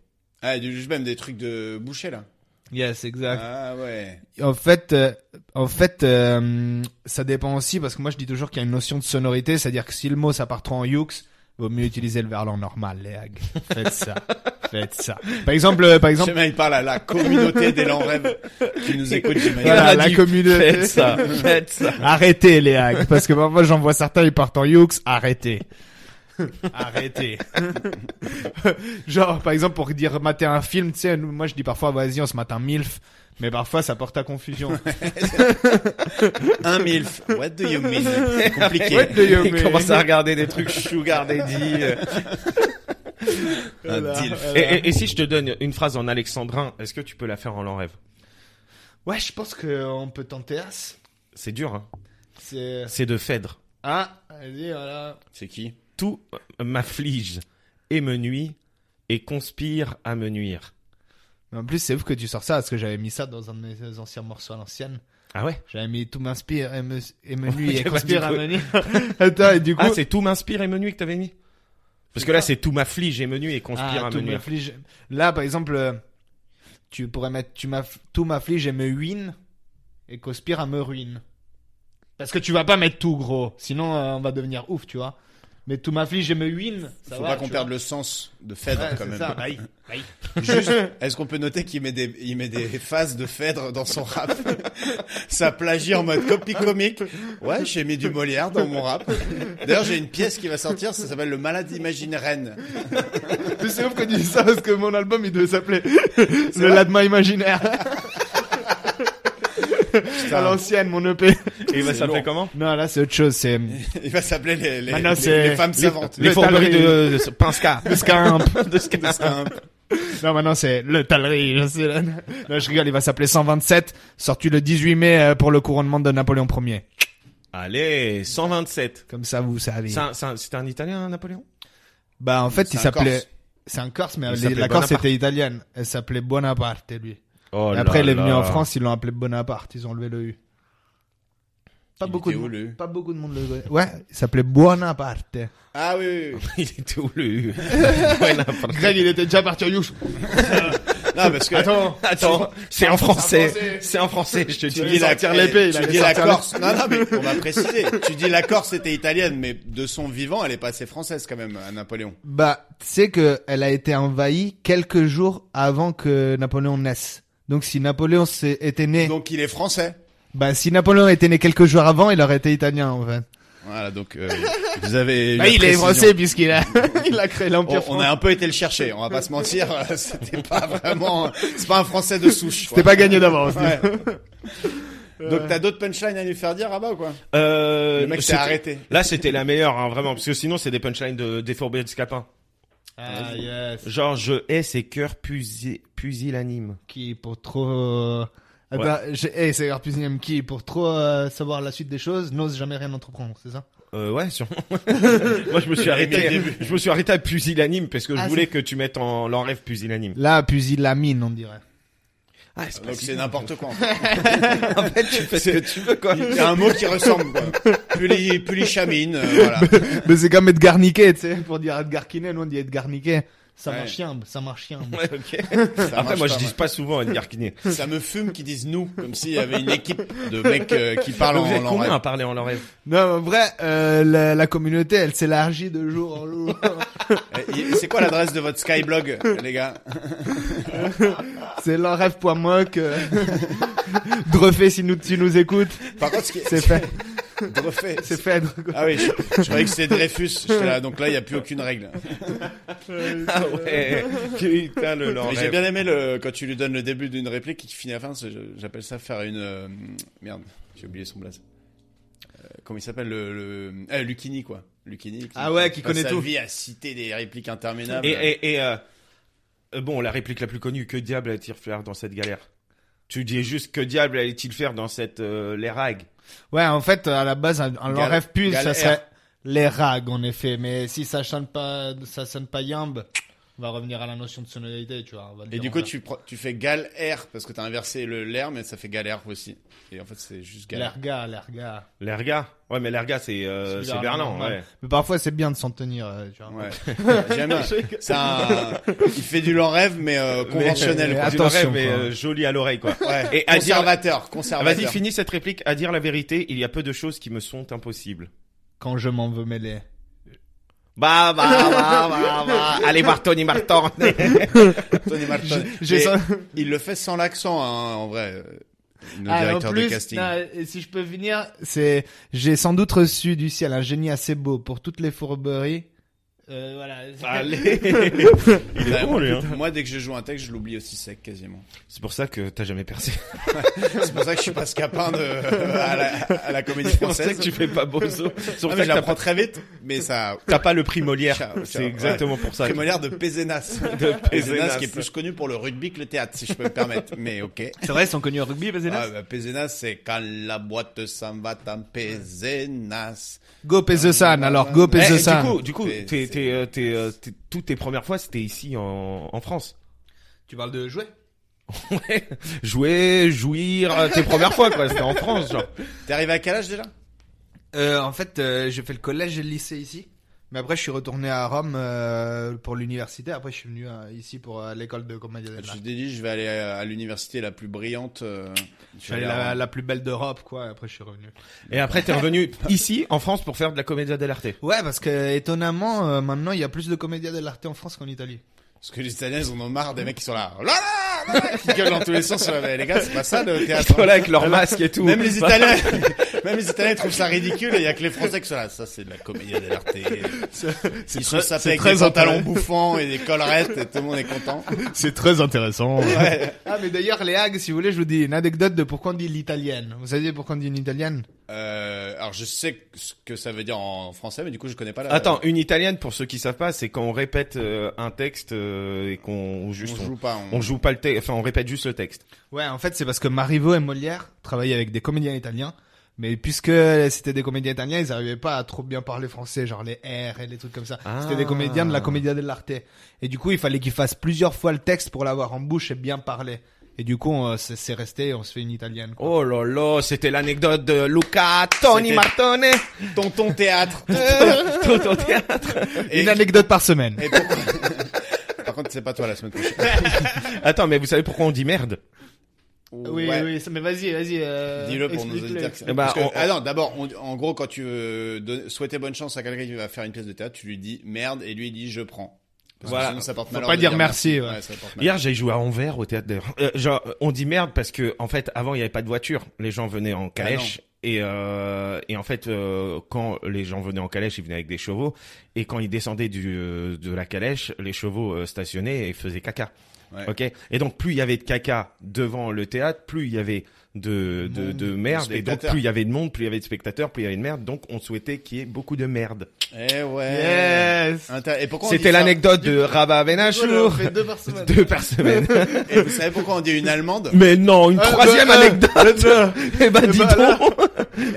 C: Ah, du juge même des trucs de boucher là.
D: yes exact
C: Ah ouais.
D: en fait, euh, en fait, euh, ça dépend aussi parce que moi je dis toujours qu'il y a une notion de sonorité, c'est-à-dire que si le mot ça part trop en hux, vaut mieux utiliser le verlan normal, les hags. Faites ça, faites ça. Par exemple, euh, par exemple,
C: Chemin, il parle à la communauté des lents rêves qui nous écoute, j'imagine.
D: Voilà, la
B: dit,
D: communauté.
B: Faites ça, faites ça.
D: arrêtez les hags parce que parfois j'en vois certains ils partent en hux, arrêtez. Arrêtez. Genre, par exemple, pour dire mater un film, tu sais, nous, moi je dis parfois, vas-y, on se mate un milf, mais parfois ça porte à confusion.
C: Un milf. What do you mean? C'est compliqué.
D: What do you
B: Il
D: mean
B: commence à regarder des trucs sugar daddy. euh.
C: Un
D: Voilà.
C: dilf.
B: Et, et- et si je te donne une phrase en alexandrin, est-ce que tu peux la faire en l'enrêve
D: Ouais, je pense qu'on peut tenter as.
B: C'est dur, hein.
D: C'est
B: C'est de Phèdre.
D: Ah, vas-y, voilà.
C: C'est qui?
B: Tout euh, m'afflige et me nuit et conspire à me nuire.
D: Mais en plus, c'est ouf que tu sors ça, parce que j'avais mis ça dans un de mes anciens morceaux à l'ancienne.
B: Ah ouais
D: J'avais mis tout m'inspire et me, et me nuit
B: Ouais,
D: et
B: bah,
D: conspire
B: du
D: à
B: coup-
D: me nuit. Attends, et du coup.
B: Ah, c'est tout m'inspire et me nuit que t'avais mis Parce que là, c'est tout m'afflige et me nuit et conspire
D: Ah,
B: à
D: tout
B: me nuire.
D: m'afflige. Là, par exemple, euh, tu pourrais mettre tu m'aff- tout m'afflige et me ruine et conspire à me ruine. Parce que tu vas pas mettre tout, gros. Sinon, euh, on va devenir ouf, tu vois. Mais tout m'afflige et me ruine. ça
C: Faut
D: va,
C: pas
D: tu
C: qu'on
D: vois.
C: perde le sens de Phèdre
D: Ouais,
C: quand
D: c'est
C: même.
D: ça, bah oui, bah oui.
C: Juste, est-ce qu'on peut noter qu'il met des, il met des phases de Phèdre dans son rap Ça plagie en mode copie comique. Ouais, j'ai mis du Molière dans mon rap. D'ailleurs, j'ai une pièce qui va sortir, ça s'appelle Le Malade Imagine Rennes.
D: Mais C'est ouf que tu dis ça parce que mon album il devait s'appeler Le
C: vrai
D: Ladma Imaginaire. à l'ancienne, mon E EP.
B: Et bah,
C: C'est
B: ça
C: lourd.
B: fait comment
D: Non, là, c'est autre chose, c'est
C: Il va s'appeler les, les,
D: Maintenant,
C: les-
D: c'est-
C: les femmes
D: les-
C: savantes.
D: Le
B: Les fourberies
D: talré.
B: de, de, Pinska.
D: le scamp.
B: De ce qu'elle a.
C: C'est un-
D: non, maintenant, c'est le talerie, je sais, là. Non, je rigole, il va s'appeler 127, sorti le 18 mai euh, pour le couronnement de Napoléon Ier.
B: Allez, 127.
D: Comme ça, vous savez.
B: C'est un- c'est un, c'était un Italien, Napoléon
D: Bah, en fait,
C: C'est
D: il
C: un
D: s'appelait...
C: Corse.
D: C'est un Corse, mais
B: Il
D: les-
B: s'appelait
D: la Corse
B: Bonaparte.
D: était italienne. Elle s'appelait Bonaparte, lui.
B: oh
D: Et après,
B: là
D: elle est venue
B: là.
D: en France, ils l'ont appelé Bonaparte, ils ont enlevé le U. Pas
C: Il
D: beaucoup, de
C: était où,
D: monde,
C: le U
D: pas beaucoup de monde le connaît. Ouais, il s'appelait Bonaparte.
C: Ah oui, oui, oui.
B: Il était où le U Ouais, n'importe quoi.
D: Greg, il était déjà parti à Youch.
C: Non, parce que
D: Attends,
B: Attends, c'est en
D: français.
B: français. C'est en français, je te dis.
C: tu dis la,
D: sortir l'épée, il
C: tu
D: allait
C: dis la
D: sortir
C: Corse. Non, non, mais on va préciser. tu dis la Corse était italienne, mais de son vivant, elle est passée française quand même à Napoléon.
D: Bah, tu sais que elle a été envahie quelques jours avant que Napoléon naisse. Donc si Napoléon s'est- était né,
C: Donc il est français.
D: bah si Napoléon était né quelques jours avant, il aurait été italien en fait.
C: Voilà, donc euh, vous avez. eu
D: Bah
C: la
D: il est
C: précision.
D: français puisqu'il a il a créé
C: On,
D: l'empire
C: on
D: français.
C: a un peu été le chercher. On va pas se mentir. euh, C'était pas vraiment. C'est pas un français de souche.
D: C'était
C: quoi.
D: pas gagné d'avance.
C: Ouais. Donc t'as d'autres punchlines à lui faire dire là-bas ou quoi
B: Euh,
C: Le mec s'est
B: c'était-
C: arrêté.
B: Là, c'était la meilleure, hein, vraiment, parce que sinon, c'est des punchlines de, des fourbiers de Scapin.
D: Ah yes.
B: Genre, je hais ces cœurs pusi- pusillanimes.
D: Qui pour trop. Attends, j'ai- eh, c'est Herpusium qui pour trop euh, savoir la suite des choses n'ose jamais rien entreprendre, c'est ça
B: Euh, ouais, sûrement. Moi, je me suis
C: dès
B: arrêté, je me suis arrêté à pusillanime parce que je
D: Ah,
B: voulais que tu mettes en, l'enrêve pusillanime.
D: Là, pusillamine, on dirait.
B: Ah, c'est
C: Donc c'est n'importe quoi. en fait.
B: En fait, tu fais ce que tu veux, quoi.
C: Il y a un mot qui ressemble. Quoi. Puli, pulichamine, euh, voilà.
D: Mais c'est comme Edgar Niquet, tu sais, pour dire Edgar Quinet, nous on dit Edgar Niquet. Ça
C: Ouais.
D: marche chien, ça marche chien.
B: Ouais, ok.
C: Ça
B: Après,
C: marche
B: moi,
C: pas,
B: je dis pas souvent Edgar Quinet.
C: moi. Ça me fume qu'ils disent nous, comme s'il y avait une équipe de mecs euh, qui parlent
B: Vous
C: en
B: êtes combien à
C: langue.
B: parler en l'enrêve?
D: Non, mais en vrai, euh, la, la communauté, elle s'élargit de jour en jour.
C: C'est quoi l'adresse de votre Skyblog, les gars
D: c'est l'enrêve.moc. Euh... Drefait, si nous, tu nous écoutes,
C: Par contre, ce qui est,
D: c'est fait,
C: de refait.
D: c'est fait. Dre- quoi.
C: Ah oui, je, je croyais que c'était Dreyfus. J'étais là, donc là, il n'y a plus aucune règle.
B: Ah ouais. Putain, le
C: Mais j'ai
B: l'enrêve.
C: bien aimé le, quand tu lui donnes le début d'une réplique et qui finit à la fin. c'est- je- J'appelle ça faire une euh, merde. J'ai oublié son blaze. Euh, Comment il s'appelle le, le eh, Lucini quoi. Lucini. Qui,
D: Ah ouais, qui
C: passe
D: connaît
C: sa
D: tout.
C: vie à citer des répliques interminables.
B: Et, et, et, euh, euh, bon, la réplique la plus connue, que diable allait-il faire dans cette galère? Tu dis juste que diable allait-il faire dans cette, euh, les rags?
D: Ouais, en fait, à la base, un,
C: Gal-
D: un l'enrêve pul, ça
C: galère.
D: serait les rags, en effet. Mais si ça sonne pas, ça sonne pas yambe, on va revenir à la notion de sonorité, tu vois. on va le
C: Et
D: dire
C: du
D: en
C: coup,
D: l'air.
C: tu, pro- tu fais galère parce que t'as inversé le l'air, mais ça fait galère aussi. Et en fait, c'est juste galère.
D: L'erga, l'erga.
B: L'erga? Ouais, mais l'erga, c'est, euh,
D: Celui-là,
B: c'est Berlin,
D: normal.
B: ouais.
D: Mais parfois, c'est bien de s'en tenir, euh, tu vois.
C: Ouais. J'aime. C'est un- Il fait du long rêve, mais euh, conventionnel.
D: mais
C: quoi.
B: Attention,
D: Attention,
B: mais
D: quoi.
B: euh, joli à l'oreille, quoi.
C: Ouais.
B: Et à dire-
C: conservateur,
B: Ah,
C: conservateur.
B: Vas-y, finis cette réplique. À dire la vérité, il y a peu de choses qui me sont impossibles.
D: Quand je m'en veux mêler.
B: Bah, bah, bah, bah, bah. Allez voir Tony Martin.
C: Tony Martin.
D: J'ai
C: Et
D: ça-
C: Il le fait sans l'accent, hein, en vrai. euh, Nos
D: Ah,
C: directeurs
D: en plus,
C: de casting.
D: non, et si je peux venir, c'est j'ai sans doute reçu du ciel un génie assez beau pour toutes les fourberies. Euh, voilà.
C: Ah,
B: Allez. Il
C: Ouais,
B: est bon, lui, hein.
C: Moi, dès que je joue un texte, je l'oublie aussi sec quasiment.
B: C'est pour ça que t'as jamais percé.
C: C'est pour ça que je suis pas scapin de, euh, à, la, à la comédie
B: C'est pour ça
C: française.
B: que tu fais pas bozo. C'est
C: Ah,
B: pour
C: mais
B: ça que
C: je
B: t'as
C: l'apprends
B: pas,
C: très vite, mais ça.
B: t'as pas le prix Molière.
C: Ciao, ciao.
B: C'est exactement pour ça.
C: Très
B: que-
C: molière de Pézenas.
B: de
C: Pézenas qui est
B: Pézenas.
C: plus connu pour le rugby que le théâtre, si je peux me permettre. Mais ok.
D: C'est vrai, ils sont connus au rugby,
C: Ah, bah, Pézenas, c'est quand la boîte s'en va, t'en Pézenas.
D: Go Pezesan,
C: ah,
D: alors go
B: Eh,
D: Pezesan.
B: du coup, du coup,
C: C'est-
B: t'es,
C: c'est-
B: t'es, euh, t'es, euh, t'es- toutes tes premières fois, c'était ici en, en France.
D: tu parles de jouer
B: Ouais. Jouer, jouir, euh, tes premières fois, quoi. C'était en France, genre.
C: T'es arrivé à quel âge déjà
D: euh, En fait, euh, j'ai fait le collège et le lycée ici. Mais après, je suis retourné à Rome euh, pour l'université. Après, je suis venu euh, ici pour euh, l'école de comédie
C: Je
D: dell'arte.
C: t'ai dit, je vais aller à à l'université la plus brillante. euh,
D: Je suis allé à la, la plus belle d'Europe, quoi. et Après, je suis revenu.
B: Et après, t'es revenu ici, en France, pour faire de la comédia dell'arte.
D: Ouais, parce que étonnamment, euh, maintenant, il y a plus de comédiens de l'arte en France qu'en Italie.
C: Parce que les Italiens, ils en ont marre des mecs qui sont là. Là, là, qui gueulent dans tous les sens. Ouais, mais les gars, c'est pas ça Ah, le théâtre. hein.
E: Voilà, avec leur masque et tout.
C: Même les
B: Bah,
C: Italiens, même les Italiens ils trouvent ça ridicule et il y a que les Français qui sont là. Ça, c'est de la comédie dell'arte. Ils se sapent avec
D: très
C: des pantalons
D: intéressant.
C: bouffants et des collerettes et tout le monde est content.
D: C'est très intéressant.
C: Ouais.
D: Ah, mais d'ailleurs, les hags, si vous voulez, je vous dis une anecdote de pourquoi on dit l'italienne. Vous savez pourquoi on dit une italienne
C: Euh, alors je sais ce que ça veut dire en français, mais du coup je connais pas la.
B: Attends, une italienne pour ceux qui savent pas, c'est quand on répète euh, un texte euh, et qu'on
C: on
B: juste on,
C: joue pas.
B: on joue pas le texte, enfin on répète juste le texte.
D: Ouais, en fait, c'est parce que Marivaux et Molière travaillaient avec des comédiens italiens. Mais puisque c'était des comédiens italiens, ils n'arrivaient pas à trop bien parler français, genre les R et les trucs comme ça.
B: Ah.
D: C'était des comédiens de la Commedia dell'arte. Et du coup, il fallait qu'ils fassent plusieurs fois le texte pour l'avoir en bouche et bien parler. Et du coup, on- euh, c'est c'est resté, on se fait une italienne. quoi.
B: Oh là là, c'était l'anecdote de Luca Toni
C: C'était-
B: Martone.
C: Tonton théâtre.
B: Tonton théâtre.
C: Et-
D: Une anecdote par semaine.
C: Et pourquoi Par contre, c'est pas toi la semaine prochaine.
B: Attends, mais vous savez pourquoi on dit merde
D: Oui,
C: Ouais.
D: oui, ça- mais vas-y, vas-y. euh,
C: Dis-le pour nous
D: explique-le.
C: dire.
B: Eh ben,
C: Parce que-
B: on-
C: ah non, d'abord, on- en gros, quand tu veux don- souhaiter bonne chance à quelqu'un qui va faire une pièce de théâtre, tu lui dis merde et lui il dit je prends. Parce que
B: Voilà.
C: sinon, ça porte
D: Faut
C: malheur.
D: pas
C: de
D: dire merci, ouais.
C: Ouais, ça porte malheur.
B: Hier, j'ai joué à Anvers au théâtre d'ailleurs. Euh, genre, on dit merde parce que en fait, avant, il n'y avait pas de voiture. Les gens venaient
C: Ah
B: en calèche. et, euh, et en fait, euh, quand les gens venaient en calèche, ils venaient avec des chevaux. Et quand ils descendaient du, euh, de la calèche, les chevaux euh, stationnaient et faisaient caca.
C: Ouais.
B: Ok. Et donc, plus il y avait de caca devant le théâtre, plus il y avait de, de, de merde. Et donc,
C: spectateurs.
B: plus il y avait de monde, plus il y avait de spectateurs, plus il y avait de merde. Donc, on souhaitait qu'il y ait beaucoup de merde.
C: Eh ouais.
D: Yes.
C: Inté- Et pourquoi on
B: C'était
C: dit ça
B: l'anecdote de Rabat
D: Voilà, on
B: Benachour.
D: fait deux par semaine.
B: Deux par semaine.
C: Et Eh, vous savez pourquoi on dit une allemande
B: Mais non, une
D: Euh,
B: troisième
D: bah, euh,
B: anecdote. eh
C: euh,
B: ben, dis
C: bah,
D: voilà.
B: donc.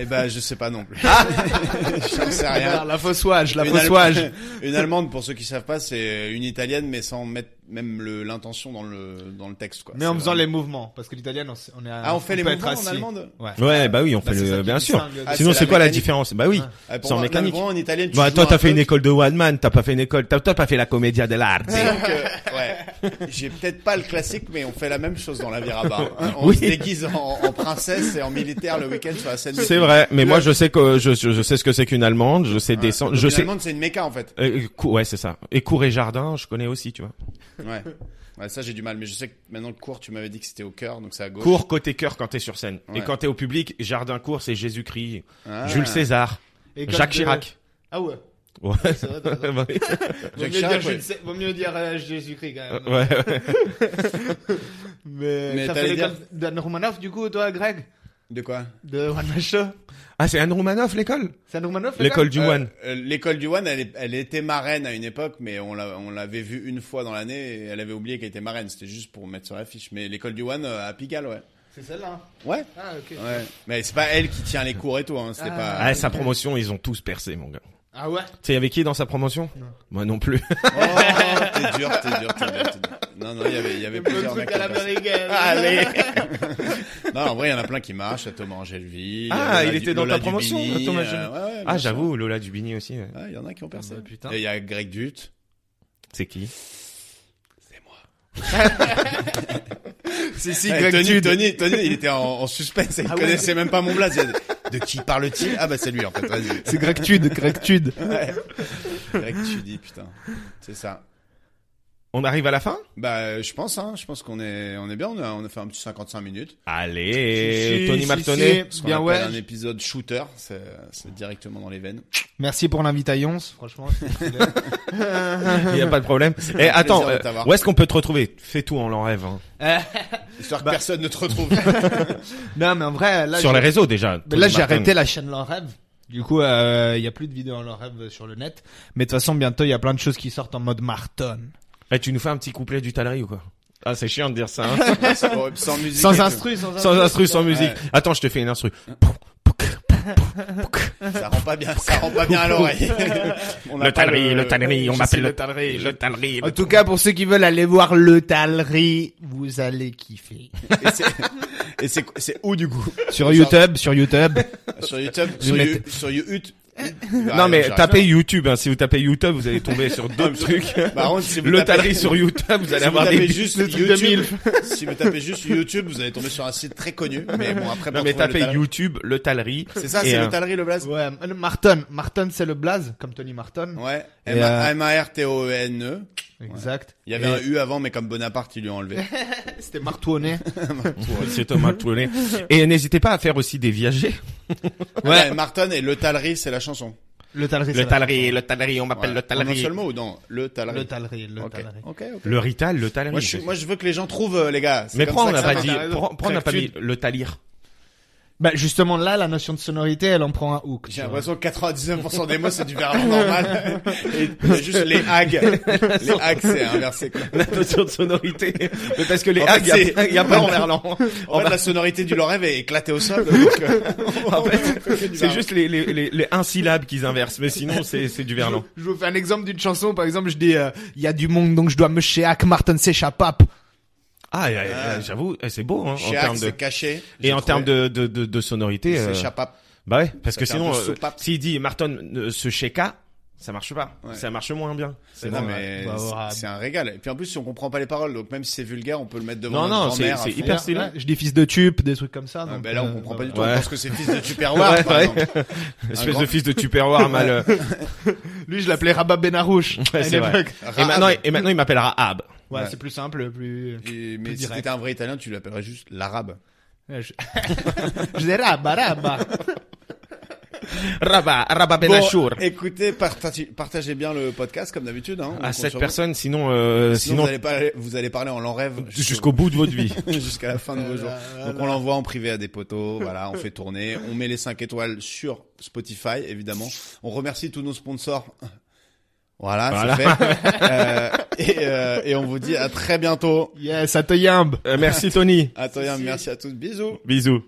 C: Eh ben, je sais pas non plus. J'en sais rien.
D: Ah, La fausse wage, la
C: Une
D: fausse
C: Allem-
D: wage.
C: Une allemande, pour ceux qui savent pas, c'est une italienne, mais sans mettre même le- l'intention dans le dans le texte quoi.
D: Mais en
C: C'est
D: faisant
C: vraiment-
D: les mouvements, parce que l'italienne, on, s- on est.
C: Ah, on fait les
D: peut être
C: mouvements en
D: assis.
C: allemande
D: Ouais.
B: Ouais, bah oui, on
D: Bah,
B: fait
D: c'est ça
B: le,
D: qui
B: bien sûr.
D: distingue.
C: Ah,
B: Sinon,
C: c'est
B: c'est
C: la
B: quoi la
C: mécanique.
B: différence Bah oui.
D: Ouais.
C: Ah, pour
B: C'est en
C: moi,
B: mécanique.
C: normalement, en italien, tu
B: Bah,
C: joues
B: toi,
C: un
B: t'as fait une
C: truc.
B: école de one man, t'as pas fait une école, t'as, toi, t'as fait la commedia dell'arte.
C: Donc, euh, ouais. J'ai peut-être pas le classique, mais on fait la même chose dans la vie rabat. Hein, On
B: Oui.
C: se déguise en, en princesse et en militaire le week-end sur la scène. de-
B: C'est vrai, mais moi, je sais que je, je, je sais ce que c'est qu'une allemande, je sais
C: Ouais.
B: descendre,
C: Donc,
B: je
C: Ah, une
B: sais.
C: Allemande, c'est une méca en fait.
B: Euh, cou- ouais, c'est ça. Et cours et jardin, je connais aussi, tu vois.
C: Ouais. Ouais, ça j'ai du mal, mais je sais que maintenant que cours, tu m'avais dit que c'était au cœur, donc c'est à gauche.
B: Cours côté cœur quand t'es sur scène,
C: Ouais.
B: et quand t'es au public, jardin cours, c'est Jésus-Christ,
C: Ah.
B: Jules César,
D: Et quand
B: Jacques
D: de-
B: Chirac.
D: Ah ouais.
B: Ouais.
D: c'est vrai, t'as raison.
B: Bah oui.
D: Vaut mieux
C: Jacques Chirac,
D: dire
C: ouais.
D: Jules Cé- Vaut mieux dire euh, Jésus-Christ quand même.
B: ouais.
D: Mais,
C: Mais
D: t'as
C: t'allais
D: fait l'école d'Anne Romanoff du coup, toi, Greg
C: De quoi
D: De Juan Macho
B: Ah, c'est Anne Romanoff, l'école?
D: C'est Anne Romanoff le
B: L'école
D: gars
B: du
C: Euh,
B: one.
C: euh, L'école du One, elle, est- elle était marraine à une époque, mais on l'a- on l'avait vue une fois dans l'année et elle avait oublié qu'elle était marraine. C'était juste pour mettre sur l'affiche. Mais l'école du One euh, à Pigalle, ouais.
D: C'est celle-là. hein.
C: Ouais.
D: Ah, ok.
C: Ouais. Mais c'est pas elle qui tient les cours et tout. Hein. C'était
D: Ah.
C: pas.
B: Ah, sa promotion, ils ont tous percé, mon gars.
D: Ah ouais
B: Tu sais, il y avait qui dans sa promotion
D: Non. Ah,
B: Moi non plus.
C: Oh, t'es dur, t'es dur, t'es dur, t'es dur. Non, non, il y avait, il y avait
D: Le bon
C: plusieurs
D: truc
C: mecs.
D: à
C: comme ça.
D: l'américaine.
C: Allez. non, en vrai, il y en a plein qui marchent. Il y a Thomas Angelville. y a
B: Ah,
C: Lola
B: il
C: Du-
B: était dans
C: Lola
B: ta promotion,
C: Dubini,
B: Thomas
C: euh,
B: Angelville.
C: ouais, ouais, bien
B: Ah,
C: sûr.
B: j'avoue, Lola Dubini aussi. ouais.
C: Ah, il y en a qui ont percé.
D: bah, putain.
C: Et il y a Greg Dutt.
B: C'est qui
D: Si, si,
C: Eh,
D: Greg
C: Tony,
D: Jude.
C: Tony, Tony, il était en, en suspense. Il
D: Ah ouais.
C: connaissait même pas mon blaze. Il a dit, De qui parle-t-il Ah bah c'est lui en fait. Vas-y.
D: C'est Greg Tude, Greg Tude.
C: Ouais. Greg, tu dis putain. C'est ça.
B: On arrive à la fin
C: Bah euh, je pense hein. Je pense qu'on est on est bien. On a, on a fait un petit 55 minutes.
B: Allez,
D: Si, si,
B: Tony
D: si,
B: Martonnet.
C: Ce
D: si.
C: qu'on
D: Bien
C: appelle
D: ouais.
C: Un épisode shooter. C'est c'est directement dans les veines.
D: Merci pour l'invitation, franchement.
B: Il y a pas de problème. Et
C: un
B: attends,
C: plaisir de
B: euh,
C: t'avoir.
B: où est-ce qu'on peut te retrouver Fais tout, on l'en rêve. hein.
C: Histoire que
B: Bah.
C: personne ne te retrouve.
D: non, mais en vrai, là,
B: Sur
D: j'ai-
B: les réseaux déjà.
D: Mais
B: Tony
D: là, j'ai
B: Martonnet.
D: arrêté la chaîne Leur Rêve. Du coup, il euh, y a plus de vidéos en Leur Rêve sur le net. Mais de toute façon, bientôt, il y a plein de choses qui sortent en mode Marton.
B: Eh, tu nous fais un petit couplet du Talerie ou quoi Ah, c'est chiant de dire ça. hein.
C: sans, sans musique. et
D: Sans
C: tout.
D: instru, sans instru.
B: sans instru, sans musique.
C: Ouais.
B: Attends, je te fais une instru.
C: Ça rend pas bien. Ça rend pas bien à l'oreille. On n'a
B: Le
C: pas
B: Talerie, le Talerie, on
D: Je
B: m'appelle
D: suis
B: le
D: euh, le Talerie,
B: le Talerie.
D: En tout cas, pour ceux qui veulent aller voir le Talerie, vous allez kiffer.
C: Et c'est- Et c'est c'est où du coup
D: Sur YouTube, sur YouTube.
C: Sur YouTube. Sur
D: mettez-
C: You- sur Ah, YouTube.
B: Non
D: Ah,
B: mais tapez YouTube. hein. Si vous tapez YouTube, vous allez tomber sur d'autres trucs.
C: Par
D: bah,
C: contre, si vous
B: Le
C: tapez-
B: Talerie sur YouTube, vous allez
C: si vous
B: avoir
C: tapez
B: des
C: juste
B: des trucs de
C: YouTube,
B: mille.
C: si vous tapez juste YouTube, vous allez tomber sur un site très connu. Mais bon, après,
B: Non
C: pour
B: mais
C: trouver Ah, le
B: tapez
C: talent-
B: YouTube, le Talerie.
C: C'est ça,
B: Et,
C: c'est
B: euh,
C: le talerie, le blaze.
D: Ouais, euh, le Marton. Marton, c'est le blaze, comme Tony Marton.
C: Ouais.
D: Et, euh,
C: M-A-R-T-O-E-N-E.
D: Exact.
C: E Il y avait un U avant, mais comme Bonaparte, il lui a enlevé.
D: C'était marteau-nez.
B: C'est Thomas Trollet. Et n'hésitez pas à faire aussi des viagers.
C: ouais. Martin et Le Talerie, c'est la chanson.
D: Le talerie.
B: Le talerie, le talerie, on
C: Ouais.
B: m'appelle le
C: En un
B: talerie.
C: seul mot ou non Le Talerie.
D: Le talerie, le
C: Ok.
D: talerie.
C: Ok, ok.
B: Le rital, le talerie.
C: Moi je, suis- moi, je veux que les gens trouvent, euh, les gars. C'est
B: mais
C: comme
B: pourquoi
C: ça
B: on
C: que
B: n'a
C: ça
B: pas
C: marche.
B: dit, pourquoi pourquoi on n'a pas mis
C: Créctute.
B: le talir?
D: Bah, justement, là, la notion de sonorité, elle en prend un hook. tu
C: J'ai
D: vois.
C: l'impression que 99% des mots, c'est du verlan normal. Et il y a juste les hags. Les hags, c'est inversé, quoi.
B: La notion de sonorité. Mais parce que les
C: En fait,
B: hags, il y a
C: c'est-
B: plein- il y a plein en verlan.
C: En fait, la sonorité du Lorraine est éclatée au sol. donc, euh,
B: bah. En
C: on fait
B: fait,
C: du
B: c'est
C: verlan.
B: juste les, les, les, les un syllabe qu'ils inversent. Mais sinon, c'est, c'est du verlan.
D: Je vous fais un exemple d'une chanson, par exemple, je dis, euh, il y a du monde, donc je dois me chéac, Martin Sechapap.
B: Ah, et, euh, j'avoue, eh, c'est beau, hein, en
C: Chiac,
B: termes de,
C: c'est caché.
B: et en termes de, de, de, de sonorité. euh,
C: C'est chapap.
B: Bah ouais, parce
C: Ça
B: que
C: fait un
B: sinon,
C: peu
B: euh,
C: soupape.
B: s'il dit Martin euh, se sheka, ça marche pas.
C: Ouais.
B: Ça marche moins bien.
C: C'est non, mais
D: Bah,
C: c'est-
D: bah,
C: c'est un régal. Et puis en plus, si on comprend pas les paroles, donc même si c'est vulgaire, on peut le mettre devant
B: Non,
C: notre
B: non, c'est-
C: grand-mère à
B: c'est
C: fond.
B: hyper stylé.
D: Ouais, je dis fils de tube, des trucs comme ça.
C: Ah,
D: donc,
C: ben là, on
D: euh,
C: comprend pas du tout.
B: ouais.
C: On pense que c'est fils de Tupperware,
B: Ouais,
C: par
B: ouais.
C: exemple.
B: Espèce
C: grand-
B: de fils de Tupperware mal. euh,
D: Lui, je l'appelais Rabat Benarouche.
B: ouais,
D: à
B: c'est
D: une
B: vrai.
D: époque.
C: Ah,
B: Et maintenant, et maintenant, il m'appellera Ab.
D: Ouais,
C: Ouais.
D: c'est plus simple, plus...
C: Et- mais
D: Plus
C: si
D: direct.
C: t'étais un vrai Italien, tu l'appellerais juste l'arabe.
D: Ouais, Je, euh, je dis Rabat, Rabat.
B: Rabba, Rabba Benachour.
C: écoutez, partagez, partagez bien le podcast comme d'habitude. Hein,
B: à
C: On
B: cette
C: compte sur vous.
B: personne, sinon, euh, sinon,
C: Sinon, vous, allez pas, vous allez parler en l'en rêve
B: jusqu'au bout de votre vie.
C: jusqu'à la fin de vos jours. Donc on l'envoie en privé à des poteaux, voilà, on fait tourner, on met les 5 étoiles sur Spotify évidemment. On remercie tous nos sponsors. Voilà, c'est fait. Euh, et, euh, et on vous dit à très bientôt.
D: Yes, à te yambe.
B: Euh, merci Tony.
C: À toi, Yann, merci à tous, bisous.
B: Bisous.